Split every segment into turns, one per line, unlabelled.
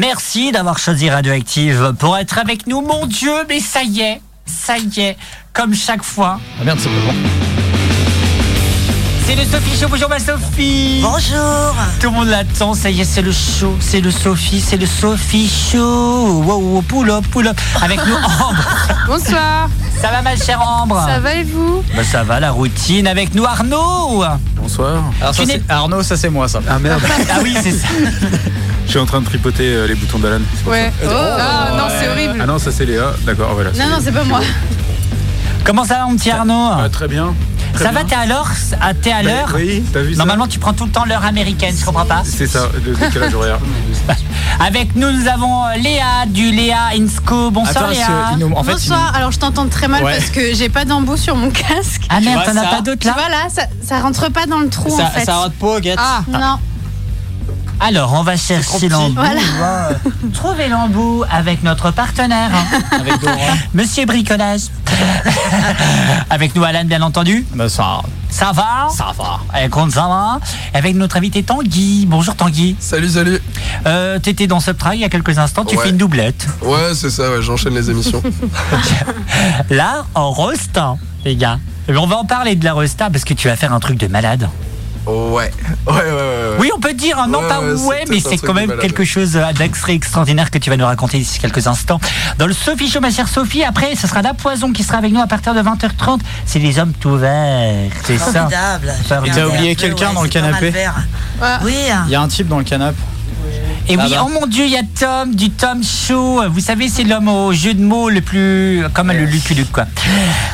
Merci d'avoir choisi Radioactive pour être avec nous. Mon Dieu, mais ça y est, ça y est, comme chaque fois.
Ah merde, c'est pas bon.
C'est le Sophie Show. Bonjour ma Sophie.
Bonjour
Tout le monde l'attend, ça y est, c'est le show, c'est le Sophie, c'est le Sophie Show. Wow, wow, pull up, pull up. Avec nous, Ambre.
Bonsoir,
Ça va ma chère Ambre
ça va et vous
Bah, ça va, la routine. Avec nous, Arnaud.
Bonsoir.
Alors, ça,
Tu n'es-
c'est- Arnaud, ça c'est moi ça.
Ah merde,
Ah oui, c'est ça.
je suis en train de tripoter euh, les boutons d'Alan. c'est pour
Ouais.
Oh.
Oh.
ah non, c'est
ça.
horrible.
Ah non, ça c'est Léa. D'accord, voilà.
Non, non, c'est pas moi.
Comment ça va mon petit Arnaud
Ah, très bien. Très
Ça
bien.
va,
Bah,
t'es à l'heure Ah, T'es à l'heure
Oui, t'as vu ça
Normalement, tu prends tout le temps l'heure américaine, je comprends pas.
C'est ça, le décalage horaire.
Avec nous, nous avons euh, Léa du Léa Ah, Insco. Bonsoir
Attends,
Léa.
parce que il nous- en fait, il
Bonsoir, alors je t'entends très mal
Ouais.
parce que j'ai pas d'embout sur mon casque.
Ah merde,
vois
t'en as
ça
pas d'autres
Tu
là
vois là, ça, ça rentre pas dans le trou
nous- ça,
en fait.
ça rate pas, Guette.
Ah non,
Alors, on va
trop
chercher
petit.
l'embout.
Voilà.
on va, euh, Trouver l'embout avec notre partenaire, hein,
Avec Doran.
Monsieur Bricolage. avec nous, Alan, bien entendu.
bah, ça,
Ça va
ça va.
Avec Ron, ça va Avec notre invité Tanguy. Bonjour Tanguy.
Salut, salut.
Euh, T'étais dans Subtrail il y a quelques instants, tu
Ouais.
fais une doublette.
Ouais, c'est ça, ouais, j'enchaîne les émissions.
Là, en rosta, les gars. Mais on va en parler de la rosta parce que tu vas faire un truc de malade.
Ouais. Ouais, ouais, ouais. ouais.
Oui, on peut dire, hein, non
Ouais,
pas
ouais,
ouais,
c'est
mais
peut-être un
c'est
truc
quand
de
même
malade.
quelque chose euh, d'extrait extraordinaire que tu vas nous raconter d'ici quelques instants. Dans le Sophie Show, ma chère Sophie, après, ce sera Da Poison qui sera avec nous à partir de 20h30. C'est les hommes tout verts, c'est ça.
Formidable
Formidable.
J'ai
T'as
oublié
un peu,
quelqu'un
ouais,
dans le
c'est pas mal
canapé.
vert.
Ouais.
Oui
Il y a un type dans le canapé.
Et oui,
Ah bah.
oh mon dieu, il y a Tom du Tom Show. Vous savez, c'est l'homme au jeu de mots le plus. comme le Lucky Luke, quoi.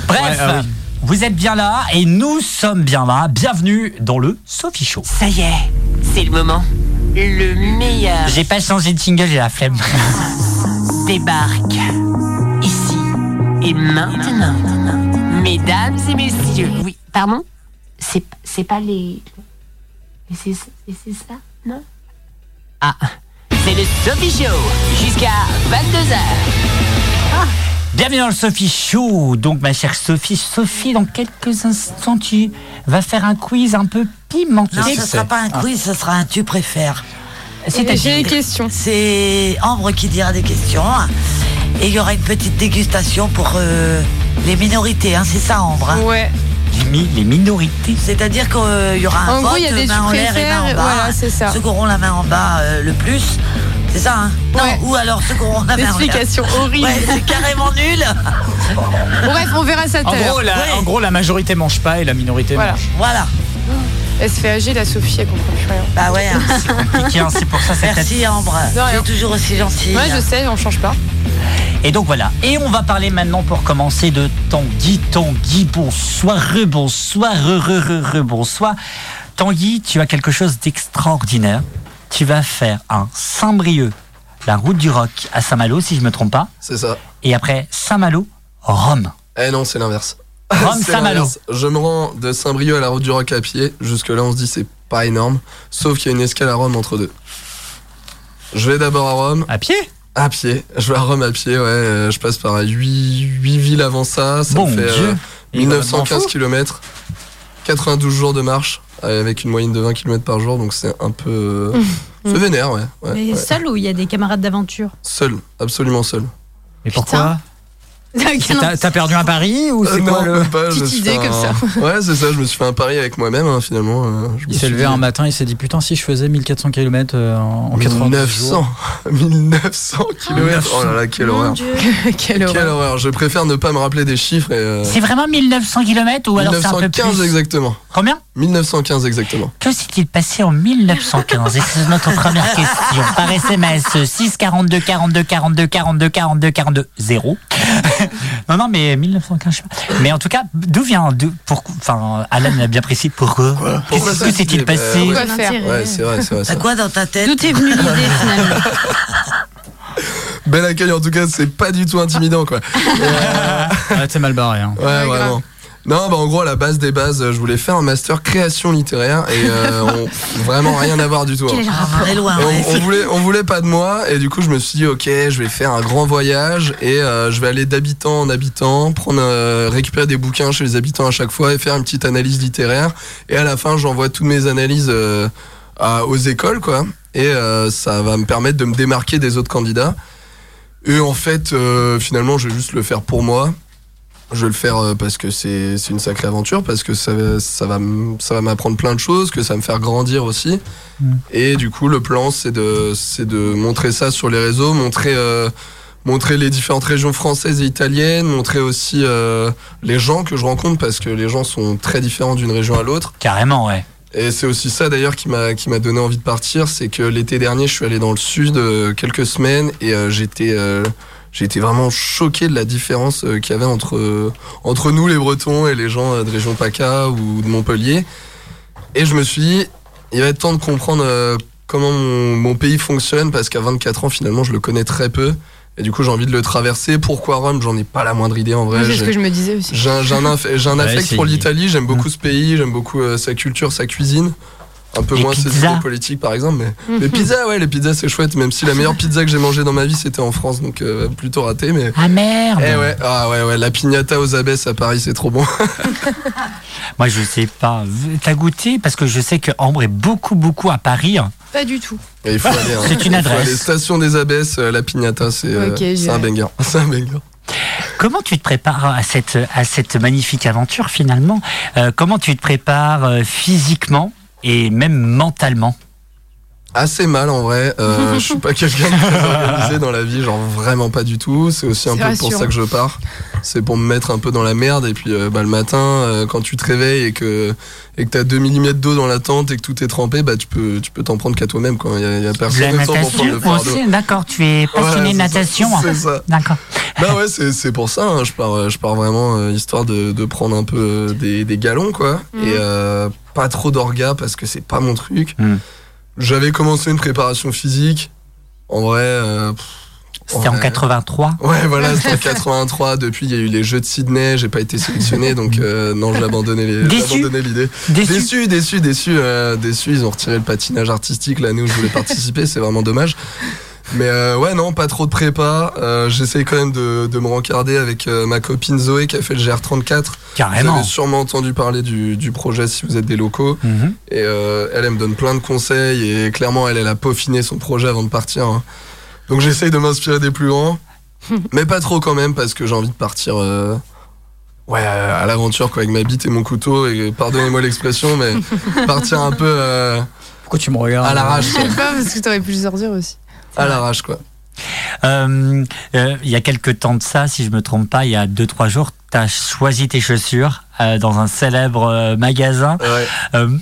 Bref.
Ouais, ah oui.
Vous êtes bien là et nous sommes bien là. Bienvenue dans le Sophie Show.
Ça y est, c'est le moment. Le meilleur
J'ai pas changé de single, j'ai la flemme.
débarque. Ici et maintenant. Mesdames et messieurs. Oui, pardon C'est c'est pas les. Et c'est et c'est ça Non Ah, c'est le Sophie Show jusqu'à 22h.
Bienvenue dans le Sophie Show. Donc, ma chère Sophie, Sophie, dans quelques instants, tu vas faire un quiz un peu pimenté.
Non, ce sera pas un quiz, ce sera un tu préfères.
j'ai une question.
C'est Ambre qui dira des questions. Et il y aura une petite dégustation pour euh, les minorités, hein, c'est ça Ambre hein.
Ouais,
Les mi- les minorités.
C'est-à-dire qu'il y aura un
En
vote,
gros, il y a des
main en
tu
l'air et main en
préfères,
bas.
voilà, c'est ça.
Ceux qui auront la main en bas euh, le plus, c'est ça hein Non,
Ouais.
ou alors ceux qui auront la main en l'air.
explication horrible.
Ouais, c'est carrément nul.
Bon, Bref, on verra ça tout
En
à l'heure.
gros, la,
Ouais.
en gros, la majorité mange pas et la minorité
Voilà.
mange.
Voilà.
Elle se fait âger, la Sophie, elle comprend plus rien.
Bah ouais. hein.
Compliqué, hein, c'est pour ça cette
Merci Ambre.
De rien.
Tu es toujours aussi gentille.
Ouais, je sais, on change pas.
Et donc voilà. Et on va parler maintenant pour commencer de Tanguy. Tanguy, bonsoir, re, bonsoir, re, re, re, re, bonsoir. Tanguy, tu as quelque chose d'extraordinaire. Tu vas faire un Saint-Brieuc, la route du rock à Saint-Malo, si je me trompe pas.
C'est ça.
Et après Saint-Malo, Rome.
Eh non, c'est l'inverse.
Rome,
C'est
Saint-Malo.
l'inverse. Je me rends de Saint-Brieuc à la route du Roc à pied. Jusque-là, on se dit c'est pas énorme. Sauf qu'il y a une escale à Rome entre deux. Je vais d'abord à Rome,
À pied
à pied. Je vais à Rome à pied, ouais. euh, Je passe par 8, villes avant ça. Ça
Bon
me fait euh,
Dieu.
Il est complètement
1915
fou.
km. 92 jours de marche. euh, Avec une moyenne de 20 km par jour. Donc c'est un peu. euh, Se vénère, ouais. ouais,
Mm. Mais
ouais.
seul ou il y a des camarades d'aventure
Seul, absolument seul.
Mais pourquoi T'as
T'as
t'as perdu un pari ou c'est
Euh,
quoi
non,
le.
même pas, je
Petite
me suis
idée
fait
comme
un- Ouais, c'est ça, je me suis fait un pari avec moi-même, hein, finalement. euh, je me
Il s'est
suis
levé
dit,
un matin, il s'est dit putain, si je faisais 1400 km euh, en 89
1900 1900 km
Ah,
Oh là là, quelle horreur
Quelle
Quelle
horreur.
horreur Je préfère ne pas me rappeler des chiffres et... euh,
C'est vraiment 1900 km ou alors c'est un peu
1915
plus
exactement.
Combien
1915 exactement.
Que s'est-il passé en 1915 Et c'est notre première question. Par SMS 6 42 42 42 42 42 42 0. non, non, mais 1915, je sais pas. Mais en tout cas, d'où vient. d'où- pourquoi- enfin, Alan l'a bien précisé. Pourquoi
Pourquoi
Qu'est-ce
ça
Que s'est-il
Eh ben,
passé
ouais.
Quoi faire
Ouais, c'est vrai, c'est vrai. c'est
T'as
vrai.
quoi dans ta tête
D'où est venue l'idée finalement
Bel accueil en tout cas, c'est pas du tout intimidant quoi.
Ah, t'es mal barré. Hein.
Ouais,
Ouais, grave.
vraiment. Non, bah en gros, à la base des bases, euh, je voulais faire un master création littéraire et euh, on- vraiment rien à voir du tout. hein.
Ah, on est loin,
Et
ouais.
on, on voulait, on voulait pas de moi et du coup je me suis dit ok je vais faire un grand voyage et euh, je vais aller d'habitant en habitant, prendre, euh, récupérer des bouquins chez les habitants à chaque fois et faire une petite analyse littéraire et à la fin j'envoie toutes mes analyses euh, à- aux écoles quoi et euh, ça va me permettre de me démarquer des autres candidats. Et en fait, euh, finalement, je vais juste le faire pour moi. Je vais le faire euh, parce que c'est c'est une sacrée aventure, parce que ça, va- ça va m- ça va m'apprendre plein de choses, que ça va me faire grandir aussi. Et du coup, le plan, c'est de, c'est de montrer ça sur les réseaux, montrer, euh, montrer les différentes régions françaises et italiennes, montrer aussi euh, les gens que je rencontre, parce que les gens sont très différents d'une région à l'autre.
Carrément, ouais.
Et c'est aussi ça d'ailleurs qui m'a qui m'a donné envie de partir, c'est que l'été dernier je suis allé dans le sud euh, quelques semaines et euh, j'étais euh, j'étais vraiment choqué de la différence euh, qu'il y avait entre euh, entre nous les Bretons et les gens euh, de région PACA ou de Montpellier. Et je me suis dit il va être temps de comprendre euh, comment mon, mon pays fonctionne parce qu'à 24 ans finalement je le connais très peu et du coup j'ai envie de le traverser. Pourquoi Rome J'en ai pas la moindre idée en vrai.
C'est ce
J'ai-
que je me disais aussi.
j'ai un, j'ai un aff- j'ai un
Ouais,
affect
c'est-
pour l'Italie, j'aime beaucoup ce pays, j'aime beaucoup euh, sa culture, sa cuisine. Un peu
Les
moins ses
pizzas.
idées politiques par exemple,
Mm.
mais les pizzas, ouais, les pizzas c'est chouette, même si la meilleure pizza que j'ai mangée dans ma vie c'était en France, donc euh, plutôt raté, mais.
Ah merde
Eh ouais, ah ouais, ouais, la pignata aux abbesses à Paris c'est trop bon.
Moi, je sais pas. T'as goûté Parce que je sais que Ambre est beaucoup, beaucoup à Paris.
Pas du tout.
Et il faut aller. hein.
C'est une
Il faut
adresse.
aller, station des abbesses, euh, la pignata c'est euh,
Ok,
c'est un
j'irai.
banger. C'est un banger.
Comment tu te prépares à cette, à cette magnifique aventure finalement Euh, Comment tu te prépares euh, physiquement et même mentalement
Assez mal en vrai, euh, je suis pas quelqu'un de très organisé dans la vie, genre vraiment pas du tout, c'est aussi un
C'est
peu pour
rassurant.
ça que je pars. C'est pour me mettre un peu dans la merde et puis euh, bah, le matin euh, quand tu te réveilles et que et que t'as 2 mm d'eau dans la tente et que tout est trempé, bah tu peux tu peux t'en prendre qu'à toi-même quand il y, a- y a
De La
personne sans pour prendre
natation
le fardeau.
aussi D'accord, tu es passionné
Ouais, c'est ça,
de natation. hein.
C'est ça.
D'accord.
Bah ouais, c'est c'est pour ça. hein. Je pars, euh, je pars vraiment euh, histoire de, de prendre un peu euh, des, des galons, quoi.
Mhm.
Et euh, pas trop d'orga parce que c'est pas mon truc.
Mhm.
J'avais commencé une préparation physique. En vrai, euh, pff,
C'était en
Ouais.
83.
ouais, voilà, c'était en 83. Depuis, il y a eu les Jeux de Sydney. J'ai pas été sélectionné, donc euh, non, j'ai abandonné les- j'ai
Déçu.
abandonné l'idée.
Déçu.
Déçu, déçu, déçu, euh, déçu. Ils ont retiré le patinage artistique l'année où je voulais participer. c'est vraiment dommage. Mais euh, ouais, non, pas trop de prépa. Euh, J'essaye quand même de, de me rencarder avec euh, ma copine Zoé qui a fait le GR34. Vous
Carrément.
avez sûrement entendu parler du, du projet si vous êtes des locaux.
Mhm.
Et euh, elle, elle me donne plein de conseils. Et clairement, elle, elle a peaufiné son projet avant de partir. hein. Donc j'essaye de m'inspirer des plus grands. mais pas trop quand même, parce que j'ai envie de partir euh, ouais, euh, à l'aventure quoi, avec ma bite et mon couteau. Et pardonnez-moi l'expression, mais partir un peu euh,
Pourquoi tu me regardes
à l'arrache.
Je sais pas, parce que t'aurais pu le sortir aussi.
À l'arrache, quoi.
Euh, euh, il y a quelques temps de ça, si je me trompe pas, il y a 2-3 jours, tu as choisi tes chaussures euh, dans un célèbre euh, magasin.
Ouais.
Euh,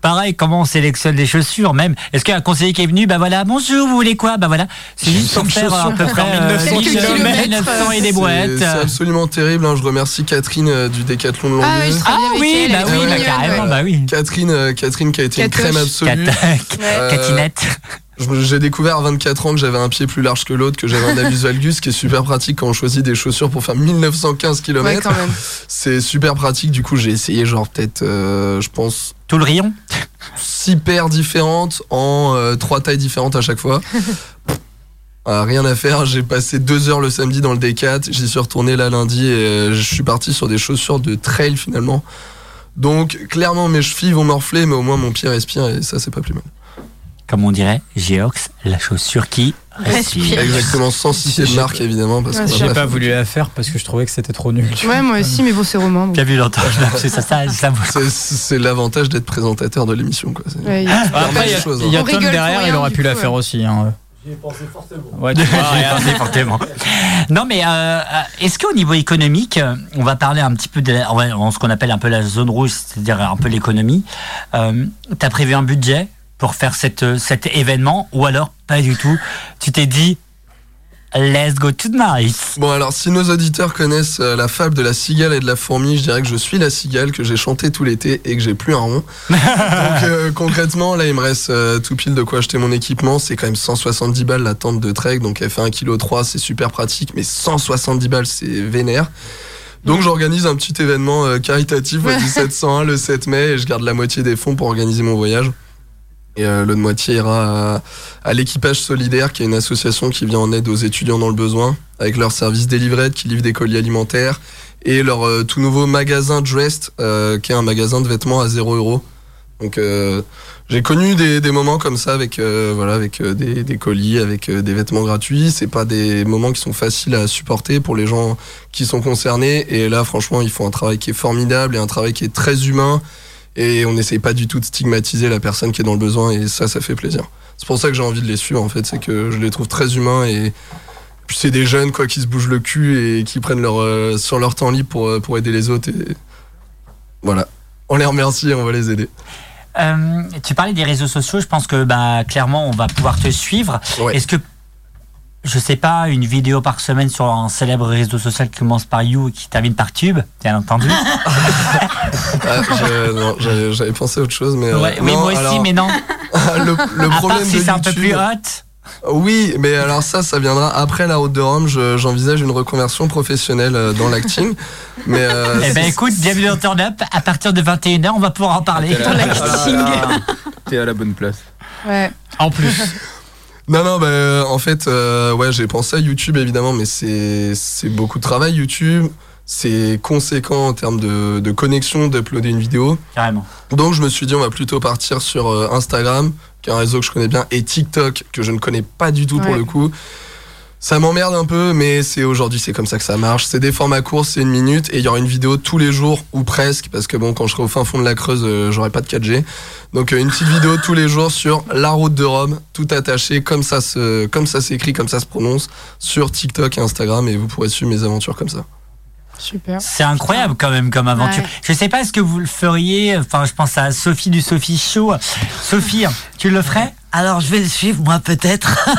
pareil, comment on sélectionne les chaussures même Est-ce qu'il y a un conseiller qui est venu Bah voilà, bonjour, vous voulez quoi Bah voilà, c'est juste pour faire à peu près euh,
1900
1000
kilomètres.
kilomètres, 900 et des
C'est-
brouettes.
C'est absolument terrible. hein. Je remercie Catherine euh, du Décathlon de Longueuil.
Ah oui, je
Ah
travaille avec
oui,
elle,
bah
elle est
oui,
ouais.
bah
mignonne,
carrément,
ouais.
bah oui.
Catherine, euh, Catherine qui a été
Catoche.
une crème absolue. Euh,
Cat-
Ouais.
Catinette.
Je- J'ai découvert à 24 ans que j'avais un pied plus large que l'autre, que j'avais un abus valgus, ce qui est super pratique quand on choisit des chaussures pour faire 1915
Ouais,
km.
quand même.
c'est super pratique, du coup j'ai essayé genre peut-être, euh, je pense,
Tout le rayon.
six paires différentes en euh, trois tailles différentes à chaque fois. Ah, rien à faire, j'ai passé deux heures le samedi dans le D4, j'y suis retourné là lundi et euh, je suis parti sur des chaussures de trail finalement. Donc clairement mes chevilles vont morfler, mais au moins mon pied respire et ça c'est pas plus mal.
Comme on dirait, Geox, la chaussure qui respire.
Respire.
Exactement, sans citer de
J'ai-
marque évidemment parce
Ouais,
qu'on va
j'ai
J'ai
pas
pas voulu la faire parce que je trouvais que c'était trop nul. tu
Ouais,
vois.
moi aussi, mais bon, c'est romain. donc.
Bien vu l'entendre, c'est ça, ça, ça vaut-
C'est- C'est l'avantage d'être présentateur de l'émission. quoi. C'est-
Ouais, il-
permet
Ah, Après, il y
des
a,
choses, hein.
il y a
On
Tom
rigole
derrière,
pour
il
rien,
aurait
du
pu la
coup,
faire
ouais.
aussi. Hein. Ouais, tu vois, regarde.
Merci, fortement. Non, mais euh, est-ce qu'au niveau économique, euh, on va parler un petit peu de la- ouais, en ce qu'on appelle un peu la zone rouge, c'est-à-dire un peu l'économie. Euh, tu as prévu un budget pour faire cette, euh, cet événement ou alors pas du tout Tu t'es dit, let's go tonight.
Bon, alors, si nos auditeurs connaissent euh, la fable de la cigale et de la fourmi, je dirais que je suis la cigale, que j'ai chanté tout l'été et que j'ai plus un rond. Donc, euh, concrètement, là, il me reste euh, tout pile de quoi acheter mon équipement. C'est quand même 170 balles la tente de trek, donc elle fait 1,3 kg, c'est super pratique, mais 170 balles, c'est vénère. Donc, j'organise un petit événement euh, caritatif au 1701 le 7 mai et je garde la moitié des fonds pour organiser mon voyage. Et euh, l'autre moitié ira à, à l'équipage solidaire, qui est une association qui vient en aide aux étudiants dans le besoin, avec leur service délivrette qui livre des colis alimentaires, et leur euh, tout nouveau magasin Dressed, euh, qui est un magasin de vêtements à 0 euros. Donc euh, j'ai connu des, des moments comme ça avec euh, voilà avec euh, des, des colis, avec euh, des vêtements gratuits. C'est pas des moments qui sont faciles à supporter pour les gens qui sont concernés. Et là, franchement, ils font un travail qui est formidable et un travail qui est très humain. Et on n'essaye pas du tout de stigmatiser la personne qui est dans le besoin. Et ça, ça fait plaisir. C'est pour ça que j'ai envie de les suivre. En fait, c'est que je les trouve très humains et puis c'est des jeunes quoi qui se bougent le cul et qui prennent leur euh, sur leur temps libre pour euh, pour aider les autres. Et voilà. On les remercie, on va les aider.
Euh, tu parlais des réseaux sociaux, je pense que bah, clairement on va pouvoir te suivre.
Ouais.
Est-ce que, je sais pas, une vidéo par semaine sur un célèbre réseau social qui commence par You et qui termine par Tube, bien entendu Euh,
Ah, je- non, j'avais j'avais pensé à autre chose, mais euh,
Ouais, Oui,
non,
moi aussi,
alors,
mais non.
le, le
à part
problème
si
de
c'est un peu
YouTube-
plus hot.
Oui, mais alors ça, ça viendra après la route de Rome. Je- J'envisage une reconversion professionnelle euh, dans l'acting, mais euh,
Eh ben
c'est-
écoute, bienvenue dans Turn Up. À partir de 21h, on va pouvoir en parler.
T'es à la- Ah, T'es à la bonne place.
Ouais.
En plus.
Non, non, bah, euh, en fait, euh, ouais, j'ai pensé à YouTube évidemment, mais c'est c'est beaucoup de travail YouTube. C'est conséquent en termes de, de connexion d'uploader une vidéo.
Carrément.
Donc je me suis dit, on va plutôt partir sur euh, Instagram, qui est un réseau que je connais bien, et TikTok, que je ne connais pas du tout pour
Ouais.
le coup. Ça m'emmerde un peu, mais c'est aujourd'hui, c'est comme ça que ça marche. C'est des formats courts, c'est une minute, et il y aura une vidéo tous les jours, ou presque, parce que bon, quand je serai au fin fond de la Creuse, euh, j'aurai pas de 4G. Donc euh, une petite vidéo tous les jours sur la route de Rome, tout attaché, comme ça se, comme ça s'écrit, comme ça se prononce, sur TikTok et Instagram, et vous pourrez suivre mes aventures comme ça.
Super.
C'est incroyable quand même comme aventure.
Ouais.
Je sais pas ce que vous le feriez. Enfin, je pense à Sophie du Sophie Show. Sophie, tu le ferais
Alors je vais le suivre moi peut-être,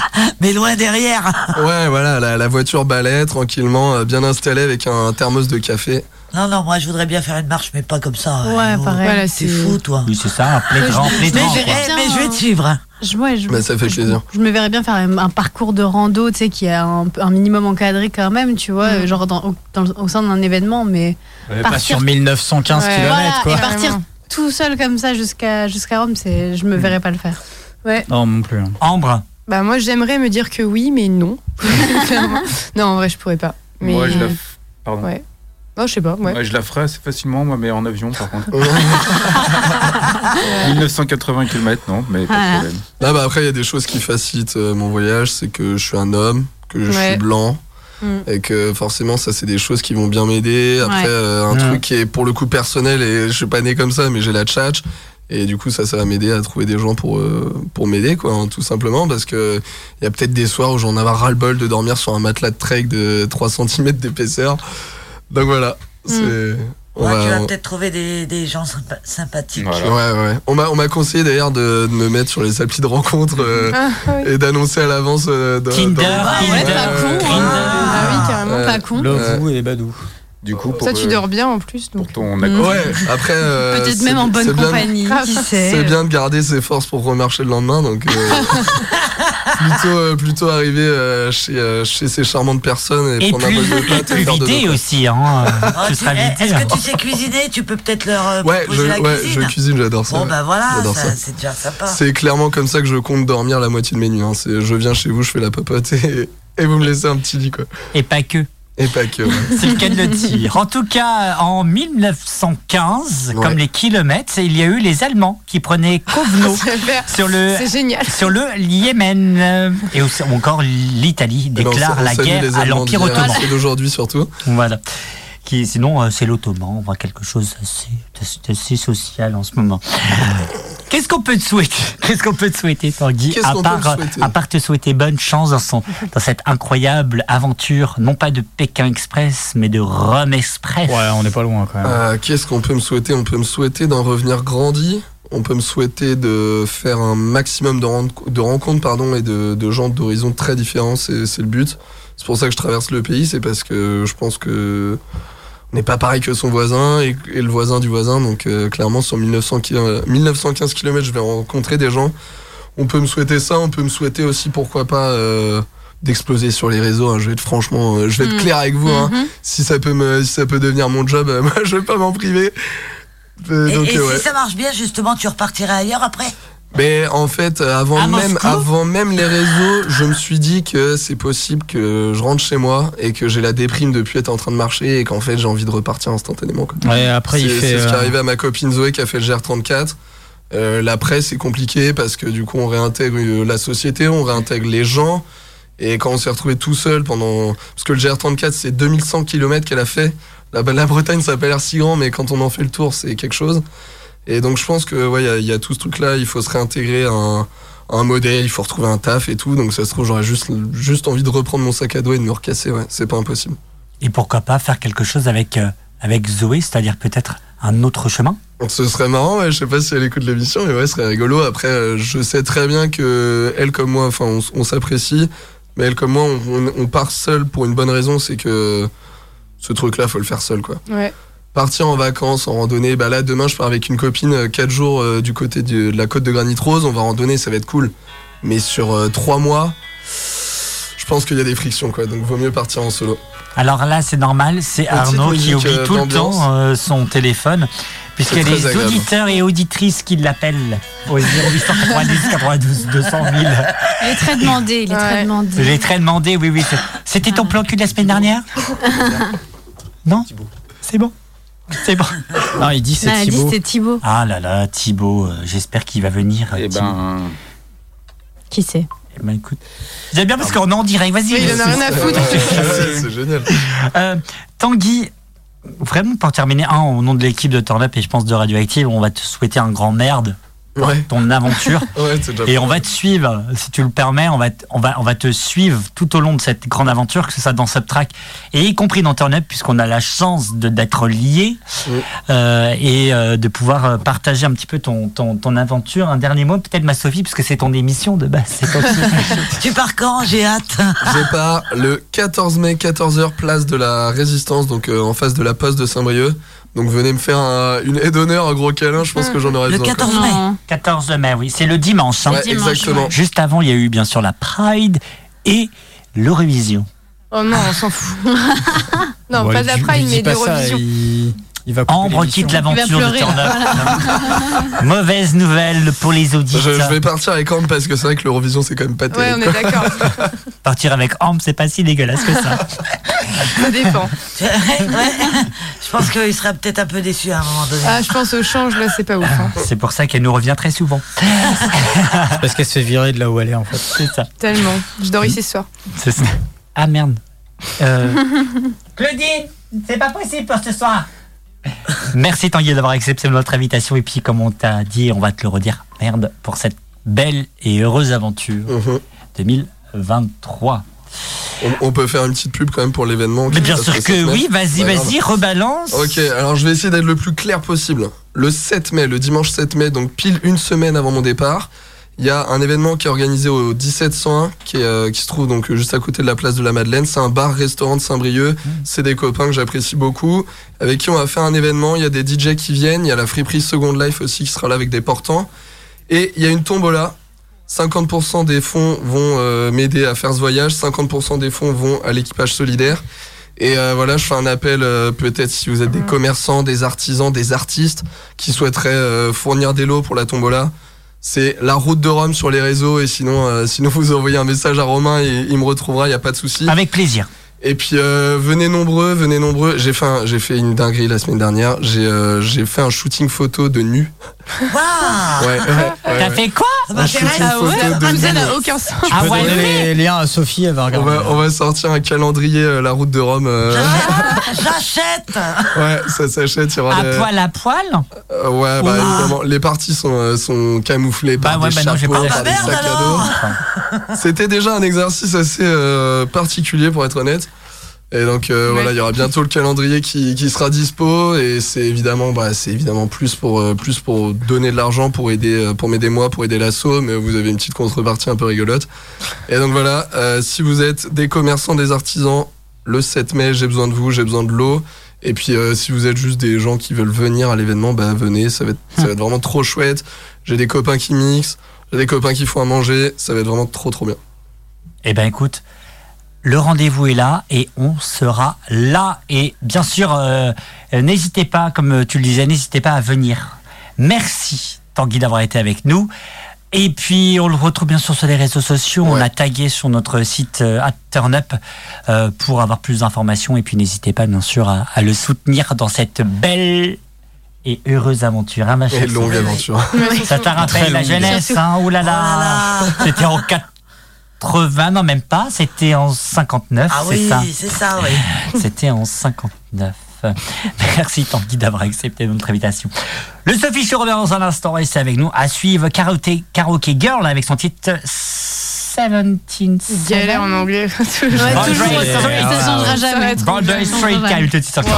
mais loin derrière.
Ouais, voilà, la, la voiture balai, tranquillement, euh, bien installée avec un thermos de café.
Non non, moi je voudrais bien faire une marche, mais pas comme ça.
Ouais,
Hello.
pareil.
Voilà, c'est-
C'est fou toi.
Oui, c'est ça, un plaidran,
je-
Mais
plaidran,
je,
quoi.
eh,
Bien,
mais je vais
hein.
te suivre. hein.
Je, ouais, je,
Bah, ça fait
je-
plaisir.
Je me verrais bien faire un, un parcours de rando, tu sais, qui a un, un minimum encadré quand même, tu vois, euh, genre dans- au, dans- au sein d'un événement, mais
Mm. Pas
Partir-
sur 1915
Ouais.
km,
voilà,
quoi.
Ah, et partir
Carrément.
tout seul comme ça jusqu'à jusqu'à Rome, c'est, je me verrais pas le faire.
Non, non plus. hein.
Ambre,
Bah moi j'aimerais me dire que oui, mais non. Clairement. non, en vrai je pourrais pas. Mais euh,
Moi, je la, f- pardon.
Ouais. Non, je sais pas. Ouais.
Moi, je la ferai assez facilement, moi, mais en avion, par contre.
Ouais.
1980 km, non, mais pas de
Voilà.
problème.
Ah bah après, il y a des choses qui facilitent euh, mon voyage, c'est que je suis un homme, que je
Ouais.
suis blanc.
Mm.
Et que forcément, ça, c'est des choses qui vont bien m'aider. Après,
Ouais.
euh, un
Ouais.
truc qui est pour le coup personnel, et je suis pas né comme ça, mais j'ai la tchatch. Et du coup, ça, ça va m'aider à trouver des gens pour, euh, pour m'aider, quoi, hein, tout simplement. Parce que il y a peut-être des soirs où j'en avais ras-le-bol de dormir sur un matelas de trek de 3 cm d'épaisseur. Donc voilà.
Mm.
c'est- on
Ouais,
va-
tu vas
on-
peut-être trouver des, des gens sympa- sympathiques.
Voilà.
Ouais, ouais. On m'a, on m'a conseillé d'ailleurs de, de me mettre sur les applis de rencontre euh,
Ah, ouais.
et d'annoncer à l'avance. euh, dans-
Tinder,
dans-
Tinder, euh,
ouais, pas
ouais.
con, hein.
Tinder.
Ah oui, carrément.
Euh,
Pas con.
Ouais.
Lovou et Badou.
Du coup, pour,
Ça, tu
euh,
dors bien en plus,
pour
donc.
ton accord.
Ouais, après. euh,
Peut-être
c'est-
même en bonne
c'est bien-
compagnie,
Grave.
qui sait.
c'est bien de garder ses forces pour remarcher le lendemain, donc. euh, plutôt, euh, plutôt arriver euh, chez, euh, chez ces charmantes personnes et,
Et
prendre un bol de
plus, et
pâtes
plus
et faire de
vidé aussi, hein. euh,
Ah,
ce
tu-
sera
eh,
vidé.
Est-ce que tu sais cuisiner Tu peux peut-être leur euh,
Ouais, je,
proposer la
ouais, je
cuisine.
cuisine, j'adore ça.
bon
ouais.
bah voilà,
J'adore
ça,
ça.
c'est déjà sympa.
C'est clairement comme ça que je compte dormir la moitié de mes nuits. hein. C'est- Je viens chez vous, je fais la papote et, et vous me laissez un petit lit, quoi.
Et pas que.
Et pas que. ouais.
C'est le cas de le dire. En tout cas, en 1915,
Ouais.
comme les kilomètres, il y a eu les Allemands qui prenaient Kovno
Super.
sur le
C'est génial.
sur le Yémen. Euh, Et aussi- ou encore l'Italie
Mais non,
déclare
Eh ben, on
la
salue les
guerre à
Allemands
l'Empire
d'hier,
ottoman.
C'est d'aujourd'hui surtout.
Voilà. Qui, sinon, euh, c'est l'Ottoman. On voit quelque chose d'assez- d'assez d'assez social en ce moment. Qu'est-ce qu'on peut te souhaiter Qu'est-ce qu'on peut te souhaiter, Tanguy
Qu'est-ce
à
qu'on peut
part,
me souhaiter
à part te souhaiter bonne chance dans, son, dans cette incroyable aventure, non pas de Pékin Express, mais de Rome Express.
Ouais, on n'est pas loin quand même.
Euh, Qu'est-ce qu'on peut me souhaiter On peut me souhaiter d'en revenir grandi. On peut me souhaiter de faire un maximum de, ren- de rencontres pardon, et de, de gens d'horizons très différents. C'est c'est le but. C'est pour ça que je traverse le pays. C'est parce que je pense que on n'est pas pareil que son voisin et, et le voisin du voisin. Donc euh, clairement, sur 1900 ki- euh, 1915 km, je vais rencontrer des gens. On peut me souhaiter ça. On peut me souhaiter aussi, pourquoi pas, euh, d'exploser sur les réseaux. hein. Je vais être franchement, euh, je vais être
Mm.
clair avec vous. hein
Mhm.
si ça peut me si ça peut devenir mon job euh, moi je vais pas m'en priver Euh,
et
donc
et
euh, ouais
si ça marche bien, justement, tu repartirais ailleurs après
Mais en fait, euh, avant
À
même,
Moscou
avant même les réseaux, je me suis dit que c'est possible que je rentre chez moi et que j'ai la déprime depuis être en train de marcher et qu'en fait j'ai envie de repartir instantanément. quoi.
Ouais, après, il
C'est-
fait.
C'est ce qui est
euh,
arrivé à ma copine Zoé qui a fait le GR34. Euh, L'après, c'est compliqué parce que du coup, on réintègre euh, la société, on réintègre les gens. Et quand on s'est retrouvé tout seul pendant. Parce que le GR34, c'est 2100 km qu'elle a fait. La, la Bretagne, ça n'a pas l'air si grand, mais quand on en fait le tour, c'est quelque chose. Et donc, je pense que, ouais, il y a- il y, a tout ce truc-là. Il faut se réintégrer à un, à un modèle, il faut retrouver un taf et tout. Donc, ça se trouve, j'aurais juste, juste envie de reprendre mon sac à dos et de me recasser. Ouais, c'est pas impossible.
Et pourquoi pas faire quelque chose avec, euh, avec Zoé, c'est-à-dire peut-être un autre chemin
Ce serait marrant, ouais. je sais pas si elle écoute l'émission, mais ouais, ce serait rigolo. Après, euh, je sais très bien que elle comme moi, enfin, on, s- on s'apprécie, mais elle comme moi, on, on- on part seul pour une bonne raison, c'est que ce truc-là, faut le faire seul, quoi.
Ouais.
Partir en vacances, en randonnée, bah là, demain, je pars avec une copine, euh, quatre jours euh, du côté du- de la côte de Granit Rose, on va randonner, ça va être cool. Mais sur euh, trois mois, je pense qu'il y a des frictions, quoi, donc vaut mieux partir en solo.
Alors là, c'est normal, c'est Arnaud qui
musique,
oublie
euh,
tout le
d'ambiance.
temps euh, son téléphone, puisqu'il y a
C'est
des
très agréable.
auditeurs et auditrices qui l'appellent au 0890 92 200 000.
Il est très demandé, il est
Ouais.
très
Je
demandé.
l'ai très demandé, oui, oui. c'est- C'était ton plan cul de la semaine dernière Non C'est bon C'est bon.
Non, il dit c'est
Bah,
Ah, elle dit
Thibaut.
c'est Thibaut.
Ah là là, Thibaut, euh, j'espère qu'il va venir. euh,
Eh
Thibaut.
ben,
Qui c'est
euh,
Eh ben, écoute. J'aime bien parce qu'on est en direct, vas-y.
Oui, il en a rien à foutre.
c'est génial.
Euh, Tanguy, vraiment pour terminer, un, au nom de l'équipe de Turn Up et je pense de Radioactive, on va te souhaiter un grand merde,
Ouais,
ton aventure.
ouais, c'est déjà
et on va te suivre, si tu le permets, on va, te- on va, on va te suivre tout au long de cette grande aventure, que ce soit dans Subtrack et y compris dans Turn Up, puisqu'on a la chance de- d'être liés
Oui.
euh, et euh, de pouvoir euh, partager un petit peu ton, ton, ton aventure. Un dernier mot, peut-être, ma Sophie, puisque c'est ton émission de base. c'est toi qui-
Tu pars quand J'ai hâte.
Je pars le 14 mai, 14h, place de la Résistance, donc euh, en face de la poste de Saint-Brieuc. Donc venez me faire un- une aide d'honneur, un gros câlin, je pense que j'en aurai
Le
besoin.
14 mai.
Non.
14 mai, oui, c'est le dimanche. hein.
Ouais,
dimanche,
exactement.
Juste avant, il y a eu bien sûr la Pride et l'Eurovision.
Oh non, on s'en fout. non,
Ouais,
pas de la
lui-
Pride,
lui dis
mais de
pas ça,
revision.
Il il va couper
Ambre
l'émission.
quitte l'aventure
Il va
de
pleurer,
Turn Up. Mauvaise nouvelle pour les
Je, je
auditeurs.
vais partir avec Ambre parce que c'est vrai que l'Eurovision c'est quand même pas
Ouais, on
terrible.
est d'accord.
Partir avec Ambre, c'est pas si dégueulasse que ça.
Ça dépend.
Ouais, ouais. Je pense qu'il serait peut-être un peu déçu à un moment donné.
Ah, je pense au change, là, c'est pas ouf. hein.
C'est pour ça qu'elle nous revient très souvent.
C'est parce qu'elle se fait virer de là où elle est en fait.
C'est ça.
Tellement. Je dors ici ce soir.
C'est ça. Ah merde.
Euh.
Claudine, c'est pas possible pour ce soir. Merci Tanguy d'avoir accepté notre invitation. Et puis, comme on t'a dit, on va te le redire, merde, pour cette belle et heureuse aventure
Mhm.
2023.
On, on peut faire une petite pub quand même pour l'événement.
Mais
qui
bien
passe
sûr
le
que
7 mai.
oui, vas-y,
Ouais,
vas-y, rebalance.
Ok, alors je vais essayer d'être le plus clair possible. Le 7 mai, le dimanche 7 mai, donc pile une semaine avant mon départ, il y a un événement qui est organisé au 1701, qui, est, euh, qui se trouve donc juste à côté de la place de la Madeleine. C'est un bar-restaurant de Saint-Brieuc.
Mmh.
C'est des copains que j'apprécie beaucoup, avec qui on va faire un événement. Il y a des DJ qui viennent, il y a la friperie Second Life aussi qui sera là avec des portants. Et il y a une tombola. 50% des fonds vont euh, m'aider à faire ce voyage, 50% des fonds vont à l'équipage solidaire. Et euh, voilà, je fais un appel euh, peut-être si vous êtes des commerçants, des artisans, des artistes qui souhaiteraient euh, fournir des lots pour la tombola. C'est la route de Rome sur les réseaux et sinon, euh, sinon vous envoyez un message à Romain et il me retrouvera, il n'y a pas de souci.
Avec plaisir.
Et puis euh, venez nombreux, venez nombreux. J'ai fait, un- j'ai fait une dinguerie la semaine dernière. J'ai euh, j'ai fait un shooting photo de nu.
Waouh
Ouais. ouais,
T'as
ouais, ouais.
fait quoi
Ça
Un shooting
m'intéresse.
photo de
Ah, Ça
nu.
n'a aucun sens.
Ah
Peut
ouais,
donner les
ouais.
liens à Sophie, elle va
On
regarder.
va, on va sortir un calendrier euh, la route de Rome. euh,
J'achète
ouais, ça s'achète. il y aura
à
des-
poil à poil
Euh, ouais, bah,
Ah, Oula.
évidemment, les parties sont, euh, sont camouflées par
Bah ouais,
des
bah non, j'ai
chapeaux,
pas la
par des
merde,
sacs à
alors.
dos. C'était déjà un exercice assez euh, particulier, pour être honnête. Et donc euh,
Ouais.
voilà, il y aura bientôt le calendrier qui, qui sera dispo et c'est évidemment bah c'est évidemment plus pour euh, plus pour donner de l'argent pour aider euh, pour m'aider moi pour aider l'assaut mais vous avez une petite contrepartie un peu rigolote. Et donc voilà, euh, si vous êtes des commerçants, des artisans, le 7 mai, j'ai besoin de vous, j'ai besoin de l'eau. Et puis euh, si vous êtes juste des gens qui veulent venir à l'événement, bah venez, ça va être ça va être vraiment trop chouette. J'ai des copains qui mixent, j'ai des copains qui font à manger, ça va être vraiment trop trop bien.
Eh ben écoute, le rendez-vous est là et on sera là. Et bien sûr, euh, euh, n'hésitez pas, comme euh, tu le disais, n'hésitez pas à venir. Merci Tanguy d'avoir été avec nous. Et puis, on le retrouve bien sûr sur les réseaux sociaux. On
Ouais.
a tagué sur notre site euh, at @turnup euh, pour avoir plus d'informations. Et puis, n'hésitez pas, bien sûr, à, à le soutenir dans cette belle et heureuse aventure. Hein, ma
Et
chère
longue
Sophie
aventure.
Ça te rappelle la jeunesse,
Surtout-
hein Bah, Oh là
Oh
là
là là.
C'était en 80, non, même pas. C'était en 59,
Ah
c'est
oui,
ça.
c'est ça, oui.
C'était en 59. Merci Tanguy d'avoir accepté notre invitation. Le Sophie Show revient dans un instant et c'est avec nous à suivre Karaoke, Karaoke Girl avec son titre 17
Galère en anglais. toujours.
Ouais,
Bon,
toujours,
Drake,
ça,
Drake,
ça
ouais.
changera jamais.
Boundary
Ça
Street qui
changera
a
jamais.
eu le titre sur
Les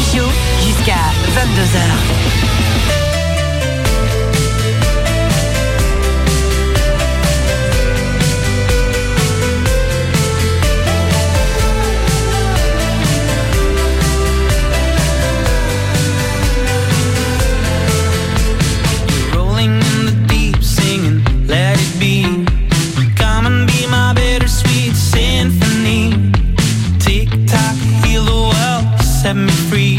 Sophie Show jusqu'à 22h.
Rolling in the deep, singing, let it be. Come and be my bittersweet symphony. Tick tock, heal the world, set me free.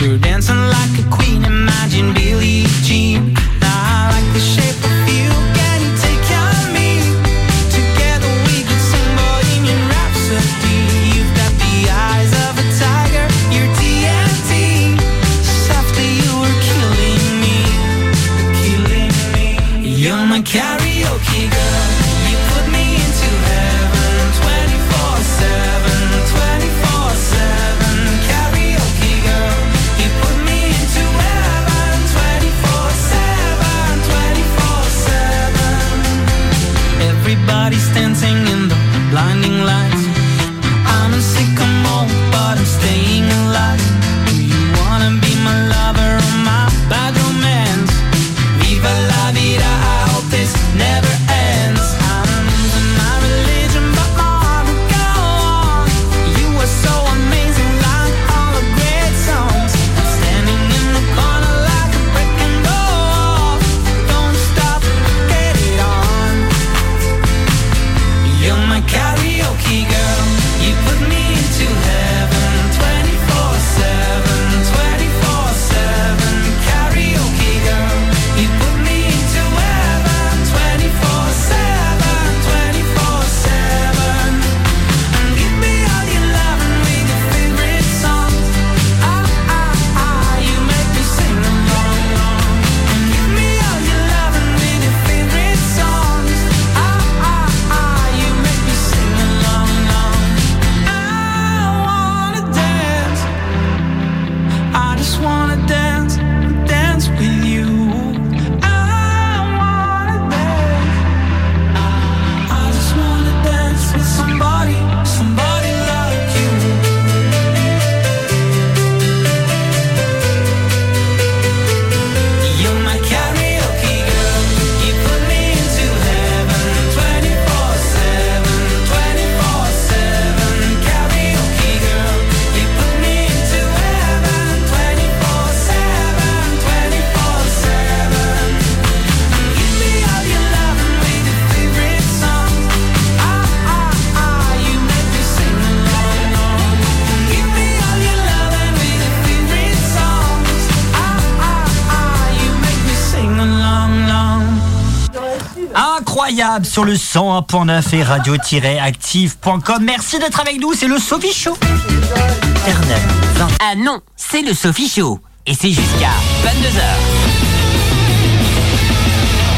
You're dancing like a queen, imagine Billie Jean. I like the shape of you, can you take care of me? Together we could sing Bohemian Rhapsody. You've got the eyes of a tiger, you're TNT. Softly you were killing me killing me. You're my karaoke girl. You put me into heaven 24 7. 24 7. Karaoke girl. You put me into heaven 24 7. 24 7. Everybody's dancing in the blinding lights. I'm a sycamore, but I'm staying alive. Do you wanna be my lover or my bad romance? Viva la vida, I hope this never ends. I'm losing my religion, but my heart will go on. You are so amazing, like all the great songs. I'm standing in the corner like a brick and wall. Don't stop, get it on. You're my karaoke girl. You put me into heaven 24 7. 24 7. Karaoke girl. You put me into heaven 24 7. 24 7. And give me all your love and read your favorite songs. Ah ah ah, you make me sing along. And give me all your love and read your favorite songs. Ah ah ah, you make me sing along. I wanna dance. I just wanna dance, dance with you. I wanna dance. Ah, I just wanna dance with somebody, somebody like you. You're my karaoke girl. You put me into heaven 24/7, 24/7. Karaoke girl. You put me into heaven 24/7, 24/7. Give me all your love and read your favorite songs. Ah ah ah, you make me sing along. Give me all your love and read your favorite songs. Ah ah ah, you make me sing along, long.
Incroyable sur le 101.9 et radio-active.com. Merci d'être avec nous, c'est le Sophie Show. Terre-Neuve.
Ah non, c'est le Sophie Show. Et c'est jusqu'à 22h.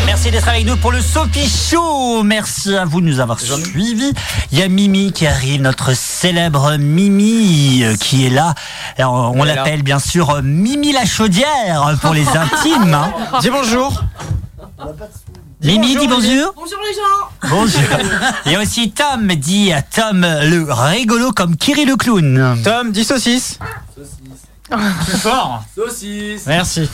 Merci d'être avec nous pour le Sophie Show. Merci à vous de nous avoir suivis. Il y a Mimi qui arrive, notre célèbre Mimi euh, qui est là. Alors, on
Elle est là.
l'appelle bien sûr euh, Mimi la chaudière euh, pour les intimes. hein.
Dis bonjour.
Mimi dit bonjour. Bonjour les gens. Bonjour. Il y a aussi Tom dit euh, Tom le rigolo comme Kiri le clown.
Tom, dis saucisse. Plus fort.
Saucisse
Merci.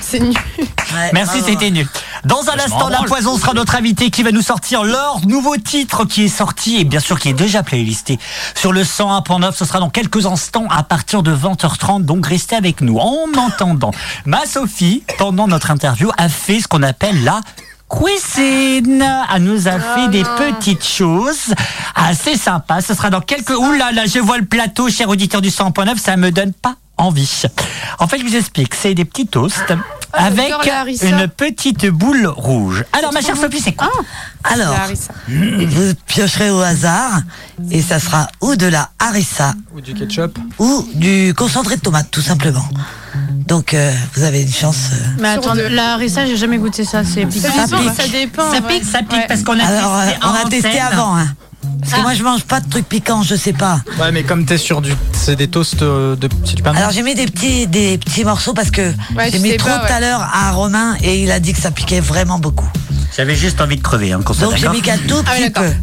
C'est nul.
Ouais,
Merci,
bravo.
c'était nul. Dans un
Ah. Bah, Je
instant,
m'en
la
branle.
poison sera notre invité qui va nous sortir leur nouveau titre qui est sorti et bien sûr qui est déjà playlisté sur le 101.9. Ce sera dans quelques instants à partir de 20h30. Donc restez avec nous. En entendant, ma Sophie, pendant notre interview, a fait ce qu'on appelle la cuisine. Elle nous a fait des petites choses assez sympas. Ce sera dans quelques... Ouh là là, je vois le plateau, cher auditeur du 100.9, ça me donne pas envie. En fait, je vous explique, c'est des petits toasts avec
Ah, j'adore la harissa.
une petite boule rouge. Alors, ma chère Sophie, c'est quoi
Ah,
Alors, vous piocherez au hasard et ça sera ou de la harissa
Ou du ketchup.
ou du concentré de tomate, tout simplement. Donc, euh, vous avez une chance. euh.
Mais attends, la harissa, j'ai jamais goûté ça. C'est piquant.
Ça pique.
Ça dépend.
Ça
ouais.
pique, ça pique,
Ouais.
parce qu'on a
Alors, euh,
testé
on
en
a testé
antenne.
avant. hein. Parce que moi, je mange pas de trucs piquants, je sais pas.
Ouais, mais comme t'es sur du. C'est des toasts euh, de. C'est du pain de-
Alors, j'ai mis des petits, des petits morceaux parce que
Ah Ouais, tu
j'ai mis
sais
trop
pas,
tout à l'heure à Romain et il a dit que ça piquait vraiment beaucoup.
J'avais juste envie de crever, hein, qu'on soit
Donc, j'ai
d'accord.
mis qu'un tout
Ah oui,
petit
d'accord.
peu.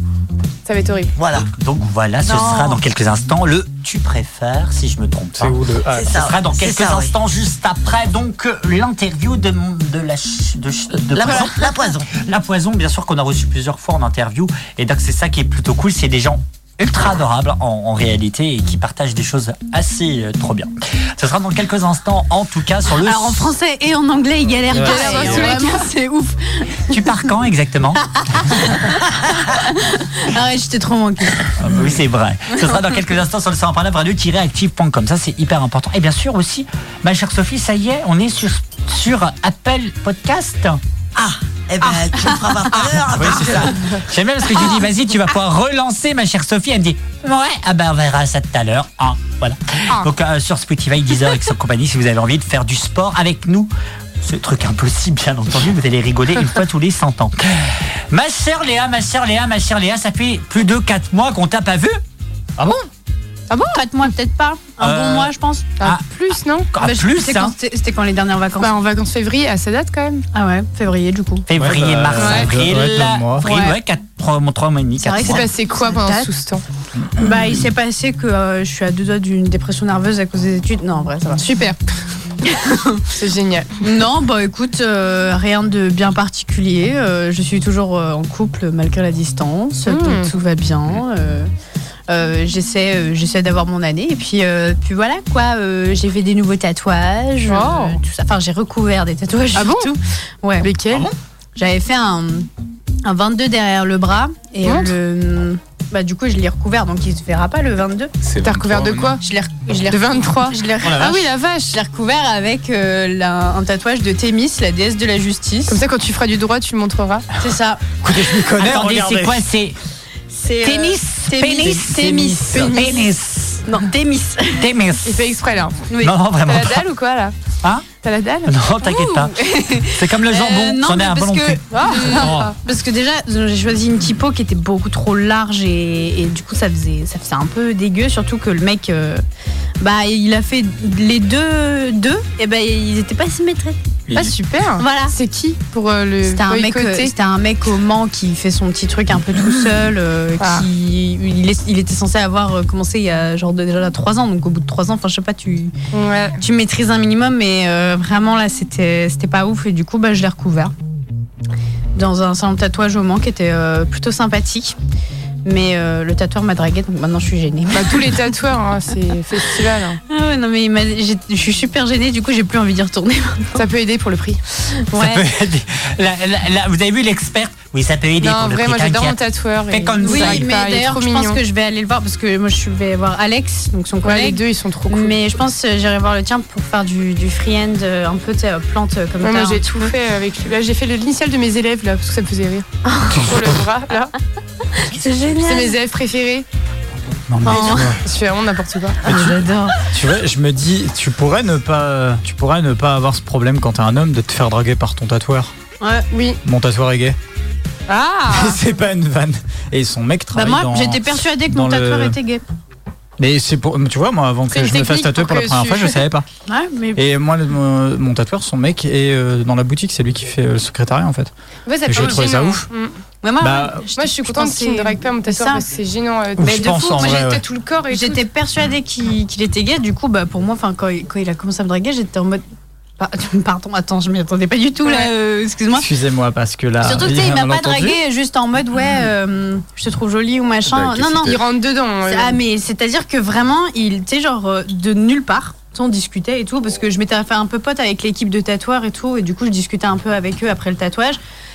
Ça va être horrible.
Voilà.
Donc voilà, ce
Non.
sera dans quelques instants le tu préfères, si je me trompe
C'est
pas.
où le. Ah,
C'est
Ce
ça.
sera dans
c'est
quelques
ça, oui.
instants, juste après, donc, euh, l'interview de, mon- de la... ch- De, ch- de
La,
Poison.
poison- la poison.
La Poison, bien sûr, qu'on a reçu plusieurs fois en interview. Et donc, c'est ça qui est plutôt cool. C'est des gens ultra adorables en, en réalité et qui partagent des choses assez euh, trop bien. Ce sera dans quelques instants, en tout cas, sur le.
Alors en français et en anglais, ils galèrent.
Ouais.
pareil,
Ouais.
hein. Vraiment, c'est ouf.
Tu pars quand exactement
Arrête, j'étais trop manqué.
Ah bah Oui, c'est vrai. Ce sera dans quelques instants sur le salon parlable radio-active.com. Ça, c'est hyper important. Et bien sûr aussi, ma chère Sophie, ça y est, on est sur, sur Apple Podcast.
Ah, eh ben, tu me feras voir tout à l'heure.
Oui, c'est ça. J'aime bien parce que je lui dis, vas-y, tu vas pouvoir relancer, ma chère Sophie. Elle me dit, ouais, ah ben, on verra ça tout à l'heure. Ah, voilà. Donc, euh, sur Spotify, Deezer et sa compagnie, si vous avez envie de faire du sport avec nous, ce truc impossible, bien entendu, vous allez rigoler une fois tous les 100 ans. Ma chère Léa, ma chère Léa, ma chère Léa, ça fait plus de 4 mois qu'on t'a pas vu. Ah bon
Ah bon 4 mois peut-être pas. Un
Euh,
bon mois je pense.
Ah,
Plus, non
Encore
Bah, je-
plus,
c'est
hein.
quand- C'était c'était quand les dernières vacances
Bah, en vacances février, à sa date quand même.
Ah ouais, février du coup.
Février,
Ouais, bah,
mars,
ouais,
avril.
ouais, deux mois.
avril,
Ouais.
ouais, quatre- trois mois, trois mois et demi,
C'est
quatre
vrai que
Il s'est
mois.
passé quoi
Ça
pendant
date.
tout ce temps
Bah il s'est passé que euh, je suis à deux doigts d'une dépression nerveuse à cause des études. Non en vrai ça va.
Super. C'est génial.
Non bah écoute, euh, rien de bien particulier. Euh, je suis toujours euh, en couple malgré la distance,
Hmm.
donc tout va bien. Euh, euh, j'essaie euh, j'essaie d'avoir mon année et puis euh, puis voilà quoi euh, j'ai fait des nouveaux tatouages euh,
Oh.
tout ça enfin j'ai recouvert des tatouages
Ah bon
surtout ouais
Lesquels
J'avais fait un, un 22 derrière le bras et
Montre.
le bah du coup je l'ai recouvert donc il se verra pas le 22.
C'est
T'as recouvert de quoi
Je l'ai rec- je l'ai
De
rec-
23.
je l'ai rec-
Ah oui, la vache
je l'ai recouvert avec euh, la- un tatouage de Thémis, la déesse de la justice.
Comme ça, quand tu feras du droit, tu le montreras.
C'est ça.
Écoutez, je m'y connais,
Attendez,
regardez.
c'est quoi C'est
C'est euh,
tennis,
Thémis,
pénis,
Thémis.
pénis,
Non, Thémis.
Thémis.
Il fait exprès là.
Oui.
Non, non,
T'as
vraiment
la
pas.
dalle ou quoi là
Hein
T'as la dalle
Non, t'inquiète pas.
Oh.
C'est comme le
Euh,
jambon,
non,
c'en est
mais
un
parce
bon
que, Ah.
cul. Oh.
Ah.
parce que déjà, j'ai choisi une typo qui était beaucoup trop large et, et du coup, ça faisait, ça faisait un peu dégueu. Surtout que le mec, euh, bah, il a fait les deux, deux, et ben ils étaient pas symétriques.
Ah super
Voilà.
C'est qui pour euh, le
C'était un, mec, euh,
boycotter
c'était un mec au Mans qui fait son petit truc un peu tout seul. euh,
Ah.
qui, il, est- il était censé avoir euh, commencé il y a genre déjà 3 ans. Donc au bout de 3 ans, enfin je sais pas, tu,
Ouais.
tu maîtrises un minimum. Mais euh, vraiment là, c'était c'était pas ouf. Et du coup, bah, je l'ai recouvert. Dans un salon de tatouage au Mans qui était euh, plutôt sympathique. Mais euh, le tatoueur m'a dragué, donc maintenant je suis gênée.
Bah, tous les tatoueurs, hein, c'est festival. hein.
Ah ouais, non mais il m'a- j'ai- je suis super gênée, du coup j'ai plus envie d'y retourner.
Ça peut aider pour le prix.
Ça
Ouais.
peut aider. Oh. La- la- la- Vous avez vu l'experte Oui, ça peut aider
non, en
pour le
vrai,
prix
moi j'adore mon
t'inquiète.
tatoueur.
Fais
et
comme
il
ça,
Oui,
blague
il
mais
pas, il est
d'ailleurs
trop
je pense
mignon.
que je vais aller le voir parce que moi je vais voir Alex, donc son
Ouais, les
collègue.
deux ils sont trop cool.
Mais je pense euh, j'irai voir le tien pour faire du, du free-end euh, un peu tu sais, euh, plante euh, comme
Ouais, moi
t'as,
j'ai
hein, tu
tout
vois.
fait avec lui. Là, j'ai fait l'initiale de mes élèves là parce que ça me faisait rire. Sur le bras là.
C'est
C'est
génial.
mes élèves préférés.
Non, mais
Oh.
tu vois.
Je fais vraiment n'importe quoi.
Ah,
J'adore.
Tu vois, je me dis, tu pourrais ne pas, tu pourrais ne pas avoir ce problème quand t'es un homme de te faire draguer par ton tatoueur.
Ouais, oui.
Mon tatoueur est gay.
Ah
c'est pas une vanne. Et son mec
Bah
travaille
moi
dans-
j'étais persuadée que
dans
mon tatoueur
le-
était Ah, gay.
Mais c'est pour, tu vois, moi, avant que
C'est une
je me fasse
technique
tatouer
pour
pour la
que
première
tu-
fois, je savais pas.
Ouais, mais
Et moi, le- mon, mon tatoueur, son mec est euh, dans la boutique, c'est lui qui fait euh, le secrétariat en fait.
Ouais, ça
J'ai
peut être
trouvé ça
gênant.
ouf.
Mm.
Ouais, moi,
bah,
ouais, j'étais-
Moi, je suis contente
pensais-
qu'il ne drague pas mon
ça.
tatoueur parce que c'est gênant. euh,
Ouf,
mais
je
de
pense,
fou,
en
moi
vrai,
j'ai
ouais.
peut-être tout le corps et
J'étais
tout.
persuadée qu'il qu'il était gay, du coup, bah, pour moi, enfin, quand, il- quand il a commencé à me draguer, j'étais en mode. Par- Pardon, attends, je m'y attendais pas du tout, là,
Ouais.
euh, excuse-moi.
Excusez-moi parce que là.
Surtout que, tu
il y a
sais, il
un
m'a pas
malentendu.
dragué juste en mode, ouais, euh, je te trouve jolie ou machin.
Bah,
non, non,
qu'est-ce
Il rentre dedans.
C'est-
euh.
Ah mais c'est-à-dire que vraiment, il, tu sais, genre euh, de nulle part. Tu sais, On discutait et tout parce que je m'étais fait un peu pote avec l'équipe de tatoueurs et tout et du coup je discutais un peu avec eux après le tatouage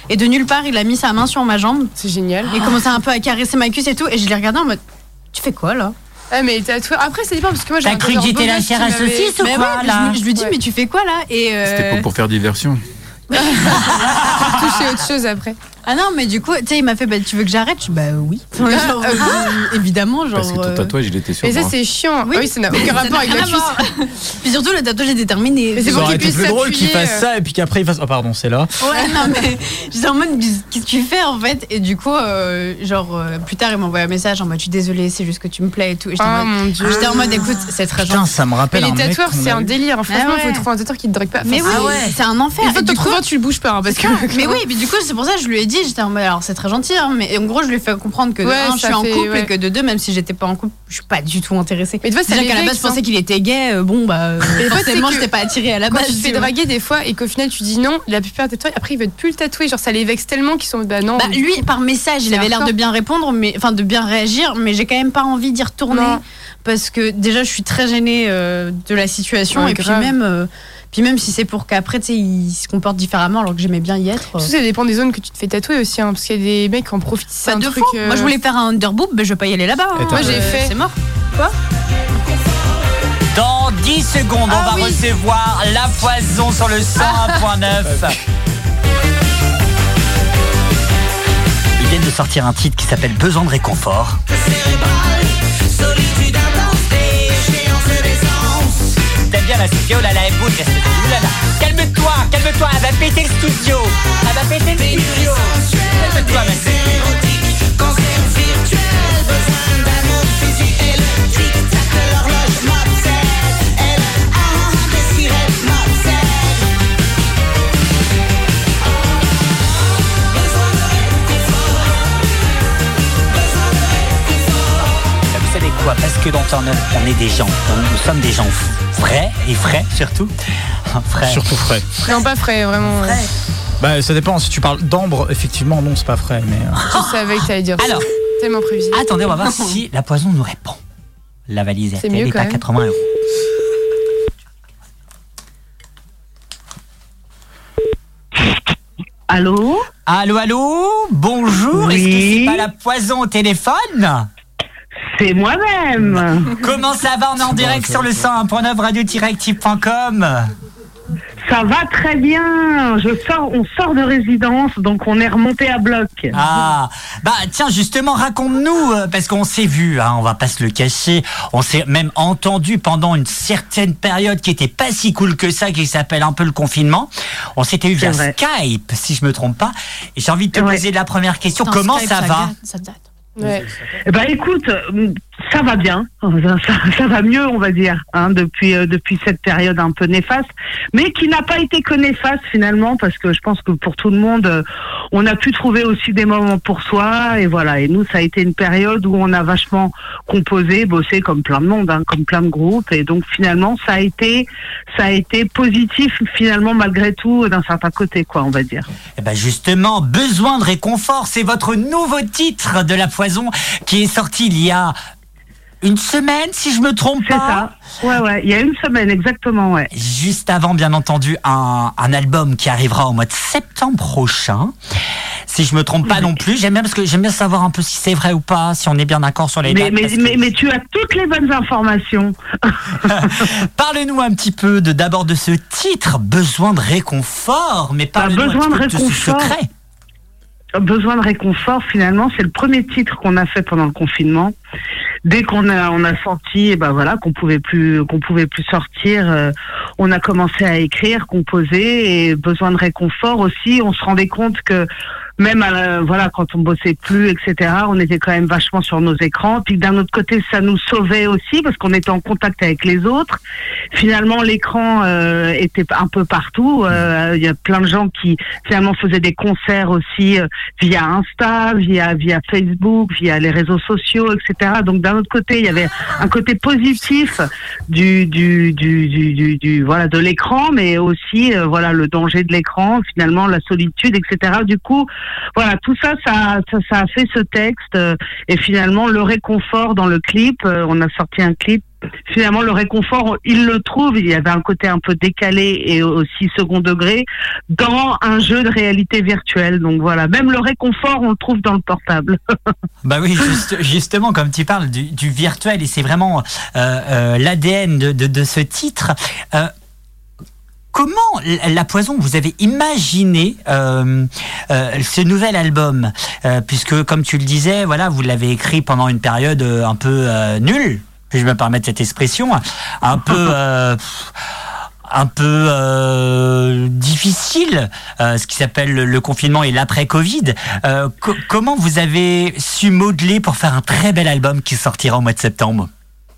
et de nulle part il a mis sa main sur ma jambe
C'est génial.
et commençait un peu à caresser ma cuisse et tout et je l'ai regardé en mode tu fais quoi là
Ah, mais tatoué. Après, ça dépend parce que moi j'ai
T'as
un
cru que
tatoueur
j'étais
beau
la
gosse
chair
qui
à
m'avait-
saucisse ou
Mais
quoi,
ouais,
là
je-
Je lui dis, mais tu fais quoi là Et
C'était
euh,
pas pour faire diversion.
toucher autre chose après.
ah non, mais du coup, tu sais, il m'a fait, bah, tu veux que j'arrête Je dis, bah oui. Enfin, genre,
Ah,
euh, évidemment, genre.
Parce que ton
euh,
tatouage, il était sur
Mais
le
ça,
bras.
c'est chiant. Ah Oui, ça n'a aucun rapport avec la
rien à
cuisse.
voir. Puis surtout, le tatouage est déterminé.
Mais c'est
Ça
pour
aurait
qu'il
été
puisse
plus drôle qu'il
s'appuyer,
fasse ça et puis qu'après il fasse. Oh, pardon, c'est là.
Ouais, non, mais j'étais en mode, qu'est-ce que tu fais en fait Et du coup, euh, genre, euh, plus tard, il m'envoie un message en mode, je suis désolée, c'est juste que tu me plais et tout. Et J'étais
Oh
en mode,
mon dieu.
j'étais en mode, écoute, c'est très
Putain,
gentil.
ça me
Mais
rappelle un
les
mec.
tatoueurs,
qu'on
c'est un
avait-
délire. Hein, Franchement,
Ah ouais.
faut trouver un tatoueur qui te drague pas.
Mais oui,
Enfin,
Ah ouais.
c'est un enfer.
Une
Et
fois que
du
t'en
coup-
trouves un, tu le bouges pas. hein, parce que...
mais oui, mais du coup, c'est pour ça que je lui ai dit, j'étais en mode, alors c'est très gentil, hein, mais en gros, je lui ai fait comprendre que de
Ouais,
un, je
ça
suis en
fait-
couple
ouais.
et que de deux, même si j'étais pas en couple, je suis pas du tout intéressée.
Mais des fois, ça
Déjà
les
qu'à la base,
vexe,
je
hein.
pensais qu'il était gay, euh, bon, bah, euh,
des fois, c'est
forcément,
que
j'étais pas attirée à la
Quand
base.
tu te fais
tu vois.
draguer des fois et qu'au final tu dis non, la plupart des toi après ils veulent plus le tatouer, genre ça les vexe tellement qu'ils sont en mode, bah non.
Bah, lui, par message, il
C'est
avait l'air de
hardcore.
bien répondre, mais enfin de bien réagir, mais j'ai quand même pas envie d'y retourner
Non.
parce que déjà je suis très gênée euh, de la situation
Ouais,
et puis
grave.
même, euh, puis même si c'est pour qu'après tu sais, il se comporte différemment alors que j'aimais bien y être. euh,
Surtout, ça dépend des zones que tu te fais tatouer aussi, hein, parce qu'il y a des mecs qui en profitent. C'est
pas
un
Bah, de
truc. euh,
fou. Moi je voulais faire un underboob, mais je vais pas y aller là-bas. hein.
Et t'as-
Moi,
euh,
j'ai fait.
C'est mort.
Dans 10 secondes,
Ah
on va
oui.
recevoir la poison sur le
Ah.
101.9. Ils viennent de sortir un titre qui s'appelle Besoin de réconfort. T'aimes bien la studio, là, là, elle bouge, la studio, là, là. Calme-toi, calme-toi, elle va péter le studio. Elle va péter le studio. Calme-toi, ma chérie. Vous savez quoi Parce que dans Turn Up, on est des gens. Nous sommes des gens f- vrais et frais surtout. Frais.
Surtout Ah, frais.
Non, pas frais, vraiment. euh,
Frais.
Bah, ça dépend. Si tu parles d'ambre, effectivement, non, c'est pas frais. Mais euh,
Je savais que t'allais dire ça.
Alors.
Tellement prévisible.
Attendez, on va voir si la poison nous répond. La valise
C'est
RTL
mieux
est
quand
à
même.
80 euros.
Allô
Allô, allô Bonjour Est-ce que
Oui.
c'est pas la poison au téléphone
C'est moi-même.
Comment ça va On est en direct sur le 101.9 radio-active.com
Ça va très bien. Je sors, on sort de résidence, donc on est remonté à bloc.
Ah, bah tiens, justement, raconte-nous, euh, parce qu'on s'est vu, hein, on va pas se le cacher, on s'est même entendu pendant une certaine période qui était pas si cool que ça, qui s'appelle un peu le confinement. On s'était eu via
vrai.
Skype, si je me trompe pas. Et j'ai envie de te
Ouais.
poser la première question,
Putain,
comment
Skype,
ça va
date, ça date.
Ouais.
Eh ben, écoute, euh, ça va bien. Oh, Ça, ça va mieux, on va dire, hein, depuis, euh, depuis cette période un peu néfaste, mais qui n'a pas été que néfaste finalement, parce que je pense que pour tout le monde, euh, on a pu trouver aussi des moments pour soi. Et voilà. Et nous, ça a été une période où on a vachement composé, bossé comme plein de monde, hein, comme plein de groupes. Et donc finalement, ça a été, ça a été positif finalement malgré tout d'un certain côté, quoi, on va dire.
Eh ben justement, besoin de réconfort, c'est votre nouveau titre de La Poison qui est sorti il y a une semaine, si je me trompe
C'est
pas.
ça. Ouais, ouais. Il y a une semaine, exactement, ouais.
Juste avant, bien entendu, un, un album qui arrivera au mois de septembre prochain. Si je me trompe pas non plus, j'aime bien parce que j'aime bien savoir un peu si c'est vrai ou pas, si on est bien d'accord sur les
Mais,
dates,
mais,
parce que-
mais, mais tu as toutes les bonnes informations.
Parle-nous un petit peu de d'abord de ce titre, besoin de réconfort, mais
Bah,
parle-nous
Besoin
un petit
de
peu de, ce
réconfort.
secret.
Besoin de réconfort, finalement, c'est le premier titre qu'on a fait pendant le confinement. Dès qu'on a, on a senti, eh ben voilà, qu'on pouvait plus, qu'on pouvait plus sortir, euh, on a commencé à écrire, composer et besoin de réconfort aussi. On se rendait compte que même, à la- voilà, quand on bossait plus, etc., on était quand même vachement sur nos écrans. Puis d'un autre côté, ça nous sauvait aussi parce qu'on était en contact avec les autres. Finalement, l'écran euh, était un peu partout. Euh, Il y a plein de gens qui finalement faisaient des concerts aussi euh, via Insta, via via Facebook, via les réseaux sociaux, etc. Donc d'un autre côté, il y avait un côté positif du du du du, du, du- voilà de l'écran, mais aussi euh, voilà le danger de l'écran, finalement la solitude, etc. Du coup, voilà tout ça, ça ça, ça a fait ce texte euh, et finalement le réconfort dans le clip. Euh, on a sorti un clip finalement le réconfort, il le trouve, il y avait un côté un peu décalé et aussi second degré dans un jeu de réalité virtuelle. Donc voilà, même le réconfort, on le trouve dans le portable.
Bah oui, juste- justement, comme tu parles du, du virtuel, et c'est vraiment euh, euh, l'ADN de, de- de ce titre. euh, comment, L- La Poison, vous avez imaginé euh, euh, ce nouvel album Euh, Puisque, comme tu le disais, voilà, vous l'avez écrit pendant une période euh, un peu euh, nulle, si je me permets cette expression, un peu... euh, pff, un peu euh, difficile, euh, ce qui s'appelle le- le confinement et l'après-Covid. Euh, co- comment vous avez su modeler pour faire un très bel album qui sortira au mois de septembre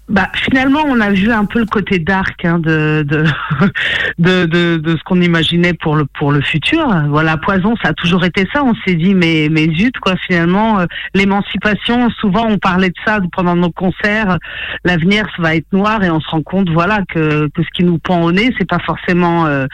Bah, finalement, on a vu un peu le côté dark hein, de, de, de, de, de ce qu'on imaginait pour le, pour le futur. Voilà, Poison, ça a toujours été ça. On s'est dit, mais, mais zut, quoi, finalement, euh, l'émancipation, souvent on parlait de ça pendant nos concerts, l'avenir, ça va être noir et on se rend compte, voilà, que, que ce qui nous pend au nez, c'est pas forcément euh,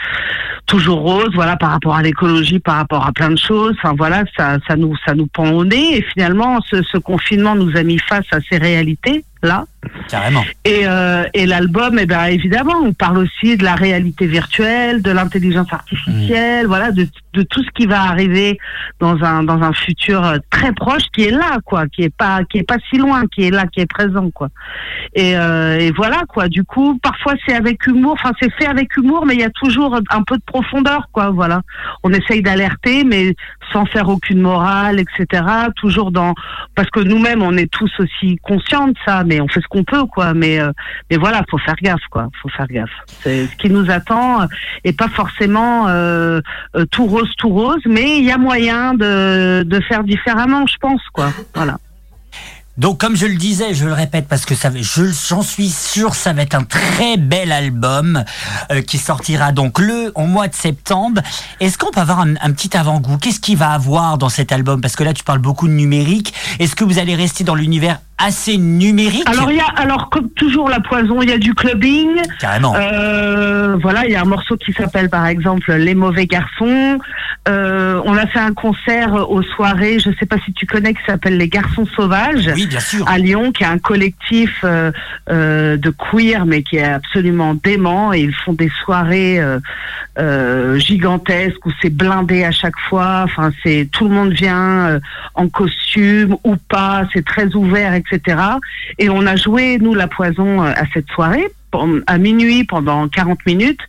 toujours rose, voilà, par rapport à l'écologie, par rapport à plein de choses. Enfin, voilà, ça, ça, nous, ça nous pend au nez et finalement, ce, ce confinement nous a mis face à ces réalités, là.
Carrément.
Et, euh, et l'album, eh ben, évidemment, on parle aussi de la réalité virtuelle, de l'intelligence artificielle, voilà, de, de tout ce qui va arriver dans un, dans un futur euh, très proche qui est là, quoi, qui est pas, qui est pas si loin, qui est là, qui est présent, quoi. Et, euh, et voilà, quoi. Du coup, parfois c'est avec humour, enfin c'est fait avec humour, mais il y a toujours un peu de profondeur, quoi. Voilà. On essaye d'alerter, mais sans faire aucune morale, etc. Toujours dans, parce que nous-mêmes, on est tous aussi conscients de ça, mais on fait ce qu'on peut, quoi. Mais, euh, mais voilà, faut faire gaffe, quoi. Faut faire gaffe. C'est ce qui nous attend euh, et pas forcément euh, euh, tout rose, tout rose, mais il y a moyen de, de faire différemment, je pense, quoi. Voilà.
Donc, comme je le disais, je le répète parce que ça, va- je, j'en suis sûr, ça va être un très bel album euh, qui sortira donc le au mois de septembre. Est-ce qu'on peut avoir un, un petit avant-goût Qu'est-ce qu'il va avoir dans cet album Parce que là, tu parles beaucoup de numérique. Est-ce que vous allez rester dans l'univers assez numérique
Alors il y a, alors comme toujours la poison, il y a du clubbing.
Carrément.
Euh, voilà, il y a un morceau qui s'appelle par exemple Les mauvais garçons. Euh, on a fait un concert aux soirées, je sais pas si tu connais, qui s'appelle Les garçons sauvages.
Oui, bien sûr.
À Lyon, qui est un collectif euh, euh, de queer, mais qui est absolument dément. Et ils font des soirées euh, euh, gigantesques où c'est blindé à chaque fois. Enfin, c'est tout le monde vient euh, en costume ou pas. C'est très ouvert, etc. Et on a joué nous la poison euh, à cette soirée pen- à minuit pendant 40 minutes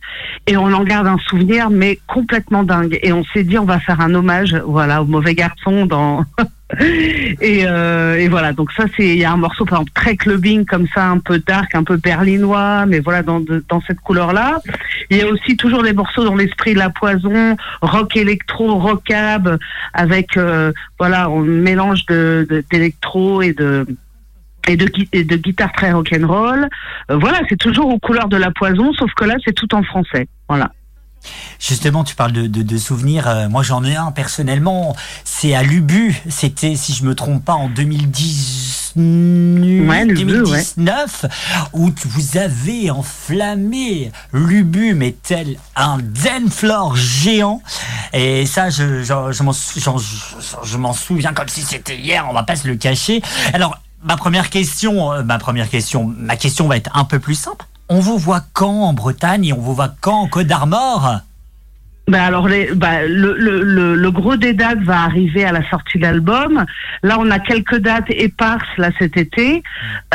et on en garde un souvenir mais complètement dingue et on s'est dit on va faire un hommage voilà au mauvais garçon dans et, euh, et voilà donc ça c'est il y a un morceau par exemple très clubbing comme ça un peu dark un peu berlinois mais voilà dans de- dans cette couleur là il y a aussi toujours des morceaux dans l'esprit de la poison rock électro rockab avec euh, voilà on mélange de de- d'électro et de et de, gui- et de guitare très rock'n'roll. Euh, voilà, c'est toujours aux couleurs de la poison, sauf que là, c'est tout en français. Voilà.
Justement, tu parles de, de- de souvenirs. Euh, moi, j'en ai un personnellement. C'est à Lubu. C'était, si je me trompe pas, en 2019,
Ouais, Lubu,
2019 où tu- vous avez enflammé Lubu, mais tel un Denflor géant. Et ça, je, je- je m'en sou- j'en- je- je m'en souviens comme si c'était hier. On va pas se le cacher. Alors, ma première question, euh, ma première question, ma question va être un peu plus simple. On vous voit quand en Bretagne et on vous voit quand en Côte d'Armor
Bah alors les, bah le, le, le, le gros des dates va arriver à la sortie de l'album. Là, on a quelques dates éparses là cet été,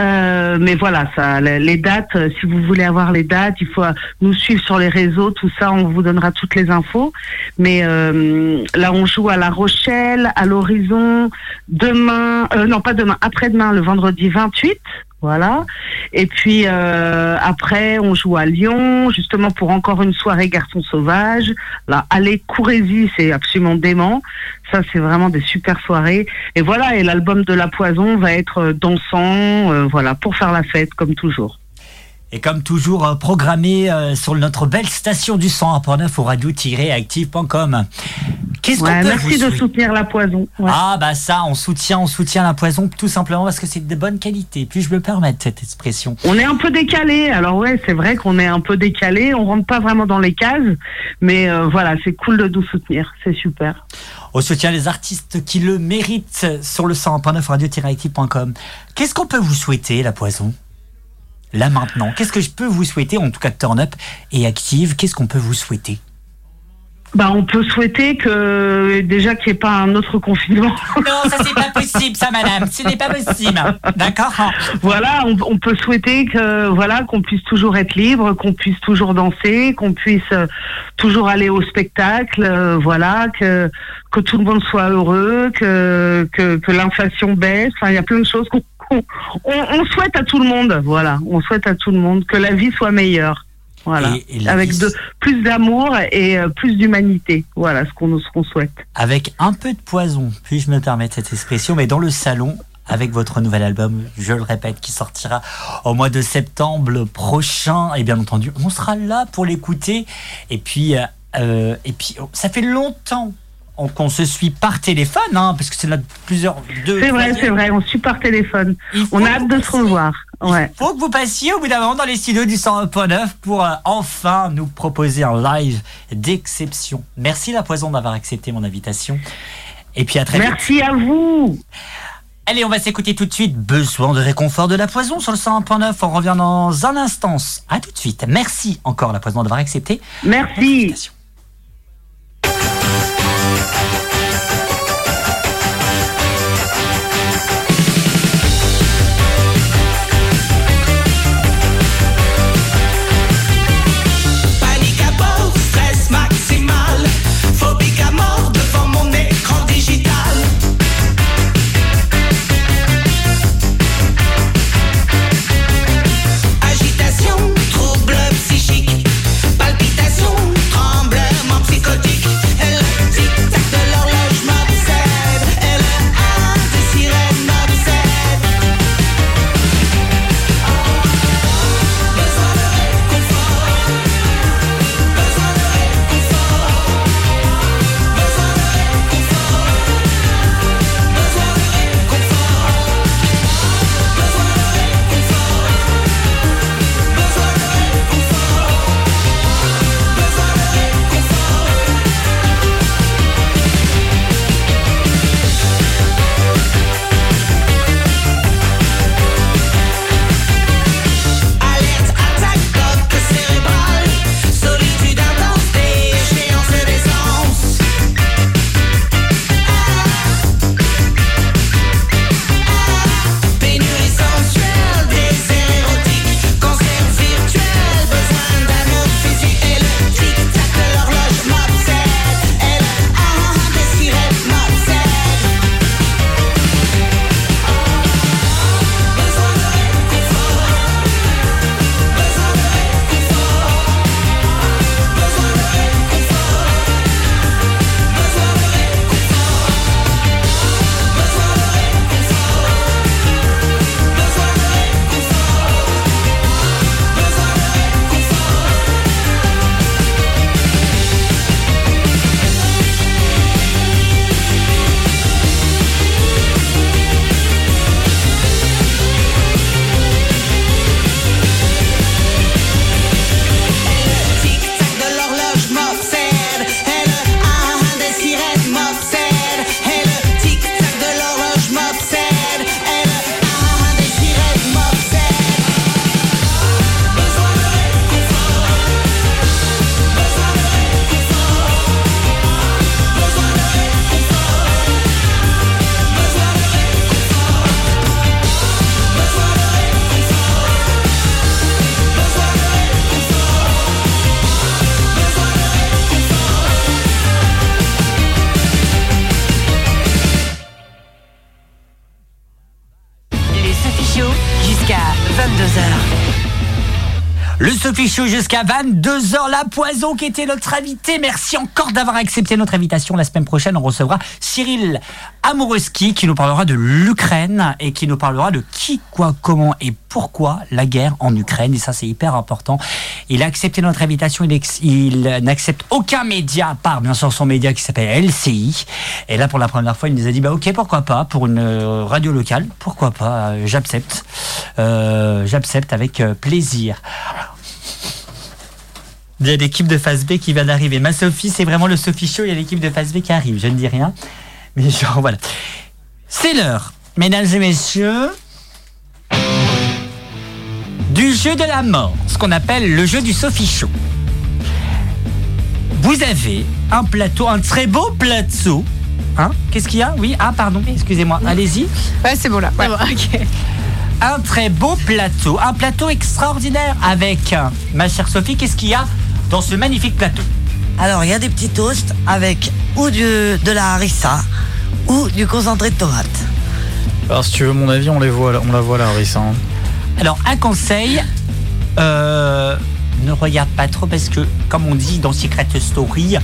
Euh, mais voilà, ça, les, les dates. euh, Si vous voulez avoir les dates, il faut euh, nous suivre sur les réseaux, tout ça. On vous donnera toutes les infos. Mais euh, là, on joue à La Rochelle, à l'horizon. Demain, euh, non pas demain, après-demain, le vendredi 28. Voilà. Et puis euh, après, on joue à Lyon, justement pour encore une soirée garçon sauvage. Là, allez, courez-y, c'est absolument dément. Ça, c'est vraiment des super soirées. Et voilà, et l'album de La Poison va être euh, dansant, euh, voilà, pour faire la fête, comme toujours.
Et comme toujours, euh, programmé euh, sur notre belle station du 101.9 au radio-active.com. Qu'est-ce qu'on
Ouais,
peut vous
merci de
souhaiter
soutenir La Poison. Ouais.
Ah bah ça, on soutient, on soutient la poison tout simplement parce que c'est de bonne qualité. Puis-je me permettre cette expression
On est un peu décalé, alors ouais, c'est vrai qu'on est un peu décalé, on rentre pas vraiment dans les cases, mais euh, voilà, c'est cool de nous soutenir, c'est super.
On soutient les artistes qui le méritent sur le 101.9 radio-active.com. Qu'est-ce qu'on peut vous souhaiter, la poison là maintenant Qu'est-ce que je peux vous souhaiter, en tout cas Turn Up et Active Qu'est-ce qu'on peut vous souhaiter
Bah, on peut souhaiter que déjà qu'il n'y ait pas un autre confinement.
Non, ça c'est pas possible, ça madame, ce n'est pas possible. D'accord hein
Voilà, on, on peut souhaiter que voilà qu'on puisse toujours être libre, qu'on puisse toujours danser, qu'on puisse euh, toujours aller au spectacle, euh, voilà que que tout le monde soit heureux, que que, que l'inflation baisse. Enfin, il y a plein de choses qu'on qu'on- on, on souhaite à tout le monde. Voilà, on souhaite à tout le monde que la vie soit meilleure. Voilà,
Et- et la
avec
vie-
de, plus d'amour et euh, plus d'humanité. Voilà ce qu'on ce qu'on souhaite.
Avec un peu de poison, puis-je me permettre cette expression, mais dans le salon, avec votre nouvel album, je le répète, qui sortira au mois de septembre prochain. Et bien entendu, on sera là pour l'écouter. Et puis, euh, euh, et puis oh, ça fait longtemps on- qu'on se suit par téléphone, hein, parce que c'est notre plusieurs... deux-
C'est vrai,
troisième-
c'est vrai. On suit par téléphone.
Il faut
On a
que
hâte
vous
de se
passiez-
revoir. Ouais.
Faut que vous passiez au bout d'un moment dans les studios du 101.9 pour euh, enfin nous proposer un live d'exception. Merci La Poison d'avoir accepté mon invitation. Et puis à très vite.
Merci à vous.
Allez, on va s'écouter tout de suite. Besoin de réconfort de La Poison sur le 101.9. On revient dans un instant. À tout de suite. Merci encore La Poison d'avoir accepté.
Merci.
Panique à bord, stress maximal, phobique à mort devant mon écran digital. Agitation, trouble psychique, palpitation, tremblement psychotique. Elle tic-tac de l'horloge m'obsède, elle a des sirènes m'obsède. Besoin de réconfort. Besoin de réconfort, besoin de réconfort, besoin de réconfort, besoin de réconfort, besoin de réconfort, besoin de réconfort. Alerte, attaque, bloc cérébral, solitude intense, déchéance d'essence. Pénurie sensuelle, désert érotique, cancer virtuel, besoin d'amour physique. Et le tic-tac de l'horloge m'obsède, elle a des sirènes m'obsède. Besoin de réconfort. Besoin de réconfort, besoin de réconfort, besoin de réconfort, besoin de réconfort, besoin de réconfort, besoin de réconfort. Tic-tac de l'horloge m'obsède, elle a des sirènes m'obsède, elle tic-tac de l'horloge m'obsède, elle a des sirènes m'obsède. Besoin de réconfort, besoin de réconfort, besoin de réconfort, besoin de réconfort, besoin de réconfort, besoin de réconfort.
Les Sophie Show jusqu'à 22h.
Le Sophie Show jusqu'à 22h. La Poison qui était notre invité. Merci encore d'avoir accepté notre invitation. La semaine prochaine, on recevra Cyril Amoureski qui nous parlera de l'Ukraine et qui nous parlera de qui, quoi, comment et pourquoi la guerre en Ukraine. Et ça, c'est hyper important. Il a accepté notre invitation. Il, ex- il n'accepte aucun média à part, bien sûr, son média qui s'appelle LCI. Et là, pour la première fois, il nous a dit, bah, ok, pourquoi pas, pour une euh, radio locale, pourquoi pas, euh, j'accepte. Euh, j'accepte avec euh, plaisir. Il y a l'équipe de Face B qui vient d'arriver. Ma Sophie, c'est vraiment le Sophie Show. Il y a l'équipe de Face B qui arrive. Je ne dis rien. Mais genre, voilà. C'est l'heure, mesdames et messieurs, du jeu de la mort, ce qu'on appelle le jeu du Sofichon. Vous avez un plateau, un très beau plateau. Hein Qu'est-ce qu'il y a Oui, ah pardon, excusez-moi, allez-y.
Ouais, c'est bon là. Ouais.
Un très beau plateau, un plateau extraordinaire avec, euh, ma chère Sophie, qu'est-ce qu'il y a dans ce magnifique plateau
Alors, il y a des petits toasts avec ou du, de la harissa ou du concentré de tomate.
Alors, si tu veux mon avis, on, les voit, là- on la voit là, Harissa. hein.
Alors, un conseil, euh, ne regarde pas trop parce que, comme on dit dans Secret Story,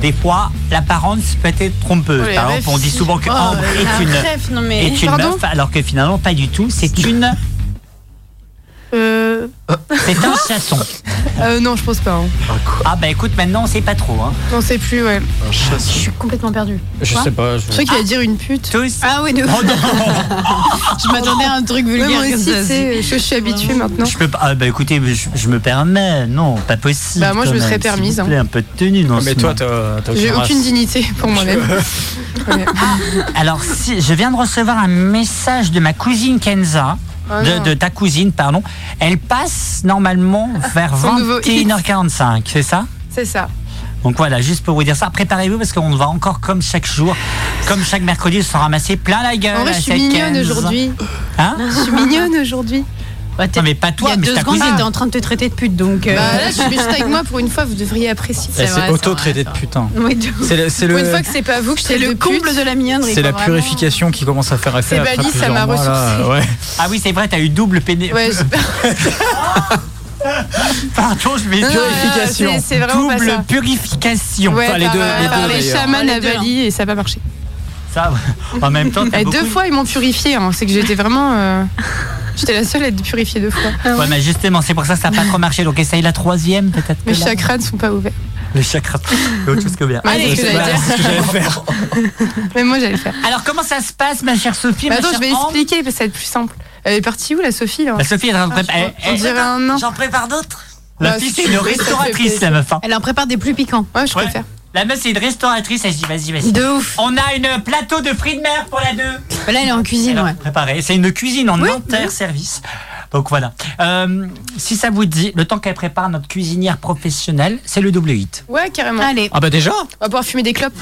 des fois, l'apparence peut être trompeuse.
Oh, les
Par exemple,
refs,
on dit
si.
souvent que
Oh,
Ambre
la
est une,
ref, non mais-
est une
Pardon
meuf, alors que finalement, pas du tout. C'est une,
Euh,
c'est un chasson.
euh, non, je pense pas. hein.
Ah bah écoute, maintenant, on sait pas trop. Hein.
Non, c'est plus, ouais.
Un
Je
chasson.
suis complètement perdue.
Je
Quoi
sais pas. Je...
Je sais qu'il va dire une pute.
Tous.
Ah oui, de ouf.
Oh non
je m'attendais à un truc
Ouais,
vulgaire.
moi
comme
aussi,
ça,
tu sais, je, je suis habituée maintenant.
Je peux pas. Ah bah écoutez, je, je me permets. Non, pas possible.
Bah, moi, je
quand
me
même.
serais
S'il vous
permise, hein.
plaît, un peu de tenue dans
Ah, Mais
ce
toi,
monde.
t'as t'as
J'ai
race.
aucune dignité pour moi-même. Ouais.
Alors, si, je viens de recevoir un message de ma cousine Kenza.
Ah
de,
non.
de ta cousine, pardon. Elle passe normalement vers
Ah, Son nouveau hit.
21h45, c'est ça
C'est ça.
donc voilà, juste pour vous dire ça, préparez-vous parce qu'on va encore, comme chaque jour, comme chaque mercredi, se ramasser plein la gueule.
En vrai,
à
je suis
cette
mignonne
15.
aujourd'hui.
Hein
Je suis mignonne aujourd'hui.
Bah, t'es-
Non, mais pas
Il y
toi,
a
mais
deux
ta
secondes,
cousine.
j'étais en train de te traiter de pute, donc. euh,
Bah là, je suis juste avec moi pour une fois, vous devriez apprécier.
Eh,
C'est vrai,
C'est
c'est
auto-traité de
vrai,
putain.
Oui, de ouf.
C'est le, c'est
Pour
le-
une fois que c'est pas vous que je
C'est
traite
le
de pute.
comble de la mianderie.
c'est la
quoi, vraiment.
purification qui commence à faire effet.
C'est
après
Bali, ça
plusieurs
m'a
mois, là.
ressourcée.
Ouais.
Ah oui, c'est vrai, t'as eu double péné.
Ouais, je-
Pardon, je vais
Non, non,
dire.
Purification.
c'est- C'est vraiment pas
Double
ça.
purification.
Ouais,
Enfin, les
par,
deux-
euh,
les deux,
par
d'ailleurs.
chamans
Les
à
deux, hein.
Bali et ça n'a pas marché.
Ça, en même temps, t'as
Eh,
beaucoup...
deux fois, ils m'ont purifié. hein. C'est que j'étais vraiment. euh, J'étais la seule à être purifiée deux fois.
Ouais, mais justement, c'est pour ça que ça n'a pas trop marché. Donc essaye la troisième, peut-être. que
Mes
là-
chakras ne sont pas ouverts.
Le chakra. C'est autre chose que bien.
Ouais, c'est ce que j'allais
Voilà,
dire.
Ah, c'est ce que j'allais faire.
Même moi, j'allais le faire.
Alors, comment ça se passe, ma chère Sophie
Mais
ma
attends,
chère
je vais
Ambre
expliquer, parce que ça va être plus simple. Elle est partie où, la Sophie là
Bah, Sophie est en train de
On
préparer.
on dirait un nain.
J'en prépare d'autres
La
Bah,
fille,
si
c'est
tu
une
veux, ça fait
restauratrice, la
plaisir.
meuf. hein.
Elle en prépare des plus piquants.
Ouais, je
Ouais.
préfère.
La meuf, c'est une restauratrice. Elle se dit, vas-y, vas-y.
De ouf.
On a une plateau de frites de mer pour la deux.
Là, elle est en cuisine,
Alors,
ouais.
préparé. C'est une cuisine en inter-service. Donc voilà. Euh, si ça vous dit, le temps qu'elle prépare notre cuisinière professionnelle, c'est le double hit.
Ouais, carrément.
Allez.
Ah bah déjà
On va pouvoir fumer des clopes.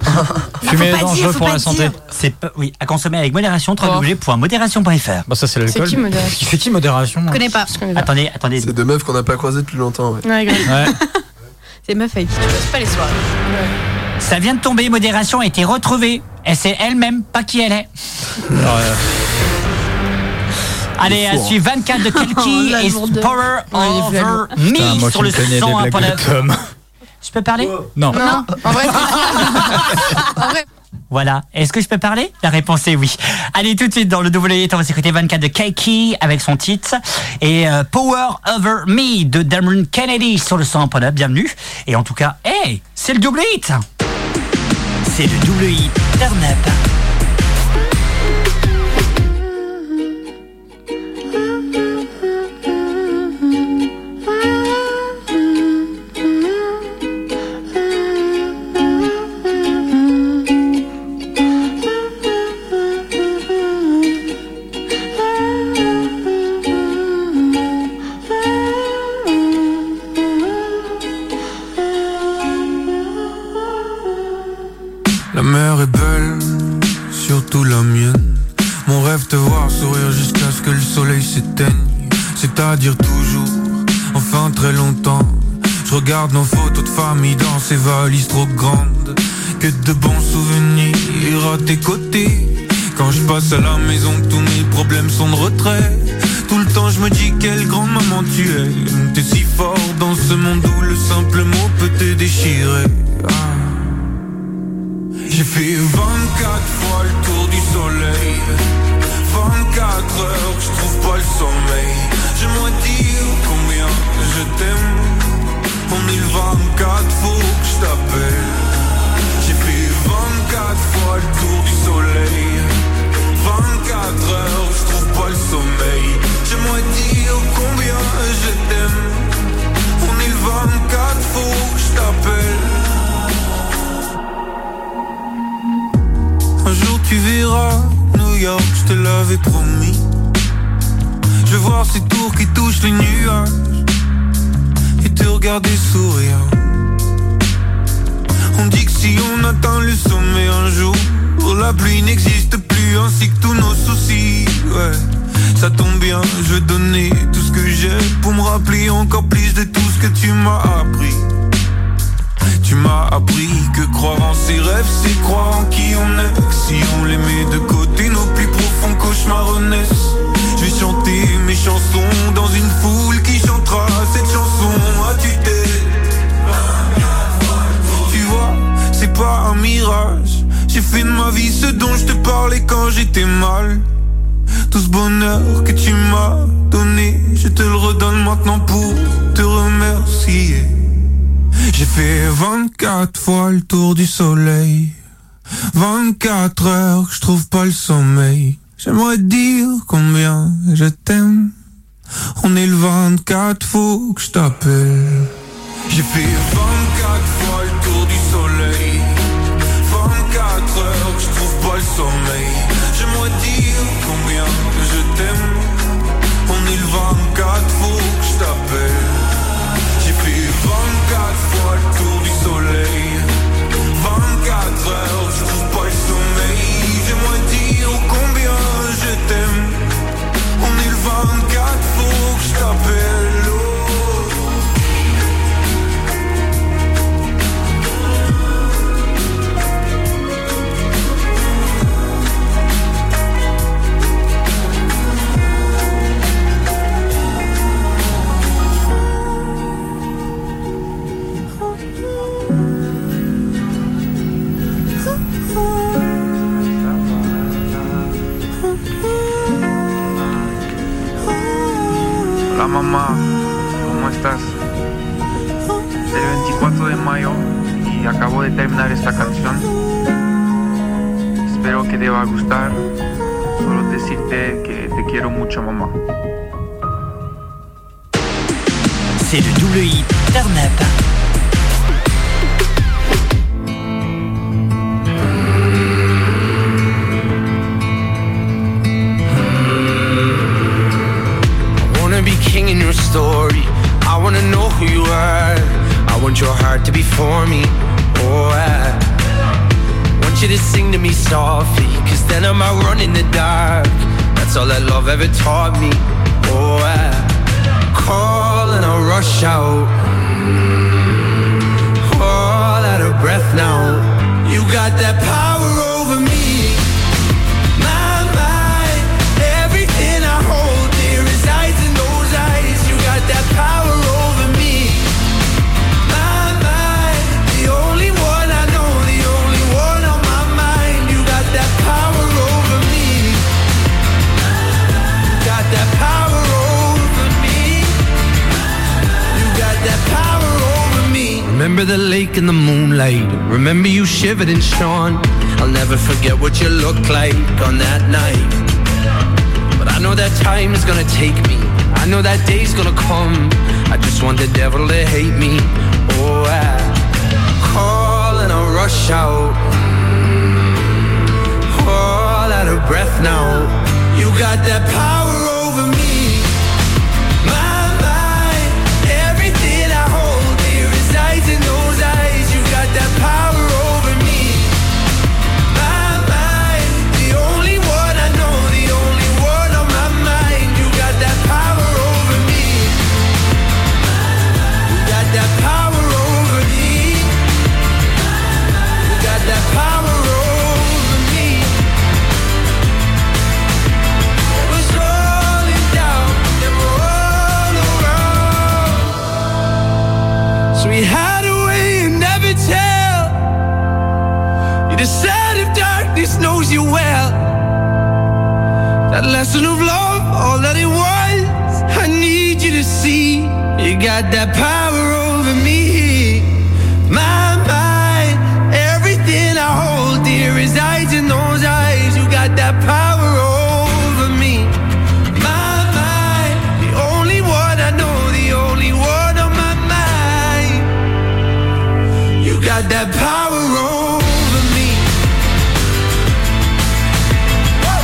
Fumer est
pas le dire,
dangereux
faut
pour la
pas le
santé.
dire.
C'est pas- oui, à consommer avec modération
Oh.
www.modération.fr.
Bah ça c'est
C'est
l'alcool.
qui, modération
C'est qui modération
Je
hein
connais pas.
Je connais pas.
Attendez, attendez.
C'est deux meufs qu'on n'a pas croisées depuis longtemps. ouais.
Ouais, grave.
Ouais.
C'est meuf avec qui tu passes pas les soirées.
Ça vient de tomber, modération a été retrouvée. Et c'est elle-même, pas qui elle est.
Alors, euh,
Allez,
Le
à
hein.
sourd.
suivre 24 de Kalki
Oh, la
et
lourdeur.
Power
il
Over
est
putain,
Me
moi
sur
qui
le
me connais des
100
blagues de Tom.
Je peux parler
Non.
Non, en vrai. En vrai.
Voilà. Est-ce que je peux parler La réponse est oui. Allez, tout de suite dans le double hit, on va s'écouter 24 de Keiki avec son titre et euh, Power Over Me de Damron Kennedy sur le 100.9. Bienvenue. Et en tout cas, hey, c'est le double hit C'est le double hit Turn Up.
La mer est belle, surtout la mienne. Mon rêve te voir sourire jusqu'à ce que le soleil s'éteigne. C'est-à-dire toujours, enfin très longtemps. Je regarde nos photos de famille dans ces valises trop grandes. Que de bons souvenirs à tes côtés. Quand je passe à la maison, tous mes problèmes sont de retrait. Tout le temps, je me dis quelle grande maman tu es. T'es si fort dans ce monde où le simple mot peut te déchirer. Ah. J'ai fait 24 fois le tour du soleil 24 heures que je trouve pas le sommeil Je me dis combien je t'aime On est le 24 faut que je t'appelle J'ai fait 24 fois le tour du soleil 24 heures que je trouve pas le sommeil Je me dis combien je t'aime On est le 24 faut que je t'appelle Un jour tu verras New York, je te l'avais promis. Je veux voir ces tours qui touchent les nuages Et te regarder sourire On dit que si on atteint le sommet un jour oh, La pluie n'existe plus ainsi que tous nos soucis ouais. Ça tombe bien, je vais donner tout ce que j'ai Pour me rappeler encore plus de tout ce que tu m'as appris tu m'as appris que croire en ses rêves, c'est croire en qui on est. Que Si on les met de côté, nos plus profonds cauchemars renaissent. Je vais chanter mes chansons dans une foule qui chantera cette chanson Ah, à tue-tête. Tu vois, c'est pas un mirage. J'ai fait de ma vie ce dont je te parlais quand j'étais mal. Tout ce bonheur que tu m'as donné, je te le redonne maintenant pour te remercier. J'ai fait 24 fois le tour du soleil 24 heures que je trouve pas le sommeil J'aimerais te dire combien je t'aime On est le 24 faut que je t'appelle J'ai fait 24 fois le tour du soleil 24 heures que je trouve pas le sommeil J'aimerais te dire combien je t'aime On est le 24 faut que je t'appelle j'ai fait 24 fois le tour du soleil 24 heures, je trouve pas le sommeil J'aimerais dire combien je t'aime On est le 24, faut que je t'appelle
Hola mamá, ¿cómo estás? Es el 24 de mayo y acabo de terminar esta canción. Espero que te va a gustar. Solo decirte que te quiero mucho mamá.
C'est le double hit Turn Up.
I wanna be king in your story. I wanna know who you are. I want your heart to be for me. Oh, I want you to sing to me softly, cause then I'm out running the dark. That's all that love ever taught me. Oh, I call and I'll rush out. All out of breath now. You got that power over me. My mind, everything I hold dear resides in those eyes. You got that power over me. My mind, the only one I know, the only one on my mind. You got that power over me. You got that power over me. You got that power over me.
Remember
the lake in the moonlight. Remember you shivered and shone. I'll never forget what you looked like on that night. But I know that time is gonna take me. I know that day's gonna come. I just want the devil to hate me. Oh, I call and I'll rush out. All out of breath now. You got that power over me. My mind, everything I hold dear resides in those eyes. You got that power over me. My mind, the only one I know, the only one on my mind. You got that power over me. You got that power over me. You got that power over me. We're rolling down and we're all around. So we hide away and never tell. You decide if darkness knows you well. That lesson of love, all that it was. I need you to see. You got that power over me. My mind, everything I hold dear resides in those eyes. You got that power over me. My mind, the only one I know, the only one on my mind. You got that power over me. Whoa.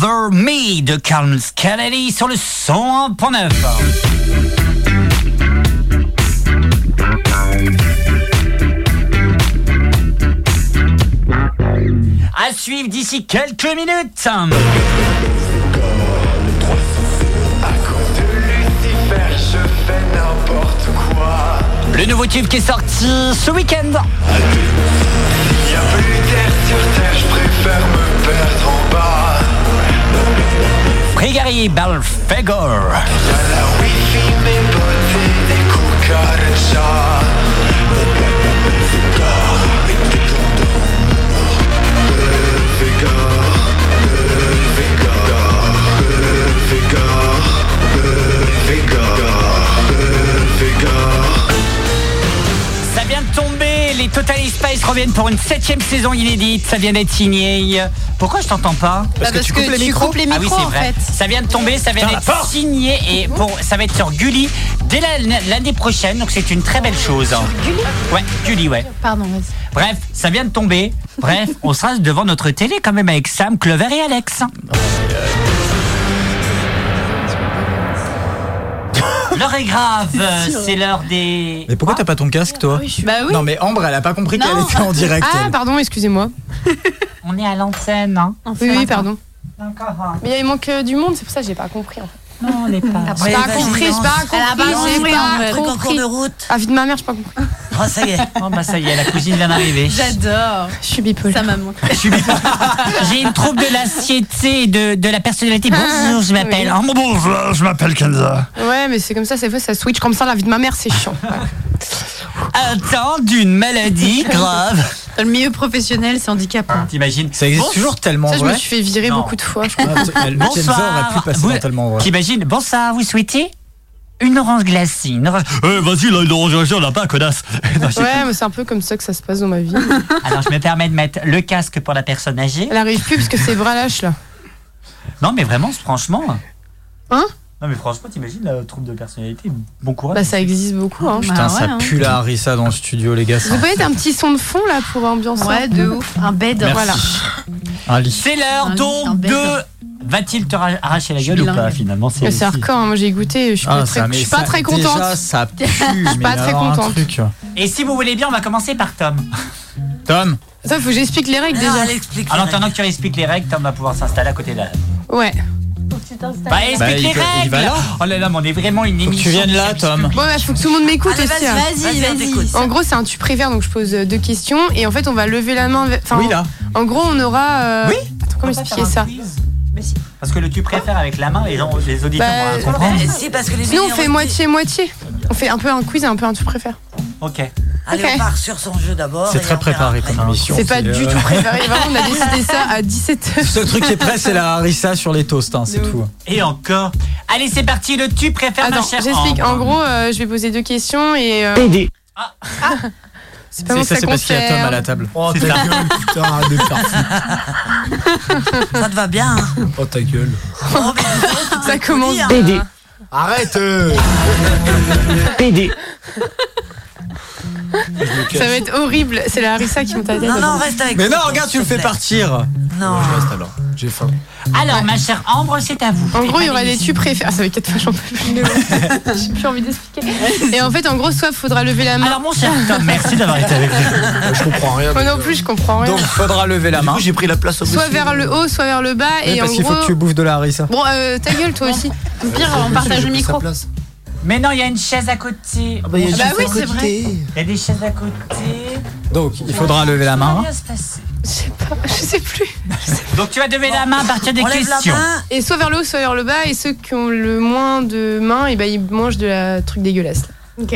For Me de Carl Kennedy sur le 101.9. À suivre d'ici quelques minutes. Le nouveau tube qui est sorti ce week-end.
Y'a plus d'air sur terre, je préfère me perdre en bas.
Frigari Balfegor.
Y'a la wifi, mes potes et des cucaracha.
Ça vient de tomber, les Total Spice reviennent pour une septième saison inédite, ça vient d'être signé. Pourquoi je t'entends pas
Parce Bah, que parce tu coupes que les tu micros. coupes les
Ah oui,
micros,
c'est
en
vrai.
fait. Mhm.
Ça vient de tomber, ça vient
Putain, la
d'être
force
signé et pour, ça va être sur Gulli dès la- l'année prochaine, donc c'est une très belle
Ah,
chose. Gulli Ouais, Gulli, ouais.
Pardon, vas-y.
Bref, ça vient de tomber. Bref, on sera devant notre télé quand même avec Sam, Clover et Alex. L'heure est grave, c'est l'heure des...
Mais pourquoi
Ah.
t'as pas ton casque, toi
Bah oui.
Non, mais Ambre, elle a pas compris qu'elle était en direct.
Ah,
elle.
pardon, excusez-moi.
On est à l'antenne.
Oui, oui,
d'accord.
pardon. Mais il manque euh, du monde, c'est pour ça que j'ai pas compris. En fait.
Non, on n'est pas.
J'ai pas
vas-y,
compris, j'ai
lance.
pas
Elle a pas
compris.
compris,
J'ai
en fait.
pas
Truc en cours
compris.
de route.
Ah, vie de ma mère, j'ai pas compris.
Oh, ça y est.
Oh, bah ça y est, la cousine vient d'arriver.
J'adore.
Je suis bipolaire.
Ça m'a manqué.
J'ai une troupe de l'anxiété et de, de la personnalité. Bonjour, je m'appelle.
Ah, Oui.
Oh, bonjour, je m'appelle Kenza.
Ouais, mais c'est comme ça, c'est fois ça switch comme ça, la vie de ma mère, c'est chiant.
Ah. Attends d'une maladie grave.
Dans le milieu professionnel, c'est handicapant.
T'imagines
Ça existe
Bonsoir.
toujours tellement
hein. Ça, je
vrai.
me suis fait virer
Non.
beaucoup de fois, je crois.
euh,
Ah, le Kenza aurait pu passer dans tellement vrai.
T'imagines Bonsoir, vous souhaitez une orange glacée une orange... Eh, vas-y, là, une orange glacée, on n'a pas, connasse. Non, je-
Ouais, mais c'est un peu comme ça que ça se passe dans ma vie.
Alors, je me permets de mettre le casque pour la personne âgée.
Elle arrive plus parce que ses bras lâchent, là.
Non, mais vraiment, franchement.
Hein
Non, mais franchement, t'imagines la troupe de personnalité Bon courage.
Bah, ça existe beaucoup, hein.
Putain, ça pue la harissa dans le studio, les gars. ça.
Vous pouvez mettre un petit son de fond, là, pour ambiancer
Ouais, de ouf. Un bed.
Merci.
Voilà.
Un lit.
C'est l'heure donc de. Va-t-il te ra- arracher la gueule ou
bilingue.
pas finalement
Mais C'est hardcore, hein, moi j'ai goûté, je suis
Ah, ça,
pas très, je
mais
suis pas
ça-
très
déjà,
contente.
ça pue.
Je suis
mais
pas très
alors, un
contente.
truc.
Et si vous voulez bien, on va commencer par Tom.
Tom
Ça, faut que j'explique les règles déjà.
En attendant que tu expliques les règles, Tom va pouvoir s'installer à côté de la.
Ouais.
Bah, explique
Bah, il
les
peut- il
règles
va là.
Oh là là, mais on est vraiment une émission.
tu viennes
de
là,
service
Tom.
public.
Bon, bah, faut que tout le monde m'écoute
Allez,
aussi.
vas-y,
hein.
vas-y, Vas-y, on vas-y. t'écoute.
En gros, c'est un tu préfères, donc je pose euh, deux questions et en fait, on va lever la main. ve- enfin,
Oui, là.
En gros, on aura. euh,
Oui
Attends, comment
On va
expliquer
faire un
ça
quiz. Parce que le tu préfères avec la main, les, gens, les auditeurs
Bah,
vont rien comprendre.
Eh, Si, parce que les
Sinon, on
minorités-
fait moitié-moitié. On fait un peu un quiz et un peu un tu préfères.
Ok.
Allez,
Ok.
on part sur son jeu d'abord.
C'est
et
très
on verra.
préparé comme émission.
C'est pas du
euh,
tout préparé. Vraiment, on a décidé ça à 17h.
Le seul truc qui est prêt, c'est la harissa sur les toasts, hein, c'est tout.
Et encore. Allez, c'est parti, le tu préfères ma
Attends,
chère
j'explique.
Oh.
Ambre.
En gros, euh, je vais poser deux questions et. euh,
Ah.
C'est pas
C'est-
bon,
ça,
ça
c'est parce qu'il y a Tom à
concerne.
la table.
Oh,
C'est
ta
ça.
Ça te va bien. hein
Oh, ta gueule.
Oh, mais dis donc,
Ça commence.
hein.
PD.
Arrête euh.
PD.
Ça va être horrible. C'est la Harissa qui monte à la tête.
Non, non, reste avec
Mais
nous,
non, regarde, tu
s'il
le
te
fais
plaît.
partir
Non.
J'ai faim.
Alors, ma chère Ambre, c'est à vous.
En gros, il y aura
des
des tu préfères. Ah, Ça fait 4 fois, j'en peux plus. J'ai plus envie d'expliquer. Et en fait, en gros, soit faudra lever la main.
Alors, mon cher Tom, merci d'avoir été avec nous.
Je comprends rien.
Moi non plus, je comprends rien.
Donc, faudra lever la main.
j'ai pris la place au
soit vers le haut, soit vers le bas.
Oui,
et en
parce
gros.
qu'il faut que tu bouffes de la harissa.
Bon, euh, ta gueule, toi aussi.
Au pire, on partage le micro.
Mais non, il y a une chaise à côté.
bah, il y a
Ah bah oui, c'est vrai.
Il y a des chaises à côté.
Donc, il faudra lever la
Ça va
main. hein.
bien se passer.
Je sais pas, je sais plus.
Donc, Ah, tu vas lever la main à partir des
On lève la
questions.
main.
Et soit vers le haut, soit vers le bas. Et ceux qui ont le moins de mains, et ben, ils mangent de la truc dégueulasse.
Ok.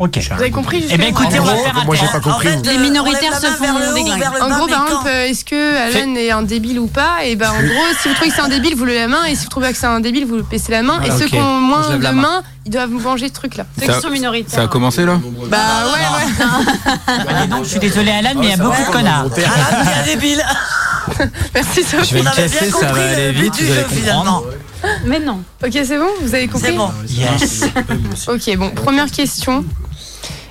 Ok.
Vous avez compris jusque
Eh bien, écoutez, on va
gros,
faire un
Moi, j'ai
test.
pas compris.
En fait,
Les
euh,
minoritaires
on lève
se
la main
font
vers le haut,
déglinguer.
vers le
En
bas,
gros,
mais
par
quand
exemple, euh, est-ce que Alan est un débile ou pas Et ben, en gros, si vous trouvez que c'est un débile, vous levez la main. Et si vous trouvez que c'est un débile, vous le baissez la main.
Ah,
et ceux
ok.
qui ont
Moi, je
moins
lève
de
la
mains,
main.
ils doivent manger ce truc-là.
Ceux qui sont minoritaires.
Ça a commencé là
Bah ouais, ouais.
Ah, dis donc, je suis désolé, Alan, mais il y a beaucoup de connards.
Ah, bien débile.
Merci,
Je vais
Sophie.
le
On avait bien
casser, ça
compris
va aller
le
Ah,
but
vite,
du
vous allez
jeu finalement.
comprendre.
Mais non.
Ok, c'est bon Vous avez compris
C'est bon.
Yes.
Ok, bon, première question.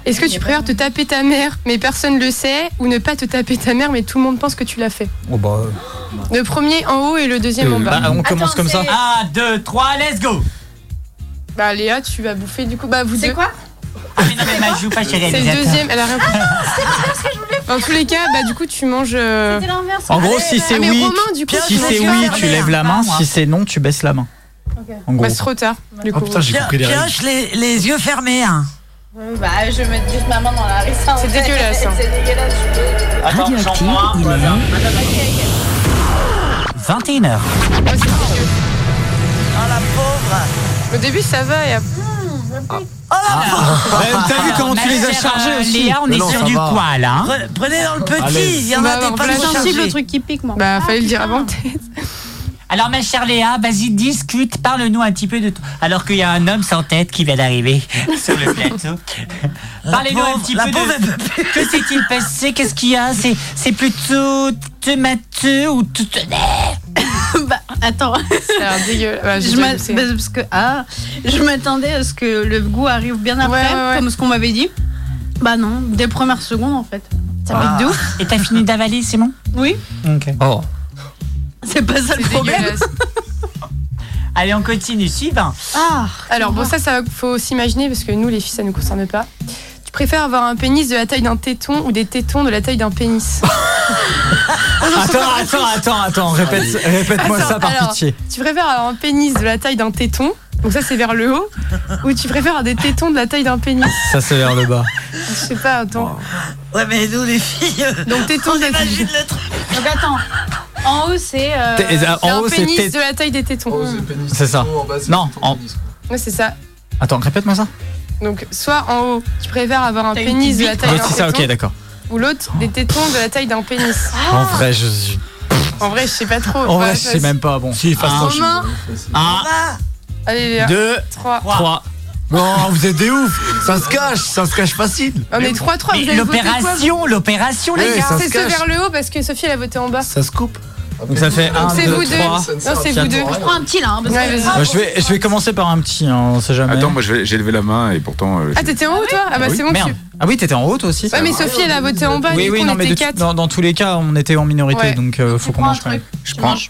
Est-ce que tu préfères te taper ta mère, mais personne le sait, ou ne pas te taper ta mère, mais tout le monde pense que tu l'as fait
Oh bah,
Le premier en haut et le deuxième en bas. Ah.
Bah, on commence comme ça.
1, 2, 3, let's go
Bah Léa, tu vas bouffer du coup. Bah vous C'est quoi
Non, mais ma joue pas chez
C'est le
Ah, réalisateur.
deuxième, elle a rien compris. Dans tous les cas, bah du coup tu manges. euh,
En gros, si c'est
Ah, mais
oui,
Romain, du coup,
si
tu manges
c'est
la
oui,
merde.
tu lèves la main.
hein.
Si c'est non, tu baisses la main. En gros.
Bah, c'est trop tard. Du
Oh,
coup.
putain, j'ai compris les règles.
Pioche les, les yeux fermés. Hein.
Bah, je vais mettre juste ma main dans la résistance.
C'est dégueulasse, hein.
C'est dégueulasse.
Radioactive, il est 21h.
Oh,
Au début ça va et après.
Euh,
Ah, T'as vu comment tu les as
Mère,
chargés
euh,
aussi
Léa, on est sur du poil. Hein. Bah,
Pre- Prenez dans le petit,
Allez.
il y en a des pas
sensible au
sensibles.
truc qui pique, moi.
Bah fallait le dire avant.
Alors, ma chère Léa, vas-y, discute, parle-nous un petit peu de tout. Alors qu'il y a un homme sans tête qui vient d'arriver sur le plateau. Parlez-nous un
pauvre-
petit
la
peu
pauvre, elle
de. Que s'est-il passé Qu'est-ce qu'il y a C'est c'est plutôt tomateux ou tout.
bah, attends.
Ça a l'air dégueulasse. Ouais, j'ai
je
déjà
m'a-
goûté.
bah, parce que, ah, je m'attendais à ce que le goût arrive bien après,
ouais, ouais.
comme ce qu'on m'avait dit. Bah non, dès premières secondes en fait. Ça pique de ouf.
Ah. Et t'as fini d'avaler, c'est bon
Oui,
Oh.
c'est pas ça le
C'est
problème.
dégueulasse.
Allez, on continue. Suivant.
Ah,
Alors bon ça, ça faut s'imaginer parce que nous les filles ça nous concerne pas. Tu préfères avoir un pénis de la taille d'un téton ou des tétons de la taille d'un pénis
Attends, attends, attends, attends. Répète, répète-moi
Ah, Attends,
ça Ah, par
alors,
pitié.
Tu préfères avoir un pénis de la taille d'un téton donc ça c'est vers le haut ou tu préfères avoir des tétons de la taille d'un pénis
Ça c'est vers le bas.
Je sais pas attends.
Ouais, mais nous les filles, euh,
Donc tétons de
on
la taille
imagine le truc.
Donc attends, en haut c'est. euh,
T'es- euh,
C'est
en
un
haut c'est
pénis
tête.
de la taille des tétons.
C'est ça.
Oh,
Non. En...
Ouais, c'est ça.
Attends, répète-moi ça.
Donc soit en haut, tu préfères avoir un pénis de la taille
Ouais,
d'un
Ah, c'est ça.
téton
Ok, d'accord.
ou l'autre des tétons de la taille d'un pénis.
Ah.
En vrai, je.
En vrai, je sais pas trop.
En
Ouais,
vrai, je
ça,
sais même pas. Bon. Hein Si,
c'est- Romain,
1,
allez Léa.
2,
3.
3. Non, vous êtes des ouf. Ça se cache, ça se cache facile.
On est 3 3,
Mais
vous avez voté quoi
L'opération,
vous
l'opération, les
Ouais,
gars.
ça
C'est
se
ceux
cache.
vers le haut parce que Sophie elle a voté en bas.
Ça se coupe. Donc ça fait
Donc
1,
c'est vous
2,
deux.
3.
Non, c'est vous deux.
Je prends un petit là. hein, parce que-
Ouais, vas-y.
Bah, je, vais, je vais commencer par un petit, hein, on sait jamais.
Attends, moi je vais- j'ai levé la main et pourtant. euh,
Ah,
j'ai-
t'étais en haut toi Ah bah
Oui.
c'est bon.
Merde.
tu-
Ah oui, t'étais en haute aussi
Ouais, mais Sophie elle a voté en bas,
Oui,
du coup
oui, non,
on
mais
était
de-
4.
dans, dans tous les cas, on était en minorité,
Ouais.
donc euh, faut qu'on
prends un
mange quand même.
truc.
je prends.
mange.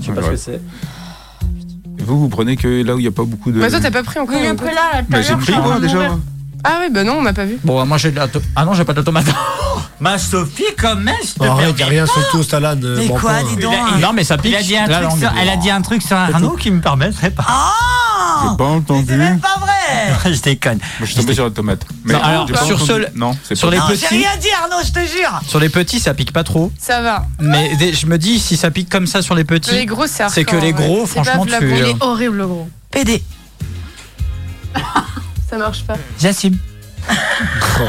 Je sais pas ce que c'est.
Vous, vous prenez que là où il n'y a pas beaucoup de.
Bah toi t'as pas pris encore.
Oui,
mon
un
pote.
peu là, là, tout à
Bah, j'ai
l'heure, je
pris
suis en train
moi
de
déjà.
mourir.
Ah oui, bah non, on n'a pas vu.
Bon, moi j'ai de la to- Ah non, j'ai pas de tomate.
Ma Sophie, quand même, je te
Oh,
Arrête,
permets
y'a rien sur tout, salade.
Mais
bon
quoi,
pain.
dis
Il a-
donc hein.
il a-
non, mais ça pique.
il a dit un
la
truc
langue.
sur- elle a dit un truc sur Arnaud qui me permettrait pas. Hmm.
Oh
J'ai pas entendu.
C'est même pas vrai
je déconne.
Moi, je suis tombé sur la tomate. Mais
Non, alors,
j'ai pas
sur
entendu.
seul-
Non, c'est
sur
pas-
les
Non, j'ai
petits-
rien dit Arnaud, je te jure
Sur les petits, ça pique pas trop.
Ça va.
Mais des- je me dis, si ça pique comme ça sur les petits.
Les gros, c'est
C'est que
hardcore,
les gros,
ouais. C'est pas
franchement,
de la
tu- hein.
bombe.
Il est horrible le gros.
PD.
Ça marche pas.
J'assume.
Oh,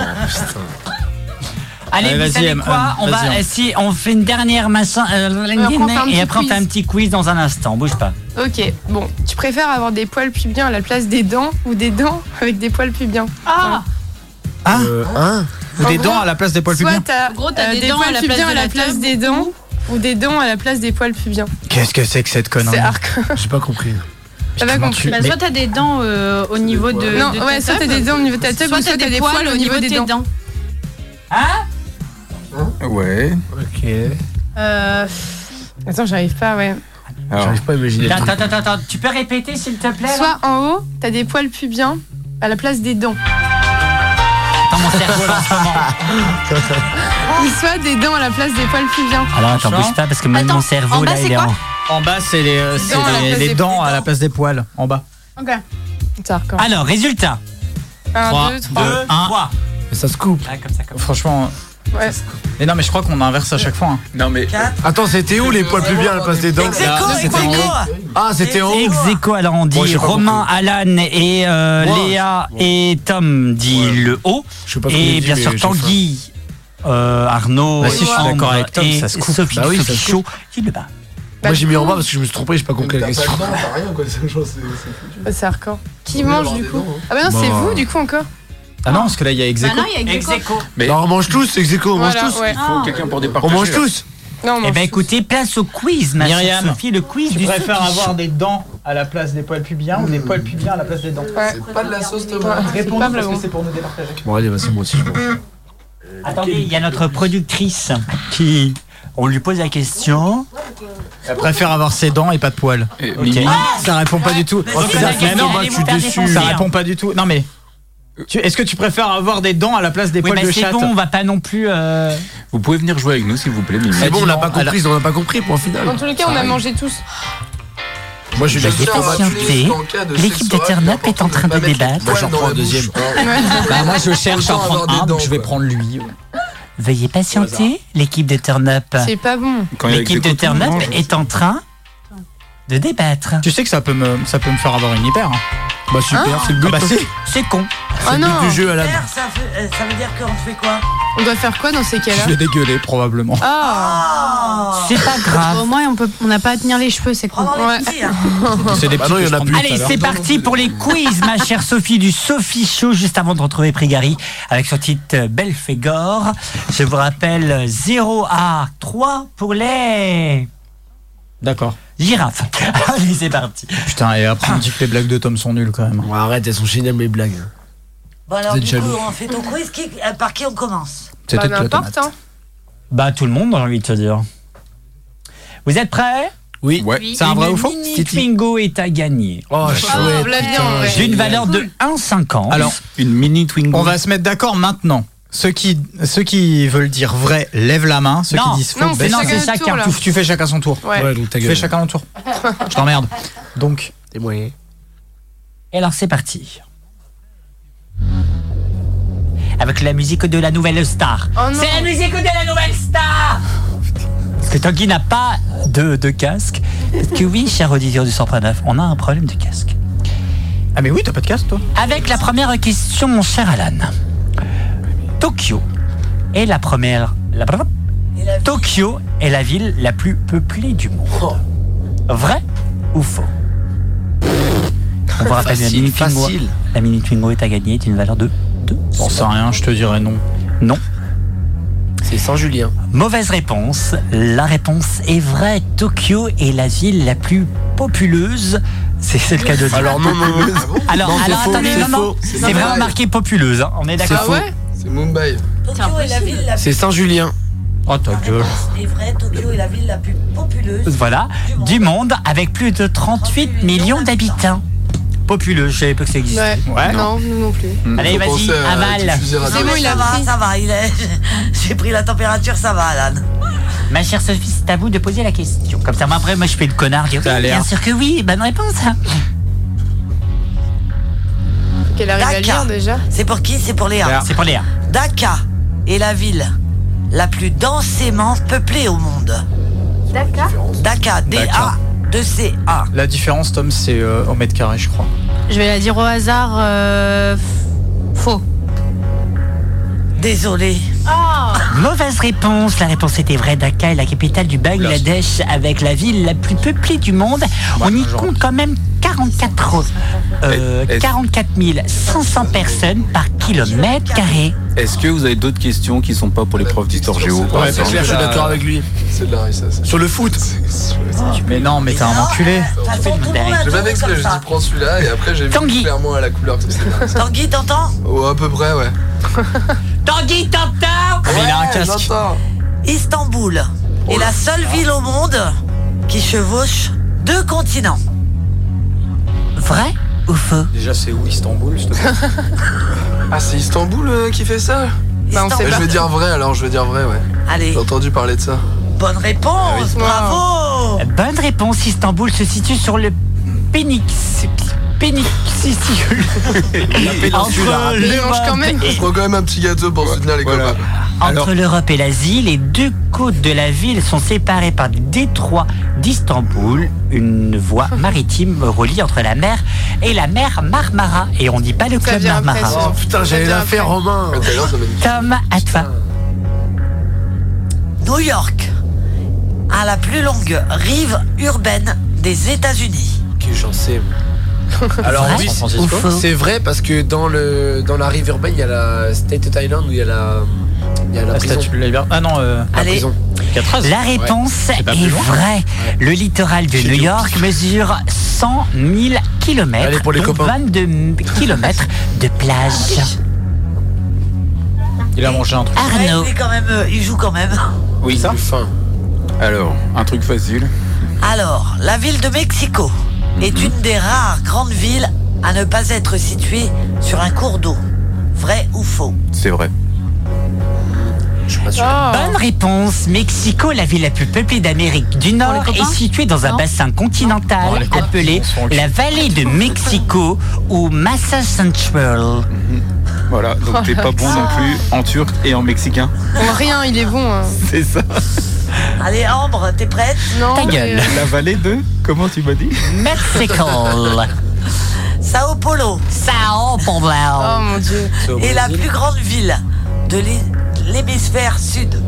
Allez,
Allez,
vous
vas-y,
savez
Em,
quoi
Em,
on
vas-y, hein.
va,
Em.
si on fait une dernière massin, euh,
on fait un petit
et après on fait
quiz.
un petit quiz dans un instant. Bouge pas.
Ok, bon, tu préfères avoir des poils pubiens à la place des dents ou des dents avec des poils pubiens
Ah
Ah,
Euh, hein
ou des
en gros,
dents à la place des poils
Soit
pubiens.
t'as
En gros, t'as
euh,
des
des
dents à
poils
la place
pubiens
de
à la
la
place
table.
des dents ou des dents à la place des poils pubiens.
Qu'est-ce que c'est que cette connerie
C'est arc.
J'ai pas compris.
T'as pas
Comment
compris
tu-
Bah,
mais-
soit t'as des dents euh, au niveau de.
Non,
de
ouais,
ta
soit t'as
table,
des dents au niveau de ta tête,
soit t'as des poils au niveau des
dents.
dents.
Hein
Ouais.
Ok.
Euh,
Attends, j'arrive pas, ouais.
Alors,
J'arrive pas à imaginer. le
Attends,
truc.
attends, attends. Tu peux répéter s'il te plaît là
Soit en haut, t'as des poils pubiens à la place des dents.
Attends, mon cerveau en ce moment.
Ou soit des dents à la place des poils pubiens.
Alors attends,
Franchement.
bouge pas parce que même
Attends,
mon cerveau
en bas,
là
c'est
il est
quoi
en.
En bas, c'est les, euh,
Dents
c'est
à la
les-
place
les
des-
dents
des
à la
dents.
place des poils. En bas.
ok.
C'est hardcore.
Alors, résultat
1,
3,
2, 3.
2, 1.
Trois.
Mais ça se coupe.
Ah, comme ça, comme ça.
Franchement.
Ouais.
Mais non, mais je crois qu'on inverse à chaque fois. hein.
Non, mais.
Attends, c'était où les poils plus bien à la place des dents
Execo,
là, c'était en
Execo
Ah, c'était en haut.
Ex aequo, alors on dit
Moi, j'ai pas
Romain, Alan et euh,
Moi,
Léa et Tom dit
Ouais.
le haut.
Je sais pas ce qu'on a
Et
dit,
bien
mais
sûr
j'ai
Tanguy, euh, Arnaud,
Bah, si, je suis
Ambre
d'accord avec Tom,
et
ça se coupe.
Sophie
Bah oui, ça se
Sophie Chaud, il le bat.
faim.
Bah,
Moi j'ai mis en bas parce que je me suis trompé, j'ai pas compris la
T'as pas
question.
de dents, t'as rien, quoi. C'est genre, c'est- c'est-
C'est hardcore. Qui
Faut bien
mange
avoir
du
des
coup
dents, hein.
Ah bah non, c'est
Bah.
vous du coup encore.
Ah non, parce que là, il y a ex
Bah
aequo. Bah,
non, il y a que
Ex
des
aequo.
Mais-
Non, on mange tous, ex aequo, on mange
Voilà,
tous.
ouais. Ah.
Faut quelqu'un pour
On
départager.
mange
là.
tous.
Non, on
Eh
mange
ben
tous.
écoutez, place au quiz, ma chère
Myriam,
Sophie, le quiz
Tu
du
préfères
Sophie
avoir
Chaud.
des dents à la place des poils pubiens ou des poils pubiens à la place des dents
Hmm. C'est pas de la sauce tomate.
Réponds parce que c'est pour nous départager.
Bon, allez, vas-y, moi aussi. je mange.
Euh, Attendez, il y a notre productrice qui. On lui pose la question.
Elle préfère avoir ses dents et pas de poils.
Ok. Mimi
Ça répond pas du tout. Oh,
Mais c'est la question,
Mais non, bah,
allez vous faire défoncer,
Ça
hein.
répond pas du tout. Non mais. tu- Est-ce que tu préfères avoir des dents à la place des
Oui,
poils
mais
de
c'est
chatte
bon, on va pas non plus. euh,
Vous pouvez venir jouer avec nous, s'il vous plaît,
Eh,
Mimi.
C'est bon, on n'a pas
Alors-
compris, on n'a pas compris, point final.
Dans tous les cas, on a mangé tous.
Moi, je
Je
suis
suis patienté. L'équipe de Turnup est en train de débattre.
Moi, j'en prends un deuxième.
Bah, moi, je cherche à en prendre un, donc je vais
prendre lui.
Veuillez patienter, l'équipe de Turnup.
C'est pas bon.
Quand il y a
L'équipe
des
de
coquilles, on
Turnup
mange.
est en train de débattre.
Tu sais que ça peut me ça peut me faire avoir une hyper. hein.
Bah,
super, Hein
c'est le but.
Ah bah, si.
C'est con.
Oh non
Du jeu à la.
Faire, ça, fait- euh, ça veut dire qu'on fait quoi
On doit faire quoi dans ces cas-là
Je vais dégueuler probablement.
Ah
Oh
C'est pas
Au
grave.
moins, on peut- on n'a pas à tenir les cheveux, c'est con.
Oh, non,
Ouais.
les petits, hein.
C'est des
Bah
petits
non, il y
que je
en a
prends
plus.
depuis
Allez,
tout à
c'est
l'heure.
parti pour les quiz, ma chère Sophie du Sophie Show, juste avant de retrouver Prigari avec son titre euh, Belphégor. Je vous rappelle euh, 0 à 3 pour les
D'accord.
girafes. Allez, c'est parti.
Putain et après on dit que les blagues de Tom sont nulles quand même.
Bon, arrête, elles sont géniales, mes blagues.
Bon, alors,
Vous êtes
du coup,
jaloux.
on fait ton quiz. Qui- euh, par qui on commence
Bah
C'était de la
n'importe,
tomate.
hein.
Bah, tout le monde, j'ai envie de te dire. Vous êtes prêts
Oui.
Ouais.
C'est un vrai
Une
ou faux
mini
Titi
Twingo est à gagner.
Oh,
Ah, on
chouette.
l'a bien, ouais.
D'une valeur de 1,50.
Alors
Une mini Twingo.
on va se mettre d'accord maintenant. Ceux qui ceux qui veulent dire vrai lèvent la main. Ceux
Non.
qui disent faux.
Non,
baissent
c'est
la main.
chacun notre tour, là.
Tu, tu fais chacun son tour.
Ouais.
Ouais, donc ta
Tu
gueule.
fais chacun son tour. Je t'emmerde. Donc
T'es moyen.
Et alors c'est parti. Avec la musique de la nouvelle star.
Oh non.
c'est la musique de la nouvelle star Parce que Tanguy n'a pas de, de casque. Peut-être que oui, cher auditeur du 109, on a un problème de casque.
ah mais oui t'as pas de casse toi.
Avec la première question, mon cher Alan. Tokyo est la première... la- Tokyo est la ville la plus peuplée du monde.
Oh.
Vrai ou faux On vous rappelle la
Facile,
mini Twingo.
facile.
La mini Twingo est à gagner, est une valeur de 2.
J'en sais rien, je te dirais non.
Non.
C'est sans Julien.
Mauvaise réponse. La réponse est vraie. Tokyo est la ville la plus populeuse. C'est c'est le cas de dire.
Alors non, non, non.
alors,
non, c'est
alors,
faux,
attendez,
c'est
non, non.
faux.
C'est
C'est
vraiment
vrai.
marqué populeuse. hein. On est
Ah
d'accord.
ouais
C'est Mumbai.
Tokyo est la ville la plus.
C'est Saint Julien.
Oh ta gueule.
Est vrai, Tokyo est la ville la plus populeuse.
Voilà. Du monde avec plus de 38 millions d'habitants. Populeuse, je savais pas que ça existait.
Ouais. Non, nous non plus.
Allez,
Hmm. Faut
vas-y,
penser à
avale.
diffuser Radio
C'est bon,
mais
il
ça
a
va,
pris.
ça va. Il est... J'ai pris la température, ça va, Alan.
Ma chère Sophie, c'est à vous de poser la question. Comme ça, moi, après, moi, je fais le connard. Dire,
Ça a
oui,
l'air.
bien sûr que oui, bonne réponse.
Qu'elle arrive à lire
Dakar.
déjà.
C'est pour qui C'est pour Léa.
C'est pour Léa.
Dhaka est la ville la plus densément peuplée au monde.
D'accord.
Dhaka,
Dhaka.
D-A-2-C-A.
ah, La différence Tom c'est euh, au mètre carré je crois.
Je vais la dire au hasard. euh, f- Faux.
Désolé.
Mauvaise réponse. La réponse était vraie. Dhaka est la capitale du Bangladesh avec la ville la plus peuplée du monde. On y compte quand même 44, euh,
Eh, eh.
44 500 personnes par kilomètre carré.
Est-ce que vous avez d'autres questions qui sont pas pour les profs d'histoire géo
Ouais,
par
c'est
exemple
clair, je suis d'accord avec lui.
C'est de la rissa, ça.
Sur le foot.
Mais non mais t'es un enculé.
De toute façon, tout le monde a
J'ai
tout
pas fait
comme
exprès, je
ça.
dis prends celui-là et après j'ai
Tanguy.
vu clairement à la couleur que c'était là.
Tanguy, t'entends
Oh, à peu près, ouais.
Tanguy, t'entends
Mais il a un
Ouais,
casque.
j'entends.
Istanbul est la seule ville au monde qui chevauche deux continents.
Vrai ou faux
Déjà, c'est où Istanbul
Ah, c'est Istanbul euh, qui fait ça
Bah, on sait
Mais Je
pas.
vais dire vrai alors, je vais dire vrai, ouais.
Allez,
J'ai entendu parler de ça.
bonne
Ah
réponse, bravo
Bonne réponse. Istanbul se situe sur le Pénix. Pénixicule. Entre
Il mange quand
l'Europe
même.
Je prends quand même un petit gâteau pour soutenir les
voilà.
copains.
Alors-
Entre l'Europe et l'Asie, les deux côtes de la ville sont séparées par le détroit d'Istanbul, une voie maritime relie entre la mer et la mer Marmara. Et on dit pas le club
vient après,
Marmara.
ça.
Oh putain, j'allais la faire, Romain.
Tout à l'heure, ça m'a dit-
Tom, à toi.
New York a la plus longue rive urbaine des États-Unis.
Que j'en sais. moi. Alors
Vrai
oui,
San Francisco
c'est vrai parce que dans le dans la rive urbaine, il y a la State of Thailand où il y a la Il y a la prison.
statue de la liberté. Ah non, euh,
La Allez. prison.
Alcatraz.
La
Ouais.
réponse
C'est pas
est
plus loin.
vraie. Le littoral de New York mesure 100 000 km,
pour les
dont
copains.
22 km de
Ah,
plage.
Il a mangé un truc.
Arnaud. Il, est quand même, euh, il joue quand même.
Oui, ça Alors, un truc facile.
Alors, la ville de Mexico est une des rares grandes villes à ne pas être située sur un cours d'eau. Vrai ou faux
C'est vrai.
Oh.
Bonne réponse. Mexico, la ville la plus peuplée d'Amérique du Nord,
les
est
copains
située dans un
Non.
bassin
Pour les
continental
copains.
appelé
Ils sont
la
cul.
vallée de Mexico ou Massa Central.
Mhm.
Voilà, donc t'es pas bon non plus en turc et en mexicain.
Bon, Oh, rien, il est bon. hein.
C'est ça.
Allez, Ambre, t'es prête
Non,
Ta
mais,
gueule.
euh,
La vallée de Comment tu m'as dit
Mexico.
Sao Paulo.
Sao Paulo.
Oh
mon dieu.
C'est au
Et la
Brésil.
plus grande ville de l'hé- l'hémisphère sud.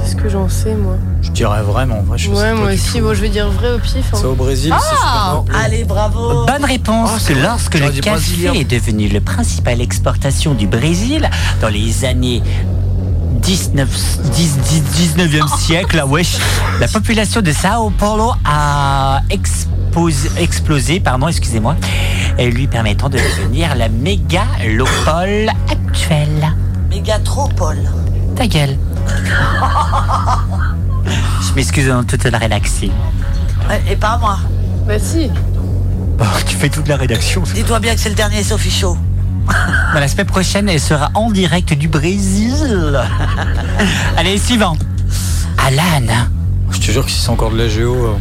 Qu'est-ce que j'en sais, moi
Je dirais vraiment, en vrai, je sais
Ouais,
pas
moi
du
aussi. Bon, je vais dire vrai au pif. hein.
C'est au Brésil, c'est super
Ah
peuplé.
Allez, bravo.
Bonne réponse.
Ah, c'est
que
vrai.
lorsque
J'aurais
le
dit
café
brésilien.
est devenu le principal exportation du Brésil dans les années 19, 10 10
Oh.
19e siècle, ah wesh, la population de Sao Paulo a expose- explosé, pardon, excusez-moi, et lui permettant de devenir la mégalopole actuelle.
Mégatropole.
Ta gueule. Je m'excuse en toute la rédaction.
Ouais, Et pas moi.
Bah si.
Bon, tu fais toute la rédaction.
Dis-toi bien que c'est le dernier Sophie Show.
Dans la semaine prochaine, elle sera en direct du Brésil. Allez, suivant. Alan.
Je te jure que si c'est encore de la géo. euh,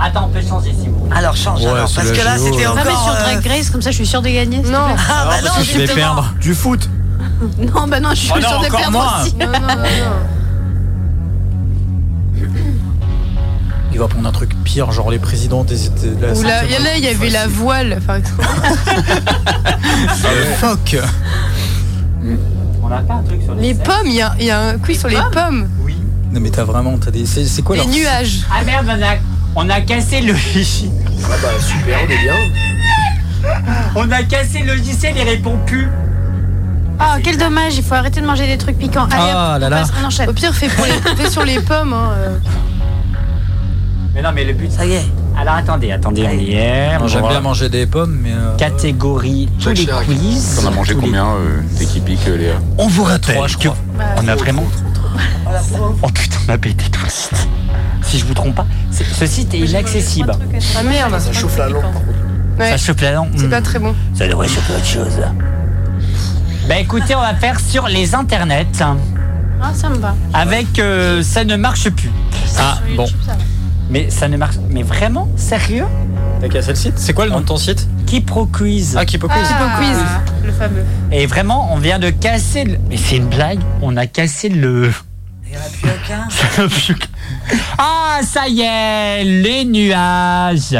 Attends, on peut changer si vous
Alors change
Ouais,
alors,
c'est
parce
la
que là
géo, euh.
c'était
là.
Ah,
encore.
mais sur Drag Race, comme ça, je suis sûre de gagner. s'il te
Non.
plaît.
Ah bah non,
parce que je vais
justement.
perdre. Du foot
Non, bah non, je suis
Oh non,
sûre de
encore
perdre
moi.
aussi.
Non, non, non, non.
Il va prendre un truc pire, genre les présidents des. des- de la
Ou la-
cinquième
là, il y avait la voile, par exemple. Ah
République. Fuck
On n'a pas un truc sur
Les pommes, il y, a- il y a un quiz sur les pommes.
Non mais t'as vraiment. T'as des... C'est c'est quoi
Les
leur-
nuages.
Ah merde, on a, on a cassé le
Ah bah super, on est bien.
on a cassé le logiciel, il répond plus.
Ah, quel dommage, il faut arrêter de manger des trucs piquants. Allez,
Ah
hop,
là là.
on passe, on enchaîne.
Au pire, fais, pour les- fais sur les pommes. hein, euh.
Mais non, mais le but.
Ça y est.
Alors attendez, attendez, on y est.
Non,
on
J'aime
va-
bien manger des pommes, mais. euh,
Catégorie tous les
Jacques
quiz.
T'en as mangé combien euh, T'es qui pique, euh, Léa
On vous rappelle
Trois, je
que
crois.
on a vraiment.
Voilà, c'est bon.
Oh putain, on a pété tout le site. Si je vous trompe pas, c'est- ce site est inaccessible.
Ah merde.
Ça chauffe la langue. par contre.
Ouais,
Ça chope la langue.
c'est pas
Hmm.
très bon.
Ça devrait choper autre chose. Bah écoutez, on va faire sur les internets. hein,
Ah, ça me va.
Avec euh, ça ne marche plus. Ah
Sur
bon.
YouTube, ça va.
Mais ça ne marche. Mais vraiment Sérieux
T'as cassé le site C'est quoi le nom de ton site
Qui procuise
Ah, Kipo Quiz.
Ah, Le fameux.
Et vraiment, on vient de casser le. Mais c'est une blague, on a cassé le.
Il n'y en a plus aucun.
ah, ça y est Les nuages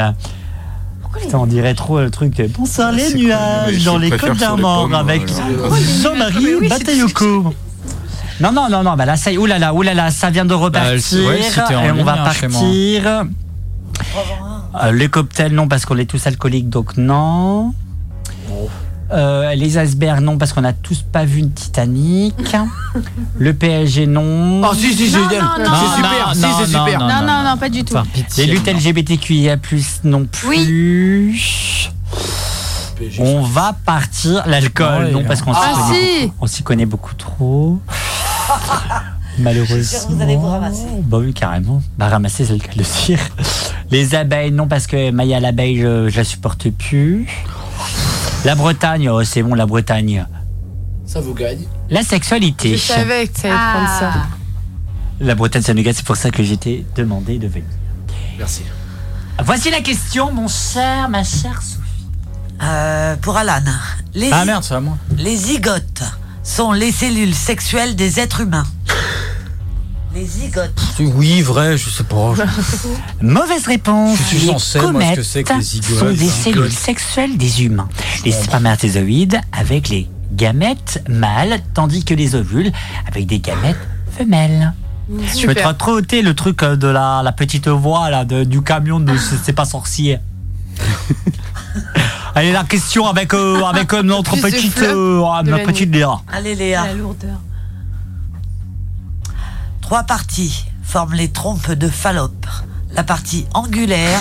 Putain, on dirait trop le truc. Bonsoir les
C'est quoi, mais
nuages
je
dans les
préfère
Côtes
sur les
d'Armor
pommes,
avec
euh,
Jean-Marie Batayoko. Non, non, non, non, bah là, ça y est, oulala, oulala, ça vient de repartir.
Bah, ouais, c'était en
et on
ligne,
va
hein, chez moi.
partir. Euh, les cocktails, non, parce qu'on est tous alcooliques, donc non. Euh, les icebergs, non, parce qu'on a tous pas vu une Titanic. le PSG, non.
Oh si, si, c'est
Non,
génial.
non, non.
C'est super,
Non,
si,
non,
c'est
non,
super.
non.
Non, non, non, pas du tout.
Par
les
pitié.
luttes LGBTQIA, non plus. On va partir. L'alcool,
Ouais,
non,
là.
parce qu'on
Ah,
s'y connaît-
si
on s'y connaît beaucoup trop.
Je suis
Malheureusement.
sûre que vous allez vous ramasser.
Bah oui, carrément. Bah ramasser, c'est le cas de le dire. Les abeilles, non, parce que Maya l'abeille, je, je la supporte plus. La Bretagne, oh, c'est bon, la Bretagne.
Ça vous gagne.
La sexualité.
Je savais que ça allait prendre ça.
Ah.
La Bretagne, ça nous gâte, c'est pour ça que j'étais demandé de venir.
Merci.
Voici la question, mon cher, ma chère Sophie.
Euh, pour Alan, les,
Ah merde, c'est à moi.
les zygotes sont les cellules sexuelles des êtres humains. Les zygotes.
Oui, vrai, je sais pas.
Mauvaise réponse.
Je suis
les
censé, moi, ce
comètes
que c'est que les zygotes,
sont
hein.
des cellules sexuelles des humains. Les spermatozoïdes avec les gamètes mâles, tandis que les ovules avec des gamètes femelles. Je vais te
Super.
trop ôter le truc euh, de la, la petite voix là, de- du camion de C'est c'est pas sorcier. Allez, la question avec, euh, avec euh, notre
Plus de
petite,
flop
euh, ah,
de
ma
la
petite
nuit.
Léa.
Allez Léa. La lourdeur. Trois parties forment les trompes de Fallope. La partie angulaire,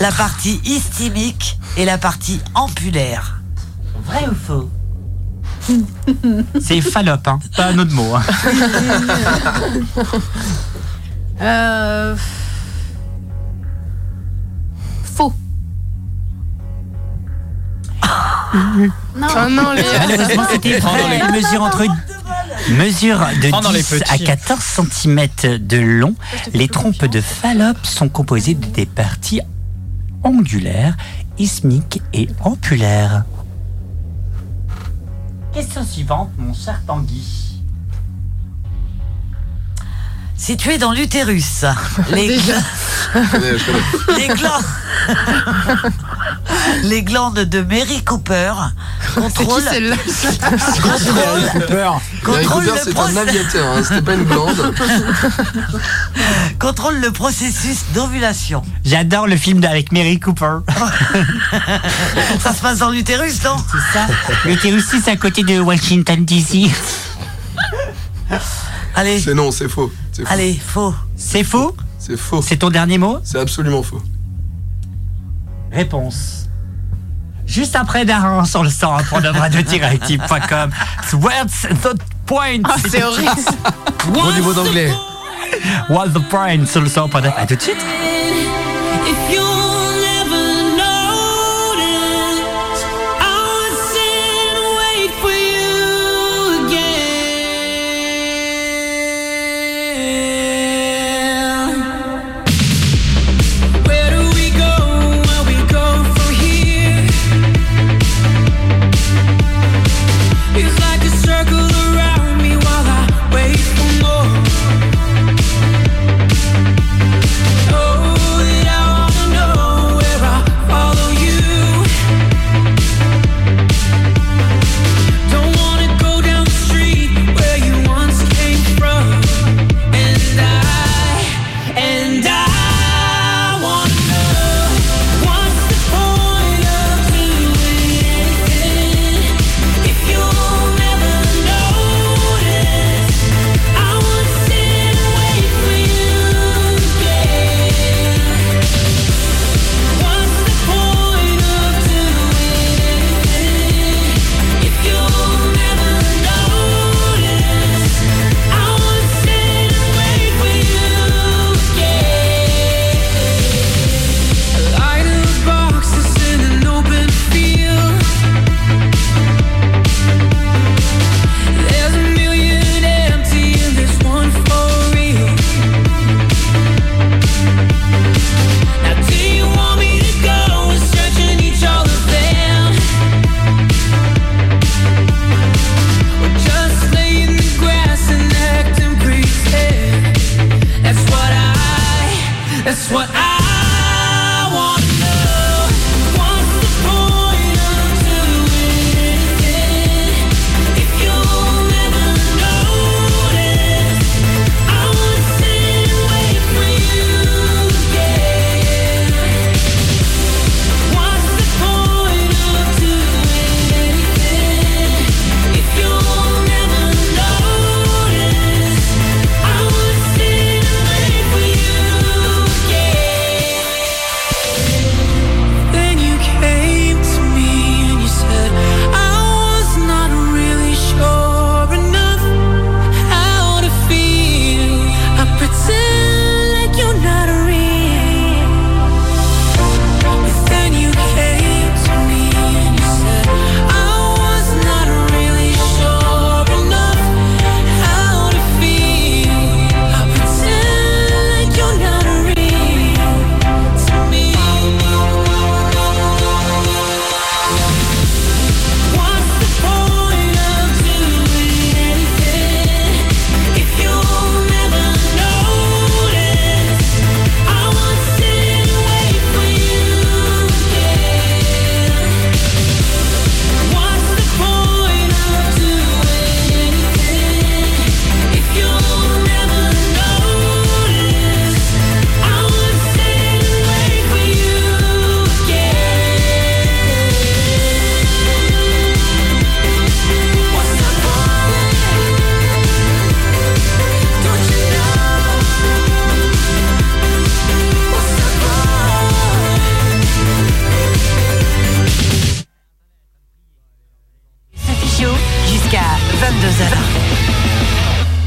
la partie isthymique et la partie ampulaire. Vrai ou faux
C'est fallope, hein, pas un autre mot. hein.
Euh, Faux.
Non,
Ah
Ah non, les.
Malheureusement, c'était vrai. Elle mesure entre Mesure de
Prends dans les
10 à
petits.
14 cm de long, les trompes de Fallope sont composées de des parties angulaires, ismiques et ampulaires. Question suivante, mon cher Tanguy.
Situé dans l'utérus, les,
Déjà.
gla- les, glandes... les glandes de Mary Cooper contrôlent, contrôlent-
Mary
Contrôle
Cooper,
le
c'est un
process.
aviateur, hein, c'était pas une glande.
contrôlent le processus d'ovulation.
J'adore le film avec Mary Cooper.
ça se passe dans l'utérus, non
C'est ça. L'utérus, c'est à côté de Washington, D.C.
Allez.
C'est non, c'est faux.
Allez, faux.
C'est faux
C'est faux.
C'est ton dernier mot
C'est absolument faux.
Réponse. Juste après Darin sur le sang pour le radio-active.com. What's the point
Ah, c'est horrible.
Au niveau d'anglais. What's the point sur le sang pour A tout de suite.
If you'll never notice, I'll sit and wait for you again. Where do we go? Where we go from here? It's like a circle around me while I wait for more. Oh, that I wanna know.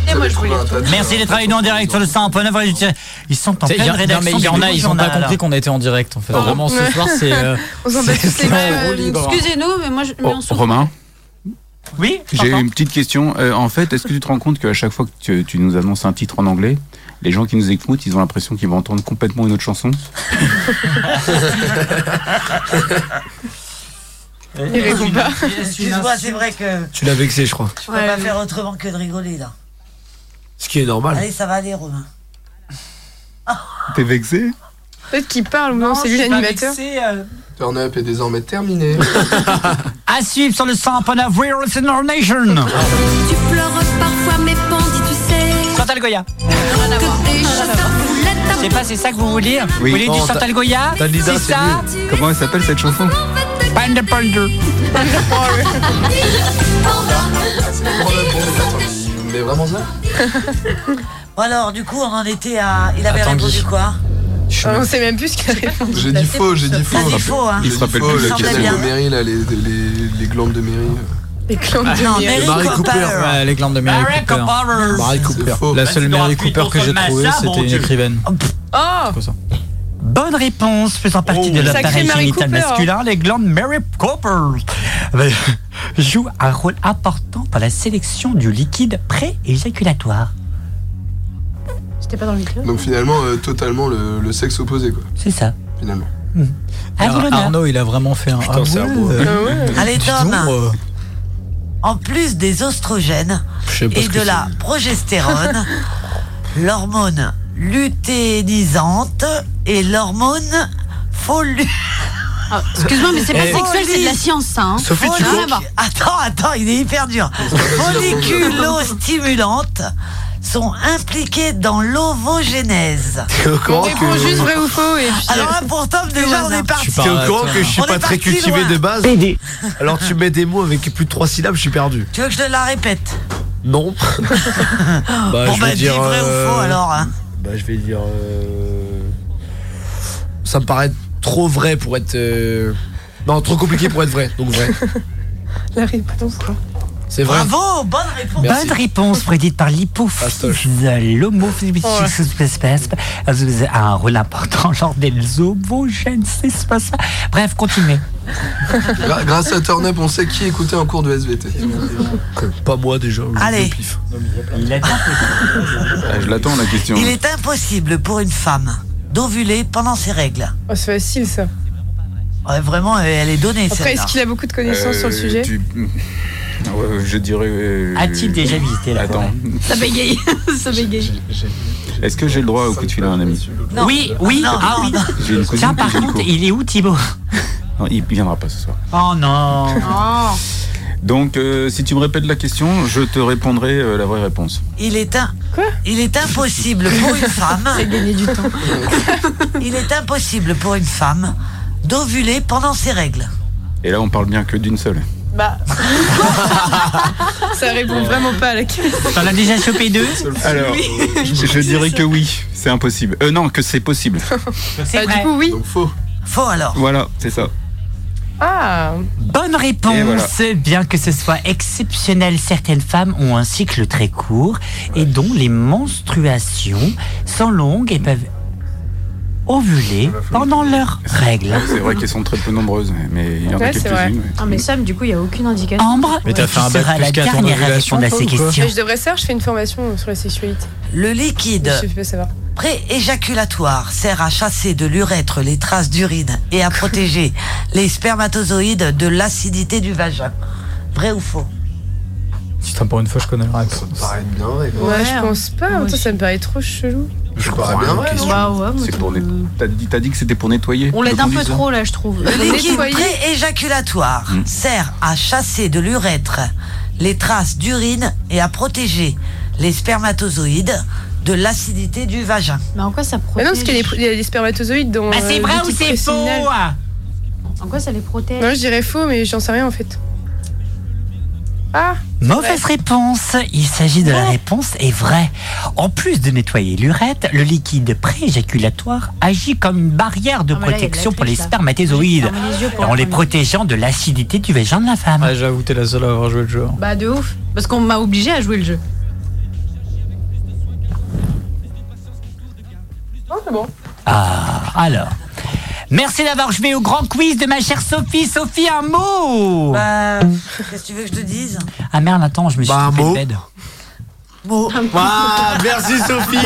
hein,
Merci d'être avec nous en direct sur le 100.9. Ils sont en
Tu sais, il y
pleine
a- non,
rédaction.
mais il y en
du
a, ils ont
journal,
pas
là.
compris qu'on était en direct en fait.
Oh.
Vraiment, ce soir, c'est. euh,
On s'en bat
c'est
tous les
très
gueules.
roue libre.
Excusez-nous, mais moi je.
Oh,
mais on s'en-
Oh, Romain
Oui
J'ai une petite question. Euh, en fait, est-ce que tu te rends compte qu'à chaque fois que tu, tu nous annonces un titre en anglais, les gens qui nous écoutent, ils ont l'impression qu'ils vont entendre complètement une autre chanson
Il répond pas.
Excuse-moi, c'est vrai que
Tu l'as vexé, je crois.
je peux pas faire autrement que de rigoler là.
Ce qui est normal.
Allez, ça va aller, Romain.
T'es vexé
Peut-être qu'il parle ou non, c'est lui l'animateur.
euh.
Turn up est désormais terminé.
À suivre sur le 100.9, We're Listener Nation.
Tu pleures parfois, mais bandit, tu sais.
Chantal Goya. Je sais pas, c'est ça que vous voulez
Oui.
Vous voulez du
Non,
Chantal Goya
t'as Lisa,
C'est
c'est
ça
Comment elle s'appelle cette chanson
Panda Panda.
Mais vraiment ça
Bon alors, du coup, on en était à. Il avait
Attends,
répondu
Guy.
quoi
On sait même plus ce qu'il a répondu.
J'ai dit faux, j'ai dit faux.
T'as dit faux, hein.
J'ai dit
Ah
rappelle
faux,
plus
la
la
question
question.
de Mairie, là, les, les, les glandes de Mairie.
Les clans
Ah,
de
de
Mary.
Mary Cooper. Ouais, les glandes de Mary
Mary
Cooper.
Cooper.
Mary Cooper.
faux.
La
Bah,
seule
tu dois
Mary
appuyer
Cooper que
contre
j'ai
le
trouvée,
massa, Ah, mon
c'était une
Dieu.
écrivaine.
Oh
Bonne réponse, faisant partie de
Sacré
l'appareil
Mary
génital
Cooper.
masculin, les glandes Mary Cooper euh, jouent un rôle important dans la sélection du liquide pré-éjaculatoire.
J'étais pas dans le micro.
Donc finalement, euh, totalement le, le sexe opposé, quoi.
C'est ça.
Finalement.
Ah,
À vous
Hmm. Alors,
l'honneur.
Arnaud, il a vraiment fait un.
Putain, c'est un beau, hein.
Ah
euh,
Allez,
dis
Tom.
donc, euh,
En plus des oestrogènes
Je sais pas
et
ce que
de la
c'est.
progestérone, l'hormone luténisante et l'hormone Eh. folu.
Ah,
Excuse-moi, mais c'est pas sexuel, c'est de la science, ça. Hein.
Sophie, tu
Rien
veux-
à voir.
Attends, attends, il est hyper dur. Folliculostimulante sont impliquées dans l'ovogénèse.
T'es au courant
On répond
que-
juste vrai ou faux et puis. euh,
Alors là, pour Tom, déjà, on est parti.
T'es au courant que je suis
Ah, On
pas hein.
est
très
parti
cultivé
loin.
de base Alors tu mets des mots avec plus de 3 syllabes, je suis perdu.
Tu veux que je te la répète
Non. bah,
Bon,
je
bah,
vais
dis
dire.
vrai ou
euh,
faux, alors, hein.
Bah, je vais dire. euh, Ça me paraît trop vrai pour être. euh, Non, trop compliqué pour être vrai. Donc, vrai.
La réponse quoi.
C'est vrai.
Bravo, bonne réponse.
Bonne réponse prédite par l'hypophyse, l'homophyse, a un rôle important lors des ovogènes, c'est pas ça. Bref, continuez.
Gra- grâce à Turn up, on sait qui écoutait en cours de SVT.
Pas moi déjà.
Allez.
Ah, Je l'attends la question.
Il est impossible pour une femme d'ovuler pendant ses règles.
Oh, c'est facile ça.
Ouais, vraiment, euh, elle est donnée.
Après, est-ce qu'il a beaucoup de connaissances sur le
Euh,
sujet
tu- Ouais, je dirais. euh,
A-t-il déjà visité la
Attends.
Ça bégaye. ça bégaye.
Est-ce que j'ai le droit au coup de fil à un ami
Oui, oui, ah oui.
J'ai une cousine
Tiens, par
qui joue le
contre,
coup.
il est où Thibaut
Non, il viendra pas ce soir.
Oh non
Oh.
Donc, euh, si tu me répètes la question, je te répondrai euh, la vraie réponse.
Il est un. Il est impossible pour une femme.
du temps.
Il est impossible pour une femme d'ovuler pendant ses règles.
Et là, on parle bien que d'une seule.
Bah. ça répond vraiment pas à la question.
T'en as déjà chopé deux
Alors, je dirais que oui, c'est impossible. Euh, non, que c'est possible.
Bah, du coup, oui.
faux.
Faux alors.
Voilà, c'est ça.
Ah
Bonne
Et
réponse.
voilà.
Bien que ce soit exceptionnel, certaines femmes ont un cycle très court et dont les menstruations sont longues et peuvent ovuler pendant leurs règles.
C'est vrai qu'elles sont très peu nombreuses, mais- mais il y en a
Ouais, c'est vrai.
quelques-unes. ouais.
Ah, mais Sam, du coup, il n'y a aucune indication.
Ambre
Mais t'as
euh,
fait un bac
sera
plus
la
quatre en
dernière à
ovulation,
répondre à
toi,
ces
ou quoi
questions.
Mais je devrais savoir, je fais une formation sur la sexualité.
Le
Je
liquide
peux savoir.
pré-éjaculatoire sert à chasser de l'urètre les traces d'urine et à protéger les spermatozoïdes de l'acidité du vagin. Vrai ou faux
Putain, pour une fois, je connais la réponse.
Ça paraît bien vrai,
Ouais,
quoi.
je pense pas. En même temps, ça me paraît trop chelou.
Je crois bien vrai. non
Bah ouais, moi,
C'est pour net- T'as dit, t'as dit que c'était pour nettoyer.
On l'aide un peu
conduiseur.
trop là, je trouve.
Le liquide
nettoyer.
pré-éjaculatoire
Hmm.
sert à chasser de l'urètre les traces d'urine et à protéger les spermatozoïdes de l'acidité du vagin.
Mais en quoi ça protège
Mais non, parce qu'il y a des- il y a des spermatozoïdes dans.
Bah, c'est
euh,
vrai
le
ou
liquide
c'est faux
préséminal.
ah
En quoi ça les protège
Non, je dirais faux, mais j'en sais rien en fait. Ah
Mauvaise réponse. Il s'agit de la
Ah.
réponse est vraie. En plus de nettoyer l'urètre, le liquide pré-éjaculatoire agit comme une barrière de
Ah, mais là, il y a de la
protection pour les
triche, là.
spermatozoïdes,
J'ai fermé les yeux pour
en les
entendre.
protégeant de l'acidité du vagin de la femme.
Ah, j'avoue, t'es la seule à avoir joué le jeu. hein.
Bah de ouf. Parce qu'on m'a obligé à jouer le jeu. mais bon.
Ah, alors. Merci d'avoir joué au grand quiz de ma chère Sophie. Sophie, un mot
Bah, qu'est-ce que tu veux que je te dise
Ah merde, attends, je me suis
Bah, un
trompé de
mot.
bed.
Bon.
Ah, merci Sophie.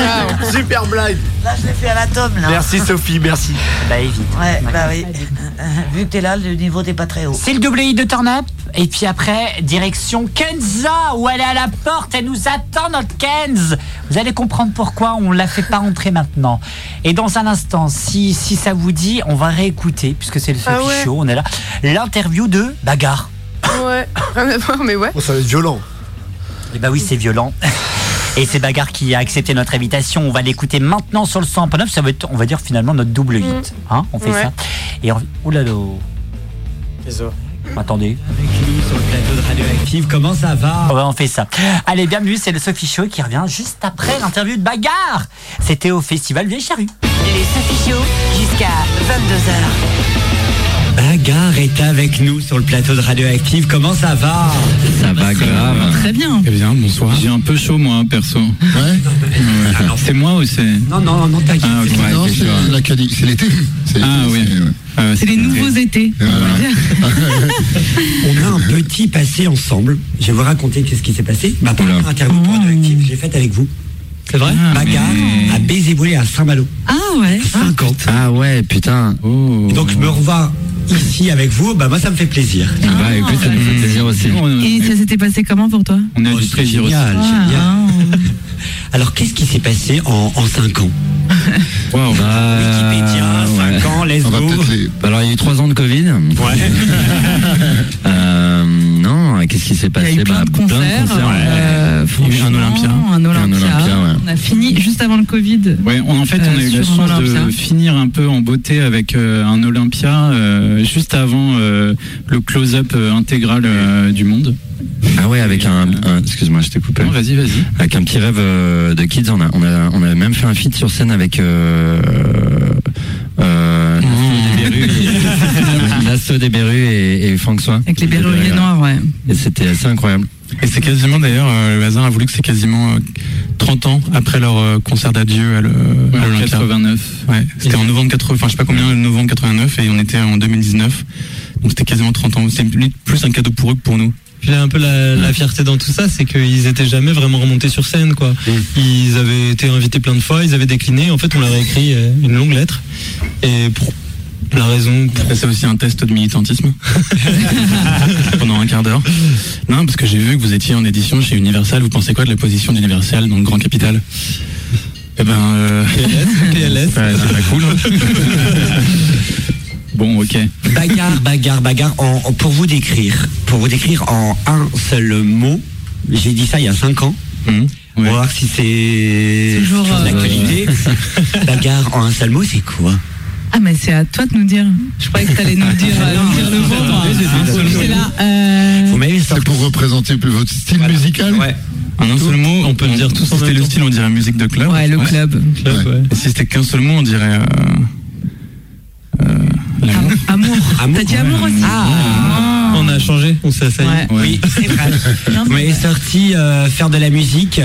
Super blague.
Là, je l'ai fait à la tome, là.
Merci Sophie, merci.
Bah évite.
Ouais, bah oui. Vu que t'es là, le niveau, t'es pas très haut.
C'est le double I de Turn Up. Et puis après, direction Kenza, où elle est à la porte. Elle nous attend, notre Kenz. Vous allez comprendre pourquoi on ne la fait pas entrer maintenant. Et dans un instant, si, si ça vous dit, on va réécouter, puisque c'est le Sophie
Ah ouais.
Show, on est là, l'interview de Bagarre.
Ouais, rien à voir, mais ouais.
Oh, ça va être violent. Et bah oui, c'est violent. Et c'est Bagarre qui a accepté notre invitation. On va l'écouter maintenant sur le 100.9. Ça va être, on va dire, finalement, notre double
Mm.
8. Hein, on fait
Ouais.
ça. Et on... Oulala. Attendez. sur le plateau de Radio Active, comment ça va On fait ça. Allez, bienvenue, c'est le Sophie Show qui revient juste après l'interview de Bagarre. C'était au Festival Vieille Charrue.
Les Sophie Show jusqu'à 22h.
Bagarre est avec nous sur le plateau de Radio Active. Comment ça va
Ça va
Ah.
grave. Très bien.
Eh
Très bien, bonsoir. J'ai un peu chaud, moi, hein, perso. Ouais C'est moi ou c'est. Non, non, non, t'inquiète. Ah, ok, ouais, c'est chaud.
La canique, c'est l'été.
Ah oui. Euh,
C'est les nouveaux
étés.
Euh.
On a un petit passé ensemble. Je vais vous raconter qu'est-ce qui s'est passé. Ma première interview pour Radio Active, je l'ai faite avec vous. C'est vrai Bagarre à Bézéboulé à Saint-Malo.
Ah ouais.
50.
Ah ouais, putain.
Oh.
Donc je me revois ici avec vous, bah moi ça me fait plaisir.
Bah écoute, ça nous fait plaisir aussi.
Et ça s'était passé comment pour toi hein.
On a du plaisir aussi.
Oh,
Ah.
Génial, génial. Alors qu'est-ce qui s'est passé en, 5 ans
Wow. Wikipédia, 5
ans, let's go.
Alors, il y a eu 3 ans de Covid. Euh, non, qu'est-ce qui s'est passé
Il y a eu plein de
Bah, plein
concerts,
concerts, ouais.
euh,
Il y a eu un Olympia.
Un
Il y a eu
Olympia.
ouais.
On a fini juste avant le Covid.
Ouais, on- en fait, on a
euh,
eu la
sur un
chance de
Olympia.
finir un peu en beauté avec euh, un Olympia euh, juste avant euh, le close-up euh, intégral euh, du monde.
Ah ouais, avec un, un- excuse-moi, je t'ai coupé.
Non, vas-y, vas-y.
Avec un petit rêve euh, de kids, on a, on a, on a même fait un feat sur scène avec. Euh, euh,
Mmh.
L'assaut des Berus et, et Franck Soin.
Avec les berruriers noirs, ouais.
Et c'était assez incroyable.
Et c'est quasiment d'ailleurs, euh, le hasard a voulu que c'est quasiment euh, 30 ans après leur euh, concert d'adieu à le- à
en
l'Olympia.
89.
Ouais, c'était en novembre 80, enfin je sais pas combien, novembre 89 et on était en 2019. Donc c'était quasiment 30 ans. C'est limite plus un cadeau pour eux que pour nous.
Puis là, un peu la, la fierté dans tout ça, c'est qu'ils étaient jamais vraiment remontés sur scène, quoi.
Mm.
Ils avaient été invités plein de fois, ils avaient décliné. En fait, on leur a écrit euh, une longue lettre. Et pour la raison.
C'est aussi un test de militantisme. Pendant un quart d'heure. Non, parce que j'ai vu que vous étiez en édition chez Universal. Vous pensez quoi de la position d'Universal dans le Grand Capital Eh ben. euh,
PLS.
ouais, c'est pas cool.
Bon, ok.
Bagarre, bagarre, bagarre. En- en- pour vous décrire, pour vous décrire en un seul mot, j'ai dit ça il y a 5 ans.
Hum,
On va voir si c'est
Toujours,
toujours
euh,
d'actualité. bagarre en un seul mot, c'est quoi
Ah, mais c'est à toi de nous dire. Je croyais que t'allais nous dire, euh, nous dire le mot. J'étais là, euh,
Mm.
C'est pour représenter plus votre style musical
Ouais.
En un seul mot, on peut le dire tous si c'était le style, on dirait musique de club. Ouais, le club.
Ouais.
Et si c'était qu'un seul mot, on dirait. euh,
Amour. T'as dit amour aussi
Ah.
Ah.
On a changé, on s'est assailli.
Oui, c'est vrai. Vous m'avez sorti euh, faire de la musique.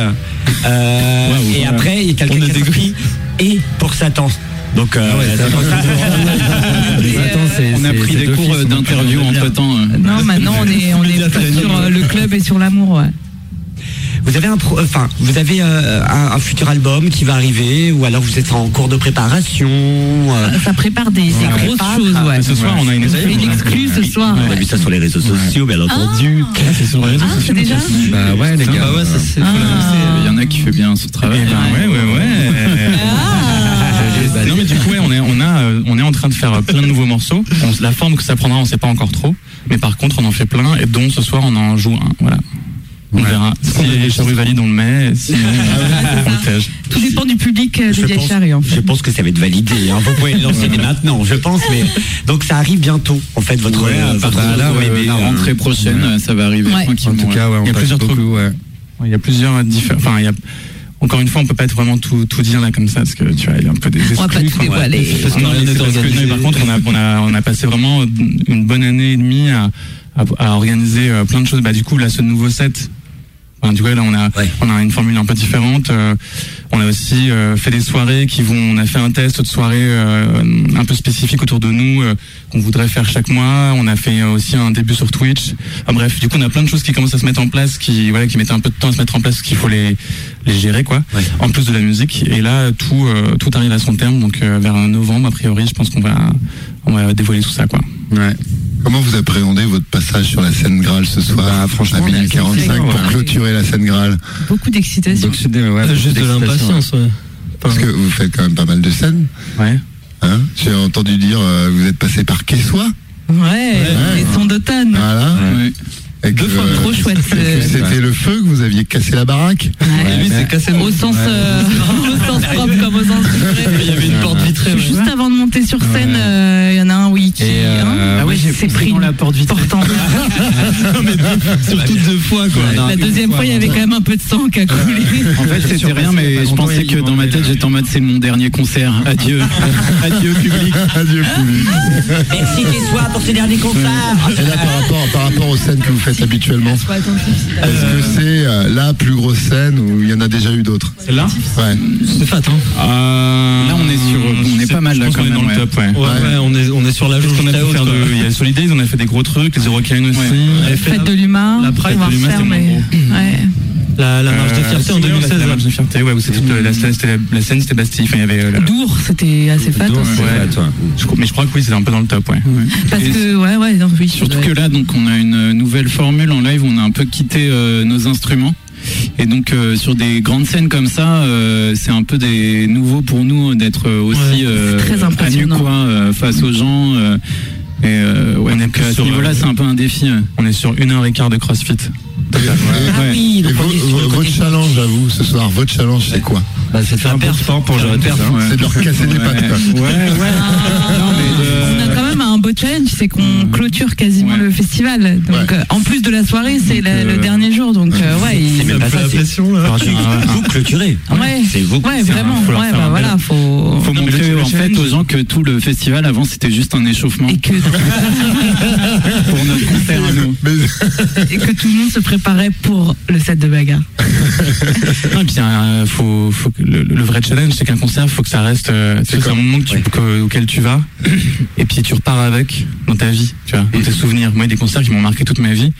euh,
Waouh.
et après, il y a quelqu'un qui a sorti et pour Satan. Donc, euh,
on a pris des cours euh, d'interview entre temps. euh.
Non, maintenant, on est, on est plus sur euh, le club et sur l'amour, ouais.
Vous avez un, pro- enfin, vous avez euh, un, un futur album qui va arriver, ou alors vous êtes en cours de préparation. euh,
Ah,
Ça prépare des, des
Ouais.
grosses choses, ouais.
On fait
une exclue ce
Ah,
soir.
On a vu ça sur les réseaux sociaux, bien entendu.
Ah.
C'est sur les réseaux sociaux.
déjà
Bah ouais, les gars. Bah ouais, ça c'est. faut l'annoncer. Il y en a qui fait bien ce
Eh
travail.
ben
ouais, ouais, ouais.
Bah Non mais du coup ouais, on est on a euh, on est en train de faire euh, plein de nouveaux morceaux. On s- la forme que ça prendra, on sait pas encore trop. Mais par contre, on en fait plein et dont ce soir on en joue un. Voilà. On verra. Si les charrues valident, on le met. Si on le piège.
Tout dépend du public euh, de Vieille Charrue, en fait.
Je pense que ça va être validé. hein. Vous pouvez le lancer dès maintenant, je pense. Mais donc ça arrive bientôt. En fait, votre
Ouais, à
euh,
partir
votre-
de là, ouais, mais la rentrée prochaine, euh, ça va arriver
Ouais.
tranquillement.
En tout cas, ouais, on
il y a
passe
plusieurs
beaucoup,
trucs.
Il y a plusieurs différents. Enfin, il y a- Encore une fois, on peut pas être vraiment tout, tout dire là comme ça, parce que tu vois, il y a un peu des
On va pas
exclus,
tout
enfin, voilà.
dévoiler.
Parce que
On a
non,
rien
mais c'est
d'autre
parce que-
organisé.
non, mais par contre, on a, on, a, on a passé vraiment une bonne année et demie à, à- à organiser euh, plein de choses. Bah, du coup, là, ce nouveau set, voilà, Enfin, du coup, là, on a, on a une formule un peu différente. Euh, on a aussi euh, fait des soirées qui vont. On a fait un test de soirée euh, un peu spécifique autour de nous euh, qu'on voudrait faire chaque mois. On a fait euh, aussi un début sur Twitch. Enfin, bref, du coup, on a plein de choses qui commencent à se mettre en place, qui voilà, qui mettent un peu de temps à se mettre en place, qu'il faut les les gérer quoi. En plus de la musique. Et là, tout euh, tout arrive à son terme. Donc euh, vers novembre, a priori, je pense qu'on va on va dévoiler tout ça quoi.
Comment vous appréhendez votre passage sur la scène Graal ce soir franchement, à
on est
minuit
assez
45
excellent,
pour
ouais.
clôturer la scène Graal
Beaucoup d'excitation.
ouais,
Juste
beaucoup
de
d'excitation,
l'impatience,
ouais. Parce que vous faites quand même pas mal de scènes.
hein. Ouais.
Hein J'ai entendu dire euh, vous êtes passé par Quessois.
Ouais, Eh, les sons d'automne.
Voilà. Et que, euh,
trop chouette.
que C'était le feu que vous aviez cassé la baraque.
lui, c'est cassé au sens, euh, au sens propre comme au sens figuré. Il y avait une porte vitrée. Juste avant de monter sur scène, euh, il y en a un, oui, qui
euh,
hein,
ah
s'est pris la porte vitrée.
Surtout deux fois quoi. Non,
la
une
deuxième fois, il y avait quand même un peu de sang qui a coulé.
En fait, c'était rien, mais je pensais que dans ma tête, j'étais en mode c'est mon dernier concert. Adieu. Adieu public.
Adieu public.
Merci tes soirs pour ce dernier concert.
Et là, par rapport, par rapport aux scènes que vous faites habituellement, est-ce que c'est euh, la plus grosse scène ou il y en a déjà eu d'autres
Celle-là
Ouais.
C'est fat, hein
Là, on est sur. On est pas mal là quand même. On est dans le top, ouais.
ouais, on est, on est sur la
Parce
jauge
qu'on a
très
pu
haute,
faire
quoi.
de- Il y a Solidays, on a fait des gros trucs, les Eurocaines aussi.
Fête de l'humain.
la Pride
on va
de l'humain,
refaire,
c'est
mais- Ouais. La, la marche de
Euh,
fierté en
Singer,
2016.
La marche de fierté, ouais, où c'était toute la- la scène, c'était la- la scène, c'était Bastille. Enfin, il y avait. euh, la-
Dour, c'était assez fat
Ouais,
aussi.
Je crois- Mais je crois que oui, c'était un peu dans le top, hein. ouais.
Parce
Et
que, ouais, ouais, non, oui.
Surtout que là, donc, on a une nouvelle formule en live. On a un peu quitté euh, nos instruments. Et donc euh, sur des grandes scènes comme ça, euh, c'est un peu des nouveaux pour nous euh, d'être euh, aussi euh,
très
à nu
impressionnant.
quoi, euh, face aux gens. euh, et euh, ouais, donc, à ce niveau-là, c'est un peu un défi. On est sur une heure et quart de CrossFit.
Et vo- vo- votre challenge à vous ce soir, votre challenge c'est quoi
C'est de faire
un
sport pour gérer tout ça.
C'est de leur casser les pattes.
Ouais, ouais. euh,
On a quand même un beau challenge, c'est qu'on clôture quasiment le festival. Donc, euh, en plus de la soirée, c'est la- le dernier jour. Donc, euh, ouais, il-
C'est même pas ça. c'est- Alors, je- Vous clôturez.
Ah. Ouais.
C'est vous.
Ouais,
c'est un-
vraiment.
faut leur
Ouais,
faire
bah
un bel-
voilà, faut.
Faut montrer en fait aux gens que tout le festival avant c'était juste un échauffement. pour notre concert à nous.
Et que tout le monde se préparait pour le set de bagarre.
Non, et puis, euh, faut, faut que le, le vrai challenge, c'est qu'un concert, faut que ça reste. euh, tu sais, c'est un moment que tu- que- auquel tu vas, et puis tu repars avec dans ta vie, tu vois, dans tes souvenirs. Moi, il y a des concerts qui m'ont marqué toute ma vie,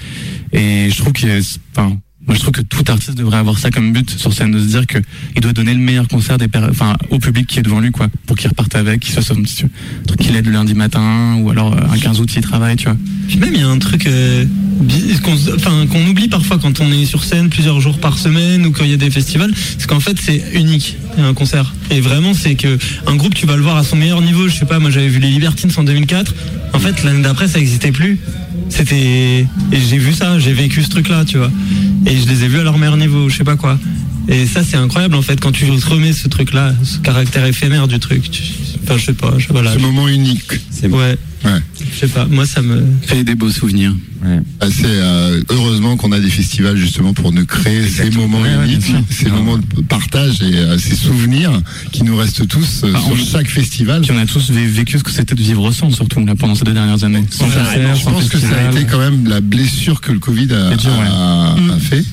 et je trouve que, euh, c'est- enfin, moi, je trouve que tout artiste devrait avoir ça comme but sur scène, de se dire que il doit donner le meilleur concert des, per- enfin, au public qui est devant lui, quoi, pour qu'il reparte avec, qu'il soit sur un petit- un truc qu'il aide le lundi matin, ou alors euh, un 15 août s'il travaille, tu vois.
Puis même, il y a un truc euh, bi- qu'on se- enfin, qu'on oublie parfois quand on est sur scène plusieurs jours par semaine ou quand il y a des festivals, c'est qu'en fait, c'est unique, un concert. Et vraiment, c'est que un groupe, tu vas le voir à son meilleur niveau. Je sais pas, moi j'avais vu les Libertines en 2004. En fait, l'année d'après, ça n'existait plus. C'était. Et j'ai vu ça, j'ai vécu ce truc-là, tu vois. Et je les ai vus à leur meilleur niveau, je sais pas quoi. Et ça, c'est incroyable en fait, quand tu te remets ce truc-là, ce caractère éphémère du truc. tu- Enfin, je sais pas, je, voilà.
Ce moment unique.
Ouais.
Ouais.
Je sais pas, moi ça me.
Fait des beaux souvenirs.
Ah, c'est, euh, heureusement qu'on a des festivals justement pour nous créer ces moments uniques, ces moments de partage et euh, ces souvenirs qui nous restent tous
Ah,
euh, sur chaque festival.
Bah, Puis on a tous vé- vécu ce que c'était de vivre sans, surtout là, pendant ces deux dernières années. Sans concert,
je
sans
pense que ça a
festival.
été quand même la blessure que le Covid a,
C'est dur, ouais.
a- a fait.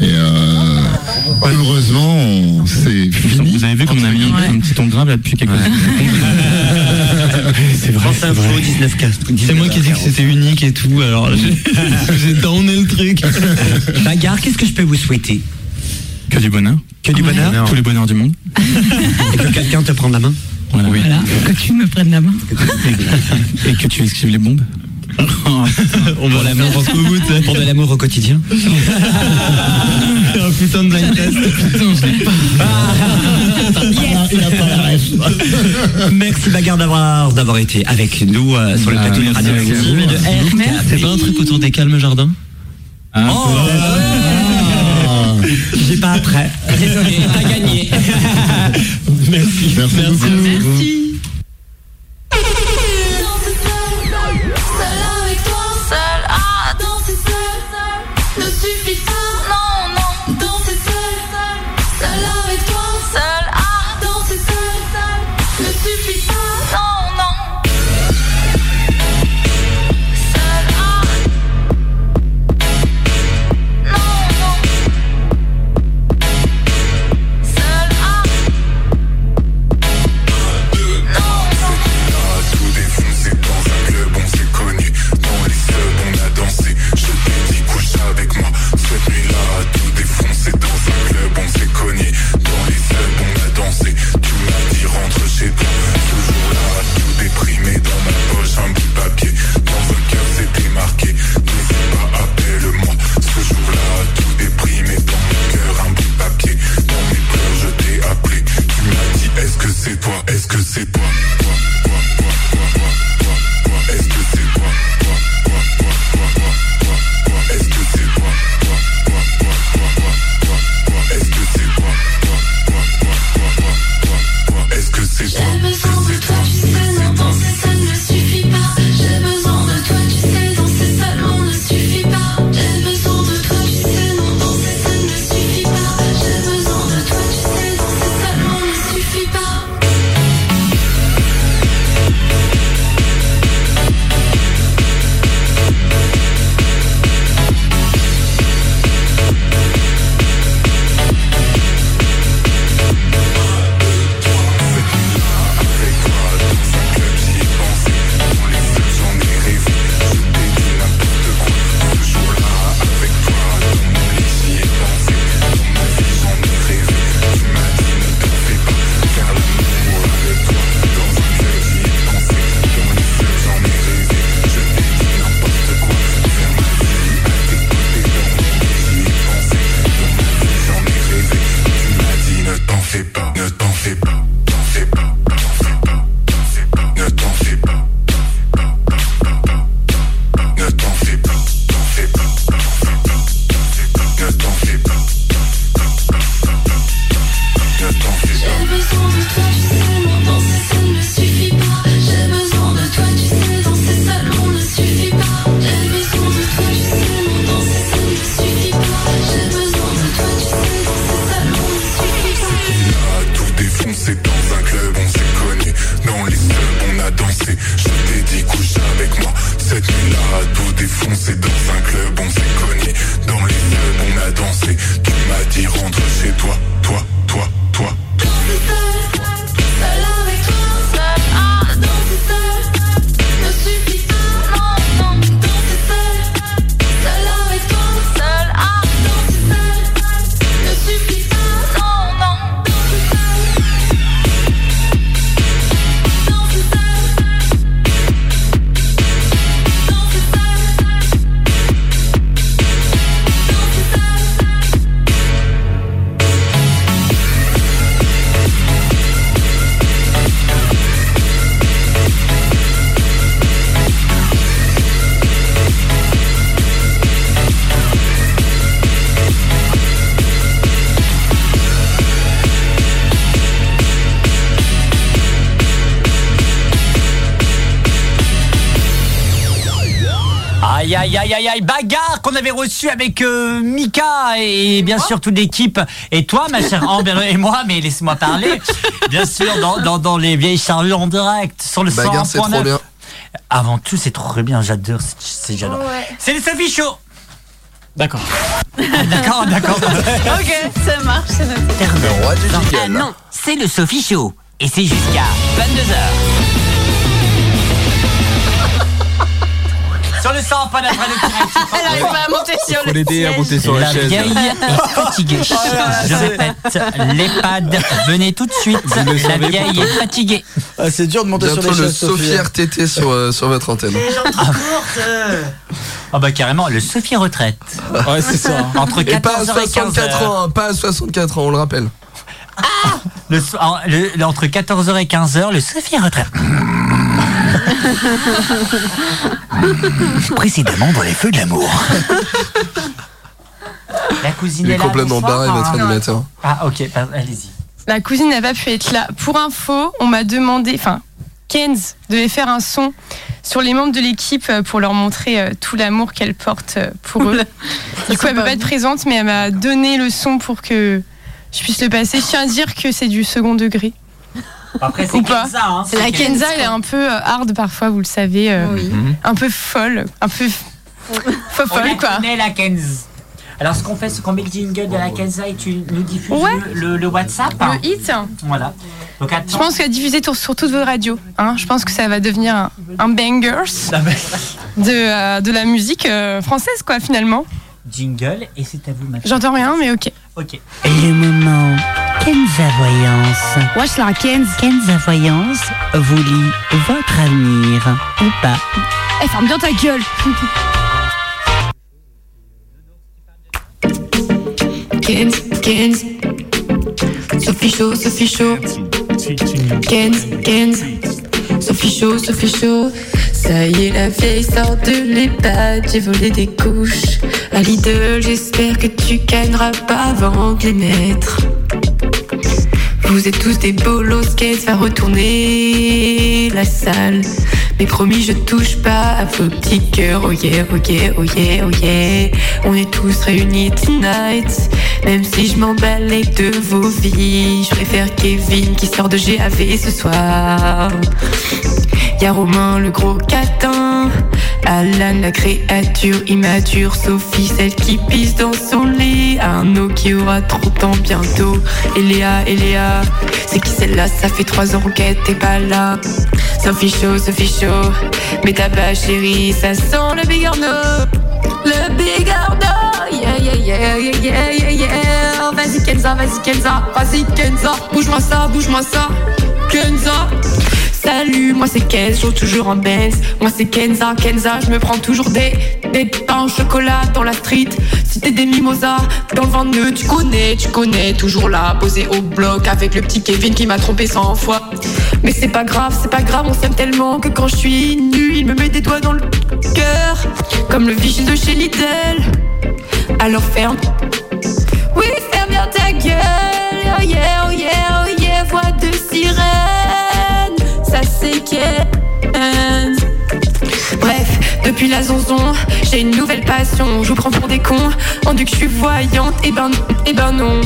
Et euh, heureusement, on- c'est fini.
Vous avez vu qu'on a mis un- un petit ton grave là depuis quelques années. C'est vrai.
C'est vrai. C'est moi qui ai dit que c'était unique et tout, alors j'ai j'ai downé le truc.
Bagarre, qu'est-ce que je peux vous souhaiter
Que du bonheur.
Que du bonheur.
Tous les bonheurs du monde.
Et que quelqu'un te prenne la main.
Oui.
Voilà, que tu me prennes la main.
Et que tu esquives les bombes.
On va la mettre jusqu'au bout.
Pour de l'amour au quotidien.
un putain de blind test. Ah. Putain, je l'ai pas.
Merci Bagarre d'avoir d'avoir été avec nous euh, sur le
Bah,
plateau de Radio Active de RK.
C'est pas un truc autour des calmes jardins Ah,
Oh, J'ai pas après. Désolé, t'as gagné.
Merci. Merci.
Merci.
Seul avec toi, seul à danser seul. Ne suffit pas, non, non, danser seul. Seul avec toi, seul à danser seul. Ne suffit pas, non, non. Seul à. Non, non. défoncé dans un club, on s'est cogné dans les clubs, on a dansé. Tu m'as dit rentre chez toi, toi, toi, toi.
Seul avec toi, seul à danser seul Ne suffit pas, non, non, danser seul Seul avec toi, seul à danser seul Ne suffit pas, non, non, danser seul Danser seul Danser seul Danser seul
Aïe, aïe, aïe, aïe, aïe, bagarre qu'on avait reçue avec euh, Mika et bien sûr toute l'équipe. Et toi, ma chère Amber et moi, mais laisse-moi parler. Bien sûr, dans, dans, dans les vieilles charrues en direct, sur le
Bagarre, c'est trop
101.9.
bien.
Avant tout, c'est trop bien, j'adore, c'est- c'est j'adore. C'est les Sophie Show D'accord. D'accord, d'accord.
ok, ça marche. c'est noté.
Le
roi du
Ah non, c'est le Sophie Show. Et c'est jusqu'à 22h. Sur le sang, pas d'après le
Elle arrive pas à monter sur le siège.
la vieille est fatiguée.
Oh là là,
Je
c'est-
répète, l'EHPAD, venez tout de suite.
le
La
savez
vieille
pourtant.
est fatiguée.
Ah, c'est dur de monter sur
Bientôt
les
le
chaises, Sophie.
Sophie RTT sur, euh, sur votre antenne.
Ah bah carrément, le Sophie retraite.
Ouais, c'est ça.
Entre
Et pas à
14h et
64
15h.
ans, hein, pas à 64 ans, on le rappelle.
Ah Le so- en- le- le- entre 14h et 15h, le Sophie retraite. Précédemment dans les feux de l'amour. La cousine
Il est
là,
complètement
bonsoir,
barré, votre
hein.
animateur.
Ah ok, pardon, allez-y.
La cousine n'a pas pu être là. Pour info, on m'a demandé, enfin, Kenz devait faire un son sur les membres de l'équipe euh, pour leur montrer euh, tout l'amour qu'elle porte euh, pour eux. Du coup, elle peut pas être présente, mais elle m'a donné le son pour que je puisse le passer. Je tiens à dire que c'est du second degré.
Après,
Ou pas. la Kenza, elle est un peu euh, hard parfois, vous le savez. euh, Un peu folle, un peu faux
On la
folle, quoi.
connaît, la Kenz. Alors, ce qu'on fait, c'est qu'on met le jingle de la Kenza et tu nous diffuses le, le- le WhatsApp. hein.
Le hit
Voilà. Donc, attends.
Je pense qu'à diffuser tour- sur toutes vos radios. hein. Je pense que ça va devenir un, un bangers de, euh, de la musique euh, française, quoi, finalement.
Jingle, et c'est à vous, ma
J'entends rien, mais ok.
Ok.
Le moment Kenza Voyance. Wesh la Kenza. Kenza Voyance vous lit votre avenir ou pas.
Eh, ferme bien ta gueule.
Kenz, Kenz. Sophie Chaud, Sophie Chaud. Kenz, Kenz. Sophie Chaud, Sophie Chaud. Ça y est, la vieille sort de l'EHPAD. J'ai volé des couches à l'idole. J'espère que tu gagneras pas avant de les mettre. Vous êtes tous des bolos, Kenz va retourner la salle. Mais promis, je touche pas à vos petits cœurs. Oh yeah, oh yeah, oh yeah, oh yeah. On est tous réunis tonight. Même si je m'emballais de vos vies, je préfère Kevin qui sort de GAV ce soir. Y'a Romain, le gros catin. Alan, la créature immature. Sophie, celle qui pisse dans son lit. Arnaud qui aura trop de temps bientôt. Et Léa, et Léa, c'est qui celle-là Ça fait trois ans qu'elle t'es pas là. Sophie chaud, Sophie chaud. Mais t'as pas chérie, ça sent le bigarno. Le bigarno, yeah, yeah, yeah, yeah, yeah, yeah, yeah. Vas-y Kenza, vas-y Kenza, vas-y Kenza. Bouge-moi ça, bouge-moi ça. Kenza. Salut, moi c'est Kenz, je roule toujours en Benz. Moi c'est Kenza, Kenza, je me prends toujours des, des pains au chocolat dans la street. Si t'es des mimosas, dans le vent de nœud, tu connais, tu connais, toujours là, posé au bloc avec le petit Kevin qui m'a trompé 100 fois. Mais c'est pas grave, c'est pas grave, on s'aime tellement que quand je suis nue, il me met des doigts dans le cœur, comme le vigile de chez Lidl. Alors ferme oui, ferme bien ta gueule. Oh yeah, oh yeah, oh yeah, voix de sirène. Ça c'est Ken. Bref, depuis la zonzon, j'ai une nouvelle eh passion. Je vous prends pour des cons. En que je suis voyante, et ben, et ben non.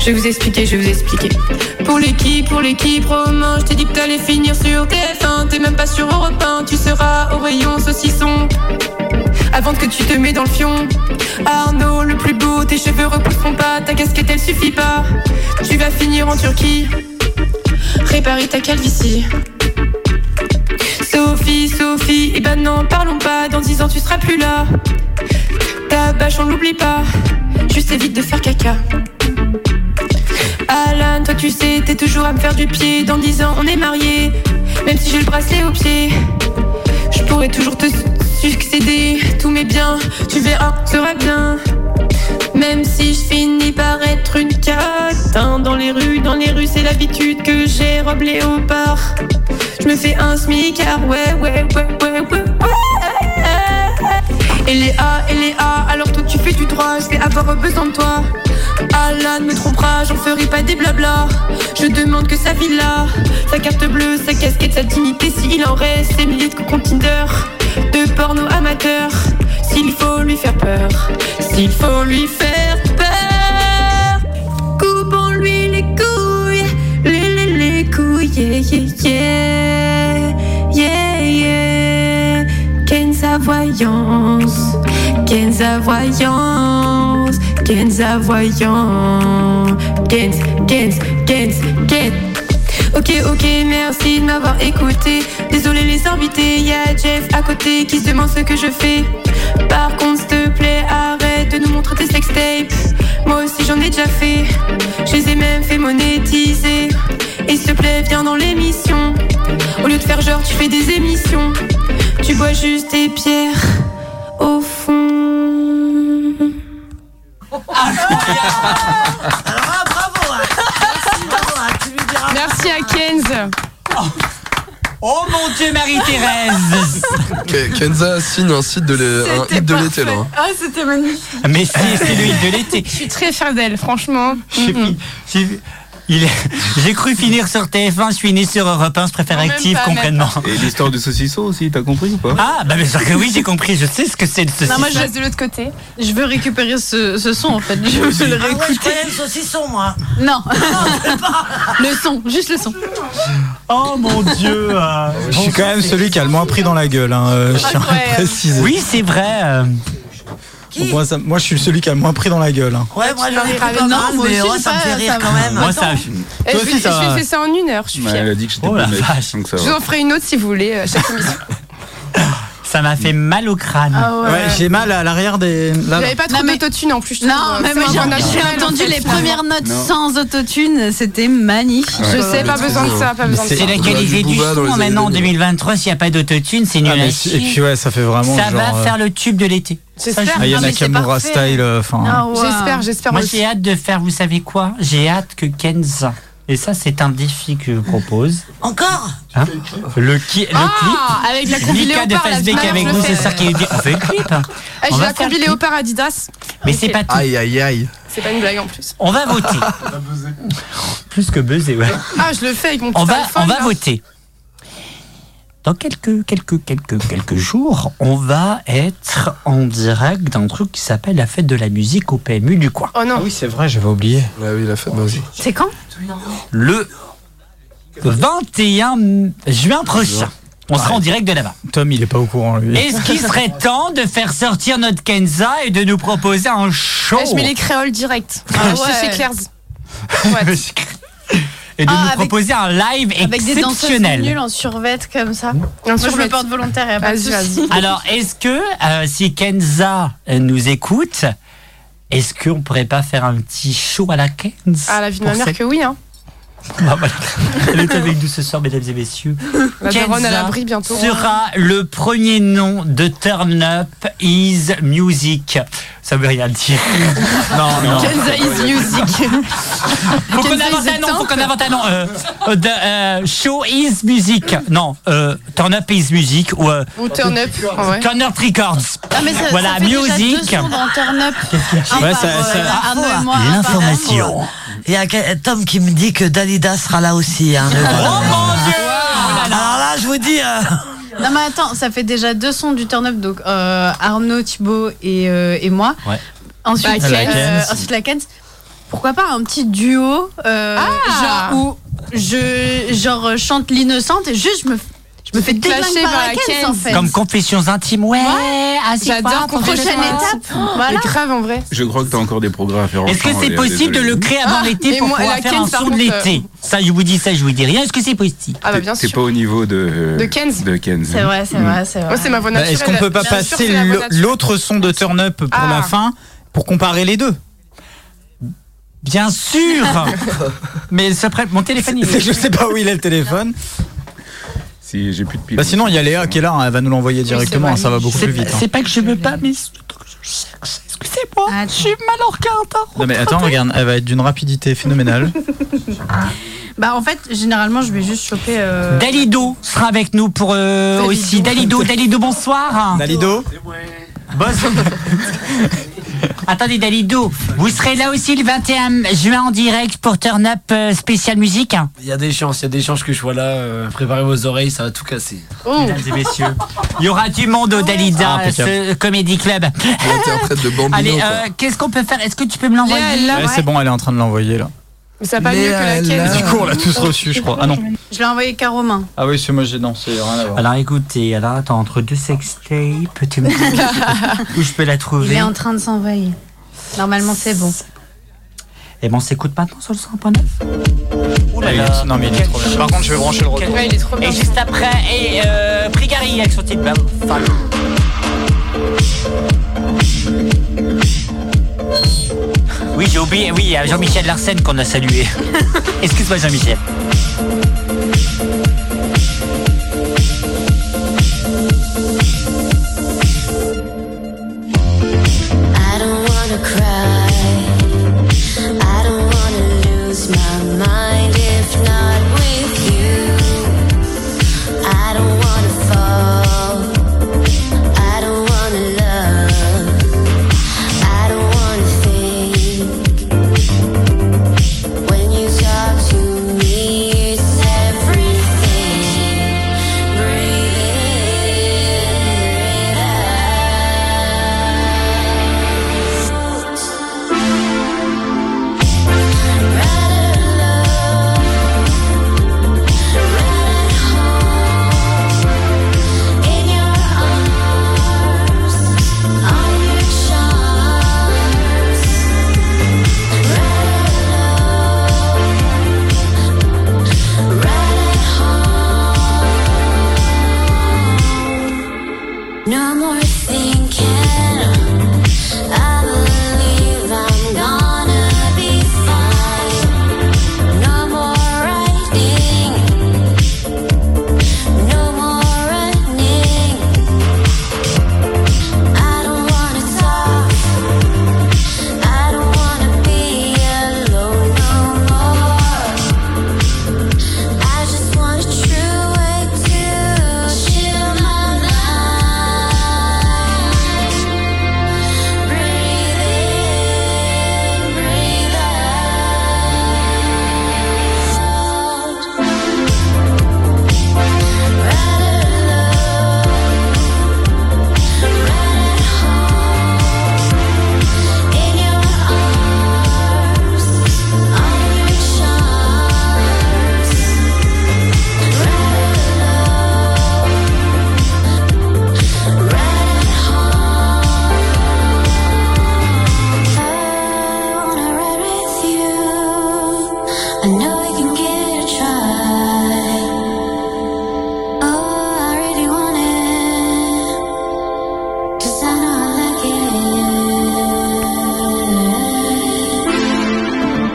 Je vais vous expliquer, je vais vous expliquer. Pour l'équipe, pour l'équipe, Romain, je t'ai dit que t'allais finir sur TF1. T'es même pas sur Europe 1, tu seras au rayon saucisson. Avant que tu te mets dans le fion. Arnaud, le plus beau, tes cheveux repousseront pas, ta casquette elle suffit pas. Tu vas finir en Turquie. Réparer ta calvitie. Sophie, Sophie, et ben non, parlons pas, dans 10 ans tu seras plus là. Ta bâche, on l'oublie pas, juste évite de faire caca. Alan, toi tu sais, t'es toujours à me faire du pied, dans 10 ans on est mariés, même si j'ai le bracelet au pied. Je pourrais toujours te su- succéder, tous mes biens, tu verras, sera bien. Même si je finis par être une catin dans les rues, dans les rues, c'est l'habitude que j'ai, robe léopard. Je me fais un smicard, ouais, ouais, ouais, ouais, ouais, ouais. Et les A, et les A, alors toi tu fais du droit, je vais avoir besoin de toi. Alan me trompera, j'en ferai pas des blabla. Je demande que sa villa, sa carte bleue, sa casquette, sa dignité, s'il en reste, ses milliers de cocons Tinder, de porno amateur. S'il faut lui faire peur, s'il faut lui faire peur, coupons-lui les couilles, les, les, les couilles, yeah, yeah, yeah, yeah, yeah. Kenza voyance, Kenza voyance, Kenza voyance, Kenz, Kenz, Kenz, Kenz. Ok, ok, merci de m'avoir écouté. Désolé les invités, y'a Jeff à côté qui se demande ce que je fais. Par contre, s'il te plaît, arrête de nous montrer tes sextapes. Moi aussi j'en ai déjà fait, je les ai même fait monétiser. Et s'il te plaît, viens dans l'émission. Au lieu de faire genre, tu fais des émissions. Tu bois juste tes pierres au fond.
Merci à Kenz.
Oh mon Dieu, Marie-Thérèse
Ke- Kenza signe un site de l'é- un hit de l'été là. hein.
Ah, c'était magnifique.
Mais si, c'est lui de l'été.
Je suis très fière d'elle, franchement.
J'ai fi- j'ai- il- j'ai cru finir sur TF1, je suis né sur Europe 1, je préfère
Non, même
Active,
pas, même
complètement.
Et l'histoire du saucisson aussi, t'as compris ou pas
Ah, bah bien sûr que oui, j'ai compris, je sais ce que c'est le saucisson.
Non, moi je reste de l'autre côté. Je veux récupérer ce, ce son en fait. Je veux le
Ah ouais, je
réécouter.
croyais le saucisson, moi.
Non, le son, juste le son.
Oh mon dieu
euh,
Je suis quand même celui qui a le moins pris dans la gueule, hein, euh, je tiens à
Incroyable.
préciser.
Oui, c'est vrai. euh.
moi, ça- moi, je suis celui qui a le moins pris dans la gueule. hein.
Ouais, moi j'en ai
Ah,
pas
mais
mal,
non, moi
mais
aussi,
ouais, ça me
ça-
fait rire
ça
quand
va.
même.
Moi, ça-
Eh,
Toi
je,
aussi,
vais-
ça
je
va.
vais fait ça en une heure, je suis
Bah,
fière.
Elle a dit que j'étais
Oh
pas
la
mec,
vache.
donc ça
Je vous
va.
en ferai une autre si vous voulez, à chaque émission.
Ça m'a fait mal au crâne.
Ah ouais. Ouais,
j'ai mal à l'arrière des. là,
J'avais pas trop d'autotune en plus. je
Non,
trouve.
mais
C'est
moi,
un
j'ai
peu
j'ai
naturel, en
entendu
fait,
les
finalement.
premières notes
Non.
sans autotune, c'était magnifique.
Je sais, pas besoin de ça, pas besoin de ça.
C'est la qualité du son maintenant en 2023, s'il n'y a pas d'autotune, c'est nul
Ah, mais
à
si- et
chier.
puis ouais, ça fait vraiment.
Ça
genre,
va
euh,
faire le tube de l'été. Ça, je-
Ayana Kamura style, euh, enfin.
J'espère, j'espère
hein. Moi
Ah, aussi.
j'ai hâte de faire, vous savez quoi J'ai hâte que Kenza, et ça c'est un défi que je propose,
Encore
hein, le, qui, le
Ah, avec la
clip,
combi
Mika de
léopard, la
Fazbeck
semaine,
avec
je le
nous,
fais.
c'est ça qui est dit. On fait le clip.
Eh,
hein. On
J'ai la
va faire
combi
le clip.
léopard Adidas.
Mais
Ok.
c'est pas tout.
Aïe aïe aïe.
C'est pas une blague en plus.
On va voter. Plus que buzzer, ouais.
Ah, je le fais avec mon petit
On va,
iPhone,
on va
là.
voter. Dans quelques, quelques, quelques, quelques jours, on va être en direct d'un truc qui s'appelle la fête de la musique au PMU du coin.
Oh non.
Ah Oui, c'est vrai, j'avais oublié.
Ah oui, la fête vas-y.
C'est quand
Le 21 juin prochain. On sera en direct de là-bas.
Tom, il est pas au courant, lui.
Est-ce qu'il serait temps de faire sortir notre Kenza et de nous proposer un show
Eh, je mets les créoles direct.
Ah
Je
ouais.
suis chez Claire's.
Et de
Ah,
nous
avec-
proposer un live
Avec des danseuses
exceptionnel
nulles en survêt comme ça.
En
Moi, je
survêt.
me porte volontaire, y a pas de
Vas-y,
souci.
Alors, est-ce que euh, si Kenza euh, nous écoute, est-ce qu'on pourrait pas faire un petit show à la Kenza
Ah, la vie de ma
pour
mère
cette-
que oui, hein.
Ah, voilà. Elle est avec nous ce soir, mesdames et messieurs.
La
Kenza
daronne à l'abri bientôt.
sera le premier nom de Turn Up Is Music. Ça veut rien dire. non, Ah, non.
Kenza is music.
Faut qu'on
Kenza
invente
is
un nom,
a
faut qu'on
temple.
invente un nom. Euh, euh, de, euh, show is music. Non, euh, turn up is music ou euh,
Ou turn up. en vrai.
turn up records.
Ah, mais ça,
voilà,
ça fait déjà deux
music.
sons dans Turn Up.
Ah,
Ouais, ça- Ah, ça- L'information.
Il y a quel- Tom qui me dit que Dalida sera là aussi.
Oh,
hein, le- Alors là, je vous dis. euh,
Non mais attends, ça fait déjà deux sons du turn-up, donc euh, Arnaud, Thibaut et, euh, et moi.
Ouais.
Ensuite,
Bah,
euh,
Kenz.
ensuite la Kenz. pourquoi pas un petit duo euh,
Ah.
genre où je genre euh, chante l'innocente et juste je me je me fais
Clasher
déglinguer par
par
la
la
Kenz, en
Kenz.
fait.
Comme confessions intimes, ouais. Ah,
J'adore qu'on prochaine étape.
Oh,
Voilà.
grave en vrai.
Je crois que t'as encore des progrès à faire.
Est-ce que
ensemble,
c'est
les-
possible de
désolé.
le créer avant
Ah,
l'été
et
pour
moi,
pouvoir
la
faire
Ken,
un
par
son de
contre, euh,
l'été Ça, je vous dis ça, je vous dis rien. Est-ce que c'est possible
Ah bah bien
T'es
sûr.
pas au niveau de. euh,
De Kenz.
De Kenz.
C'est vrai, c'est
Mm.
vrai, c'est vrai. Moi, c'est ma voix
Bah, Est-ce qu'on
naturelle.
peut pas
Bien sûr,
passer
c'est la voix
l'au-
naturelle.
l'autre son de Turn Up pour
Ah.
la fin pour comparer les deux
Bien sûr Mais ça prête mon téléphone.
il est- Je sais pas où il est le téléphone.
Si j'ai plus de pile.
Bah sinon il y a Léa qui est là, elle va nous l'envoyer directement, ça va beaucoup plus vite. hein.
C'est pas que je veux pas, mais c'est que je sais que c'est- excusez-moi,
Ah,
je suis malorquin, attends.
Non mais attends, regarde, elle va être d'une rapidité phénoménale.
Bah en fait, généralement, je vais juste choper. euh,
Dalido sera avec nous pour euh,
Dalido.
aussi. Dalido, Dalido,
Ah,
bonsoir.
Dalido.
Bonsoir. Attendez, Dalido, vous serez là aussi le 21 juin en direct pour Turn Up euh, spécial musique.
Il y a des chances, il y a des chances que je sois là. euh, préparez vos oreilles, ça va tout casser.
Oh.
Mesdames et messieurs, il y aura du monde au Dalida,
Ah, impeccable.
ce comédie club.
L'interprète de Bambino.
Allez,
quoi.
euh, qu'est-ce qu'on peut faire Est-ce que tu peux me l'envoyer
Ouais, Eh, c'est bon, elle est en train de l'envoyer là.
Mais ça va pas mieux que la
Et
Kenz.
Du coup, on l'a tous reçu, je crois. Ah non.
Je l'ai envoyé qu'à Romain.
Ah oui, c'est moi j'ai hein. non, c'est rien à voir.
Alors écoutez, alors attends, entre deux sextapes, tu me dis où je peux la
Il
trouver
est en train de s'envoyer. Normalement, c'est bon.
Et bon, Eh ben, on s'écoute maintenant sur le 100.9.
Ah, il est- Non mais il est trop bien. Par contre, je vais brancher le retour.
il est trop bien.
Et juste après, et euh, Prigari avec son titre Bam. Enfin, Oui, j'ai oublié, oui, il y a Jean-Michel Larsen qu'on a salué. Excuse-moi Jean-Michel.
I don't wanna cry. I don't wanna lose my mind if not with you. I don't wanna fall. I don't wanna love. I don't wanna think. When you talk to me, it's everything. Breathe in, breathe No more thinking. I believe I'm gonna be fine. No more writing. No more running. I don't wanna talk. I don't wanna be alone no more. I just want a true way to chill my mind. I know we can give it a try. Oh, I really want it. Cause I know I like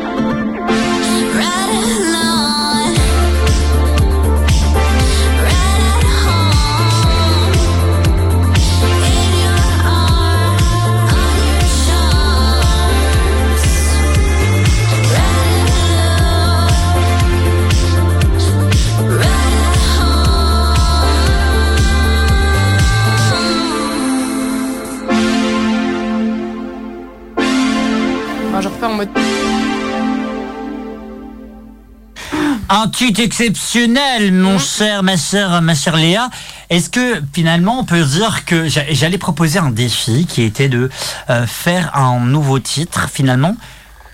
it. Right alone. Right at home. In your arms. On your shoulders. Right alone.
Ah,
Enfin, je refais en mode.
Un titre exceptionnel,
Hein
mon cher, ma sœur, ma sœur Léa. Est-ce que finalement on peut dire que j'a- j'allais proposer un défi qui était de euh, faire un nouveau titre finalement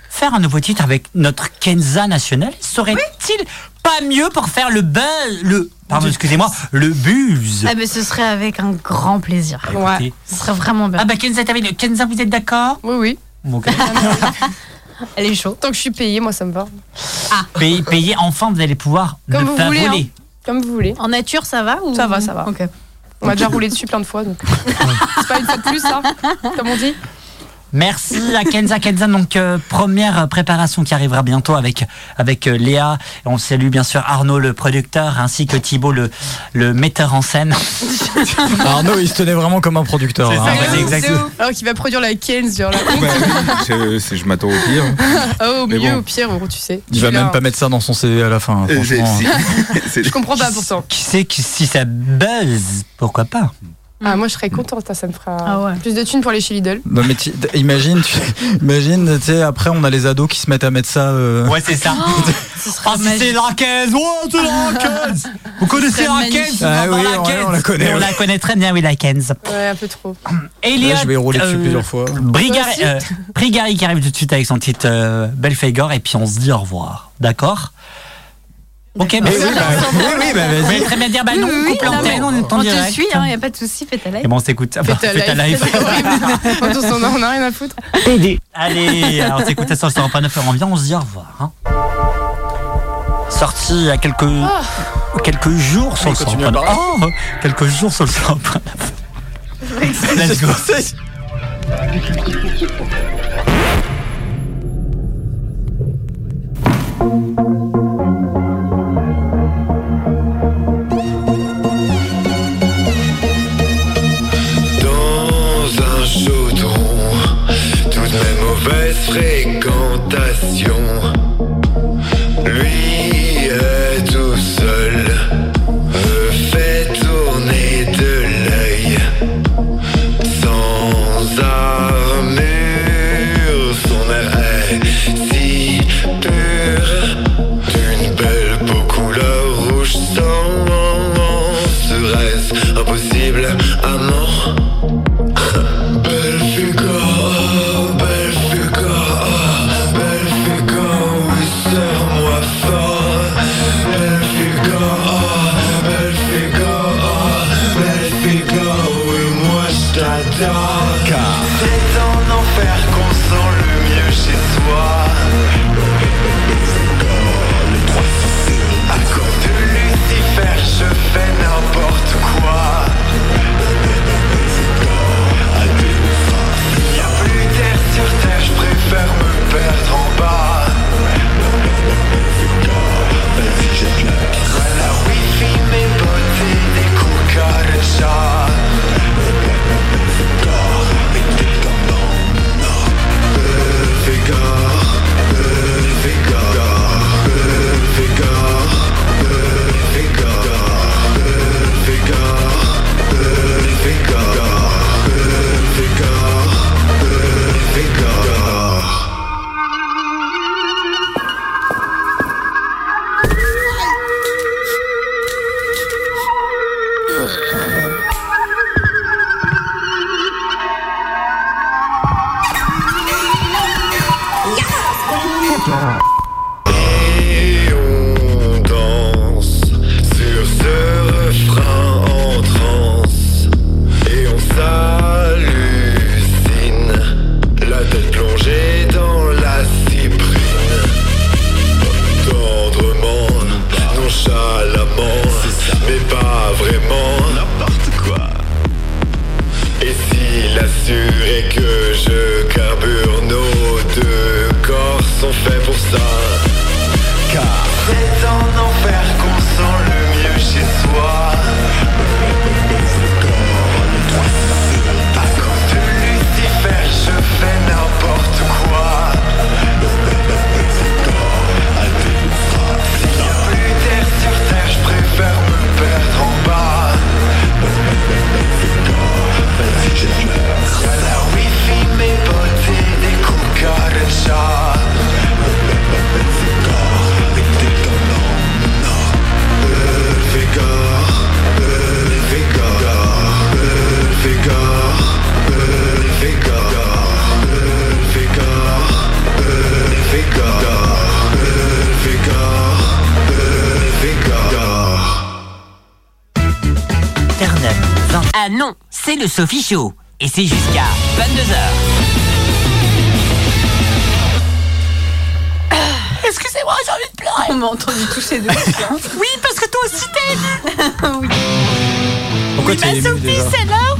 faire un nouveau titre avec notre Kenza national Serait-il pas mieux pour faire le buzz le pardon, excusez-moi, le buzz
Ah, ben ce serait avec un grand plaisir.
écoutez.
Ouais, ce serait vraiment bien.
Ah, bah Kenza, Kenza vous êtes d'accord
Oui, oui.
Bon,
Elle est chaude. Tant que je suis payée, moi, ça me va.
Payez, payez, enfin, vous allez pouvoir
Comme
ne
vous
pas
voulez.
voler.
hein. Comme vous voulez.
En nature, ça va ou...
Ça va, ça va. On m'a déjà roulé dessus plein de fois, donc. C'est pas une fois de plus, hein, comme on dit.
Merci à Kenza. Kenza, donc euh, première préparation qui arrivera bientôt avec, avec euh, Léa. On salue bien sûr Arnaud le producteur ainsi que Thibaut le, le metteur en scène.
Ah, Arnaud, il se tenait vraiment comme un producteur. hein.
C'est ouf. Alors qu'il va produire la Kenz, genre la
je je m'attends au pire.
Oh, au
Mais
milieu,
bon.
au pire, oh, tu sais.
Il va
Celui-là,
même pas mettre ça dans son CV à la fin.
Euh, c'est-
franchement.
Je comprends pas pourtant.
Qui sait que si ça buzz, pourquoi pas
Ah, moi je serais contente, ça, ça me fera
Ah
plus de thunes pour aller chez Lidl.
Non mais ti- imagine, tu, imagine, tu sais, après on a les ados qui se mettent à mettre ça. euh,
Ouais, c'est ça. Ah, si c'est la Kenz Oh, c'est la Kenz Vous connaissez la Kenz
magnifique. Ah
On va
oui,
voir la
on-
Kenz.
on la connaît,
On
ouais.
la connaît très bien, oui, la Kenz.
Ouais, un peu trop.
Elliot,
je vais rouler dessus
euh,
plusieurs fois.
Brigari,
Toi
euh,
aussi.
Brigari qui arrive tout de suite avec son titre euh, Belphégor et puis on se dit au revoir. D'accord Ok,
D'accord.
mais
Oui, oui, bah, oui, oui, bah, vas-y.
Vous allez très bien dire, bah non,
Oui, oui,
coupe
non, mais
l'antenne, on est en
on
direct.
te suit, il hein, n'y a pas de souci, fais ta live.
Et bon, on s'écoute. Ah, bah,
Fais ta
fais ta
live,
live.
Quand on s'en a, on a rien à foutre.
Allez, alors, on s'écoute ça sur le 101.9, on revient, on se dit au revoir. hein. Sorti il y a quelques,
Oh.
quelques jours sur le
On continue
101.9.
à parler.
Oh, quelques jours sur le 101.9. Let's go.
dans un chaudron, toutes mes mauvaises fréquentations. Lui est tout seul, me fait tourner de l'œil, sans armure, son air est si pur, d'une belle peau couleur rouge sans serait-ce impossible à mort. Car c'est en enfer qu'on sent le mieux chez soi. À cause de Lucifer, je fais n'importe quoi. Y a plus d'air sur terre, je préfère me perdre en bas. À la wifi, mes beautés, des cucarachas. Et on danse sur ce refrain en transe Et on s'hallucine La tête plongée dans la cyprine Tendrement, nonchalamment Mais pas vraiment N'importe quoi et s'il assure et que je carbure, nos deux corps sont faits pour ça. Car c'est en enfer qu'on sent le mieux chez soi. À cause de Lucifer, je fais n'importe quoi. S'il y a plus d'air sur terre, je préfère me perdre en bas. À la wifi, mes beautés, des cucarachas.
Ah Non, c'est le Sophie Show. Et c'est jusqu'à 22h.
Excusez-moi, j'ai envie de pleurer.
On m'a entendu toucher de
Oui, parce que toi aussi t'es ému.
Pourquoi tu es ému déjà
l'heure.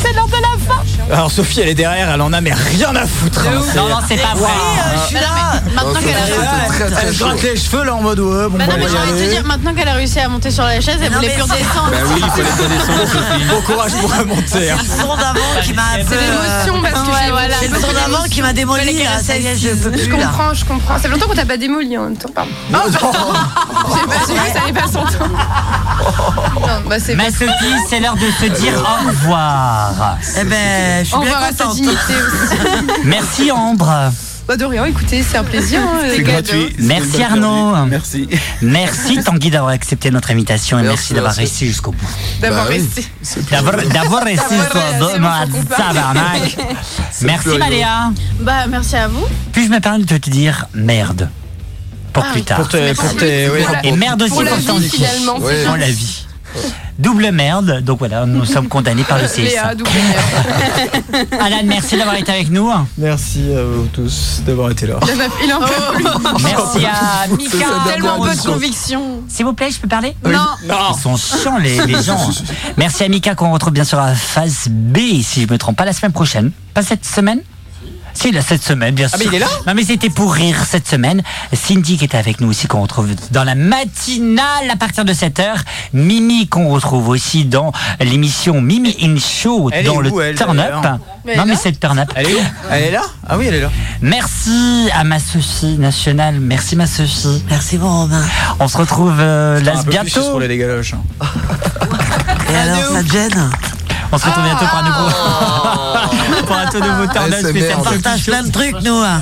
C'est l'heure de la fin.
Alors Sophie, elle est derrière, elle en a mais rien à foutre. hein,
Non, non, c'est pas vrai.
Waouh.
Je suis là, maintenant qu'elle a réussi.
Elle, se gratte les cheveux là en mode ouais, bon,
Bah non,
bah,
mais
on
j'ai
va y
envie de te
aller.
dire, maintenant qu'elle a réussi à monter sur la chaise, elle
Non,
voulait
mais
plus
ça-
redescendre.
Bah Bon courage pour la montée. hein.
C'est le son d'avant qui m'a un peu.
C'est l'émotion parce que
Ouais,
j'ai-
voilà,
j'ai
C'est le son
beaucoup
d'avant
d'émotions.
qui m'a démoli,
Fallait qu'elle
là, ça y est, je
reste
peux
assise.
plus,
Je
là.
comprends, je comprends. Ça fait longtemps qu'on t'a pas démoli en même temps. Pardon. J'ai pas- j'ai vu, ça n'avait pas son temps. Non, bah c'est
Ma Sophie, c'est l'heure de se dire au revoir.
Eh ben, je suis
Au
bien
revoir à ta
contente.
dignité aussi.
Merci Ambre.
Bah de rien, écoutez, c'est un plaisir. hein, les gars.
Merci Arnaud. Merci. Merci Tanguy d'avoir accepté notre invitation et merci, d'avoir resté jusqu'au bout.
Bah
D'avoir resté.
D'avoir d'avoir resté jusqu'au
D'avoir
bout.
resté,
ma
on s'en compare.
tabarnak.
C'est
Merci
plus
Maléa.
Bah merci à vous.
Puis-je me permets de te dire merde pour
Ah
plus
oui.
tard.
Pour te- Mais pour pour tes- plus- oui. pour la-
Et merde aussi
pour
pour
la vie,
Tanguy.
finalement, c'est
Pour
gentil.
la vie. Double merde. Donc voilà, nous sommes condamnés
Ah,
par le CSA.
Léa, double merde.
Alan, merci d'avoir été avec nous.
Merci à vous tous d'avoir été là.
La meuf, Il en peut plus.
Merci à
C'est
Mika.
sa dernière Tellement peu de émission.
conviction. S'il vous plaît, je peux parler
Oui. Non.
Ils sont chiants, les, les gens. Merci à Mika qu'on retrouve bien sûr à phase B, si je me trompe pas, la semaine prochaine. Pas cette semaine si, là, cette semaine, bien sûr.
Ah, mais il est là
Non, mais c'était pour rire cette semaine. Cindy qui était avec nous aussi, qu'on retrouve dans la matinale à partir de 7h. Mimi qu'on retrouve aussi dans l'émission Mimi in Show,
Elle est
dans le
où, elle,
Turn Up.
d'ailleurs Mais
Non,
elle est
mais
là
c'est le Turn Up.
Elle est où Elle est là Ah oui, elle est là.
Merci à ma Sophie nationale. Merci ma Sophie.
Merci mon Romain.
On se retrouve euh, là
Un peu
bientôt.
fichu sur les dégaloches. hein.
Et alors, ça te gêne
On se retrouve bientôt pour un nouveau, pour un tout nouveau turn
Ouais, Oh. Ah, c'est
spécial.
merde. On partage plein de trucs, nous. hein.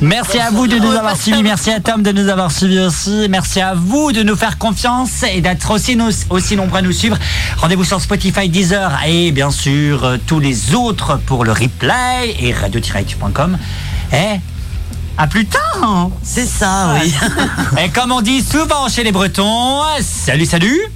Merci à vous de nous avoir suivis. Merci à Tom de nous avoir suivis aussi. Merci à vous de nous faire confiance et d'être aussi, nos- aussi nombreux à nous suivre. Rendez-vous sur Spotify, Deezer et bien sûr euh, tous les autres pour le replay et radio-actu.com. Et Eh, à plus tard
C'est ça, oui.
Et comme on dit souvent chez les Bretons, salut, salut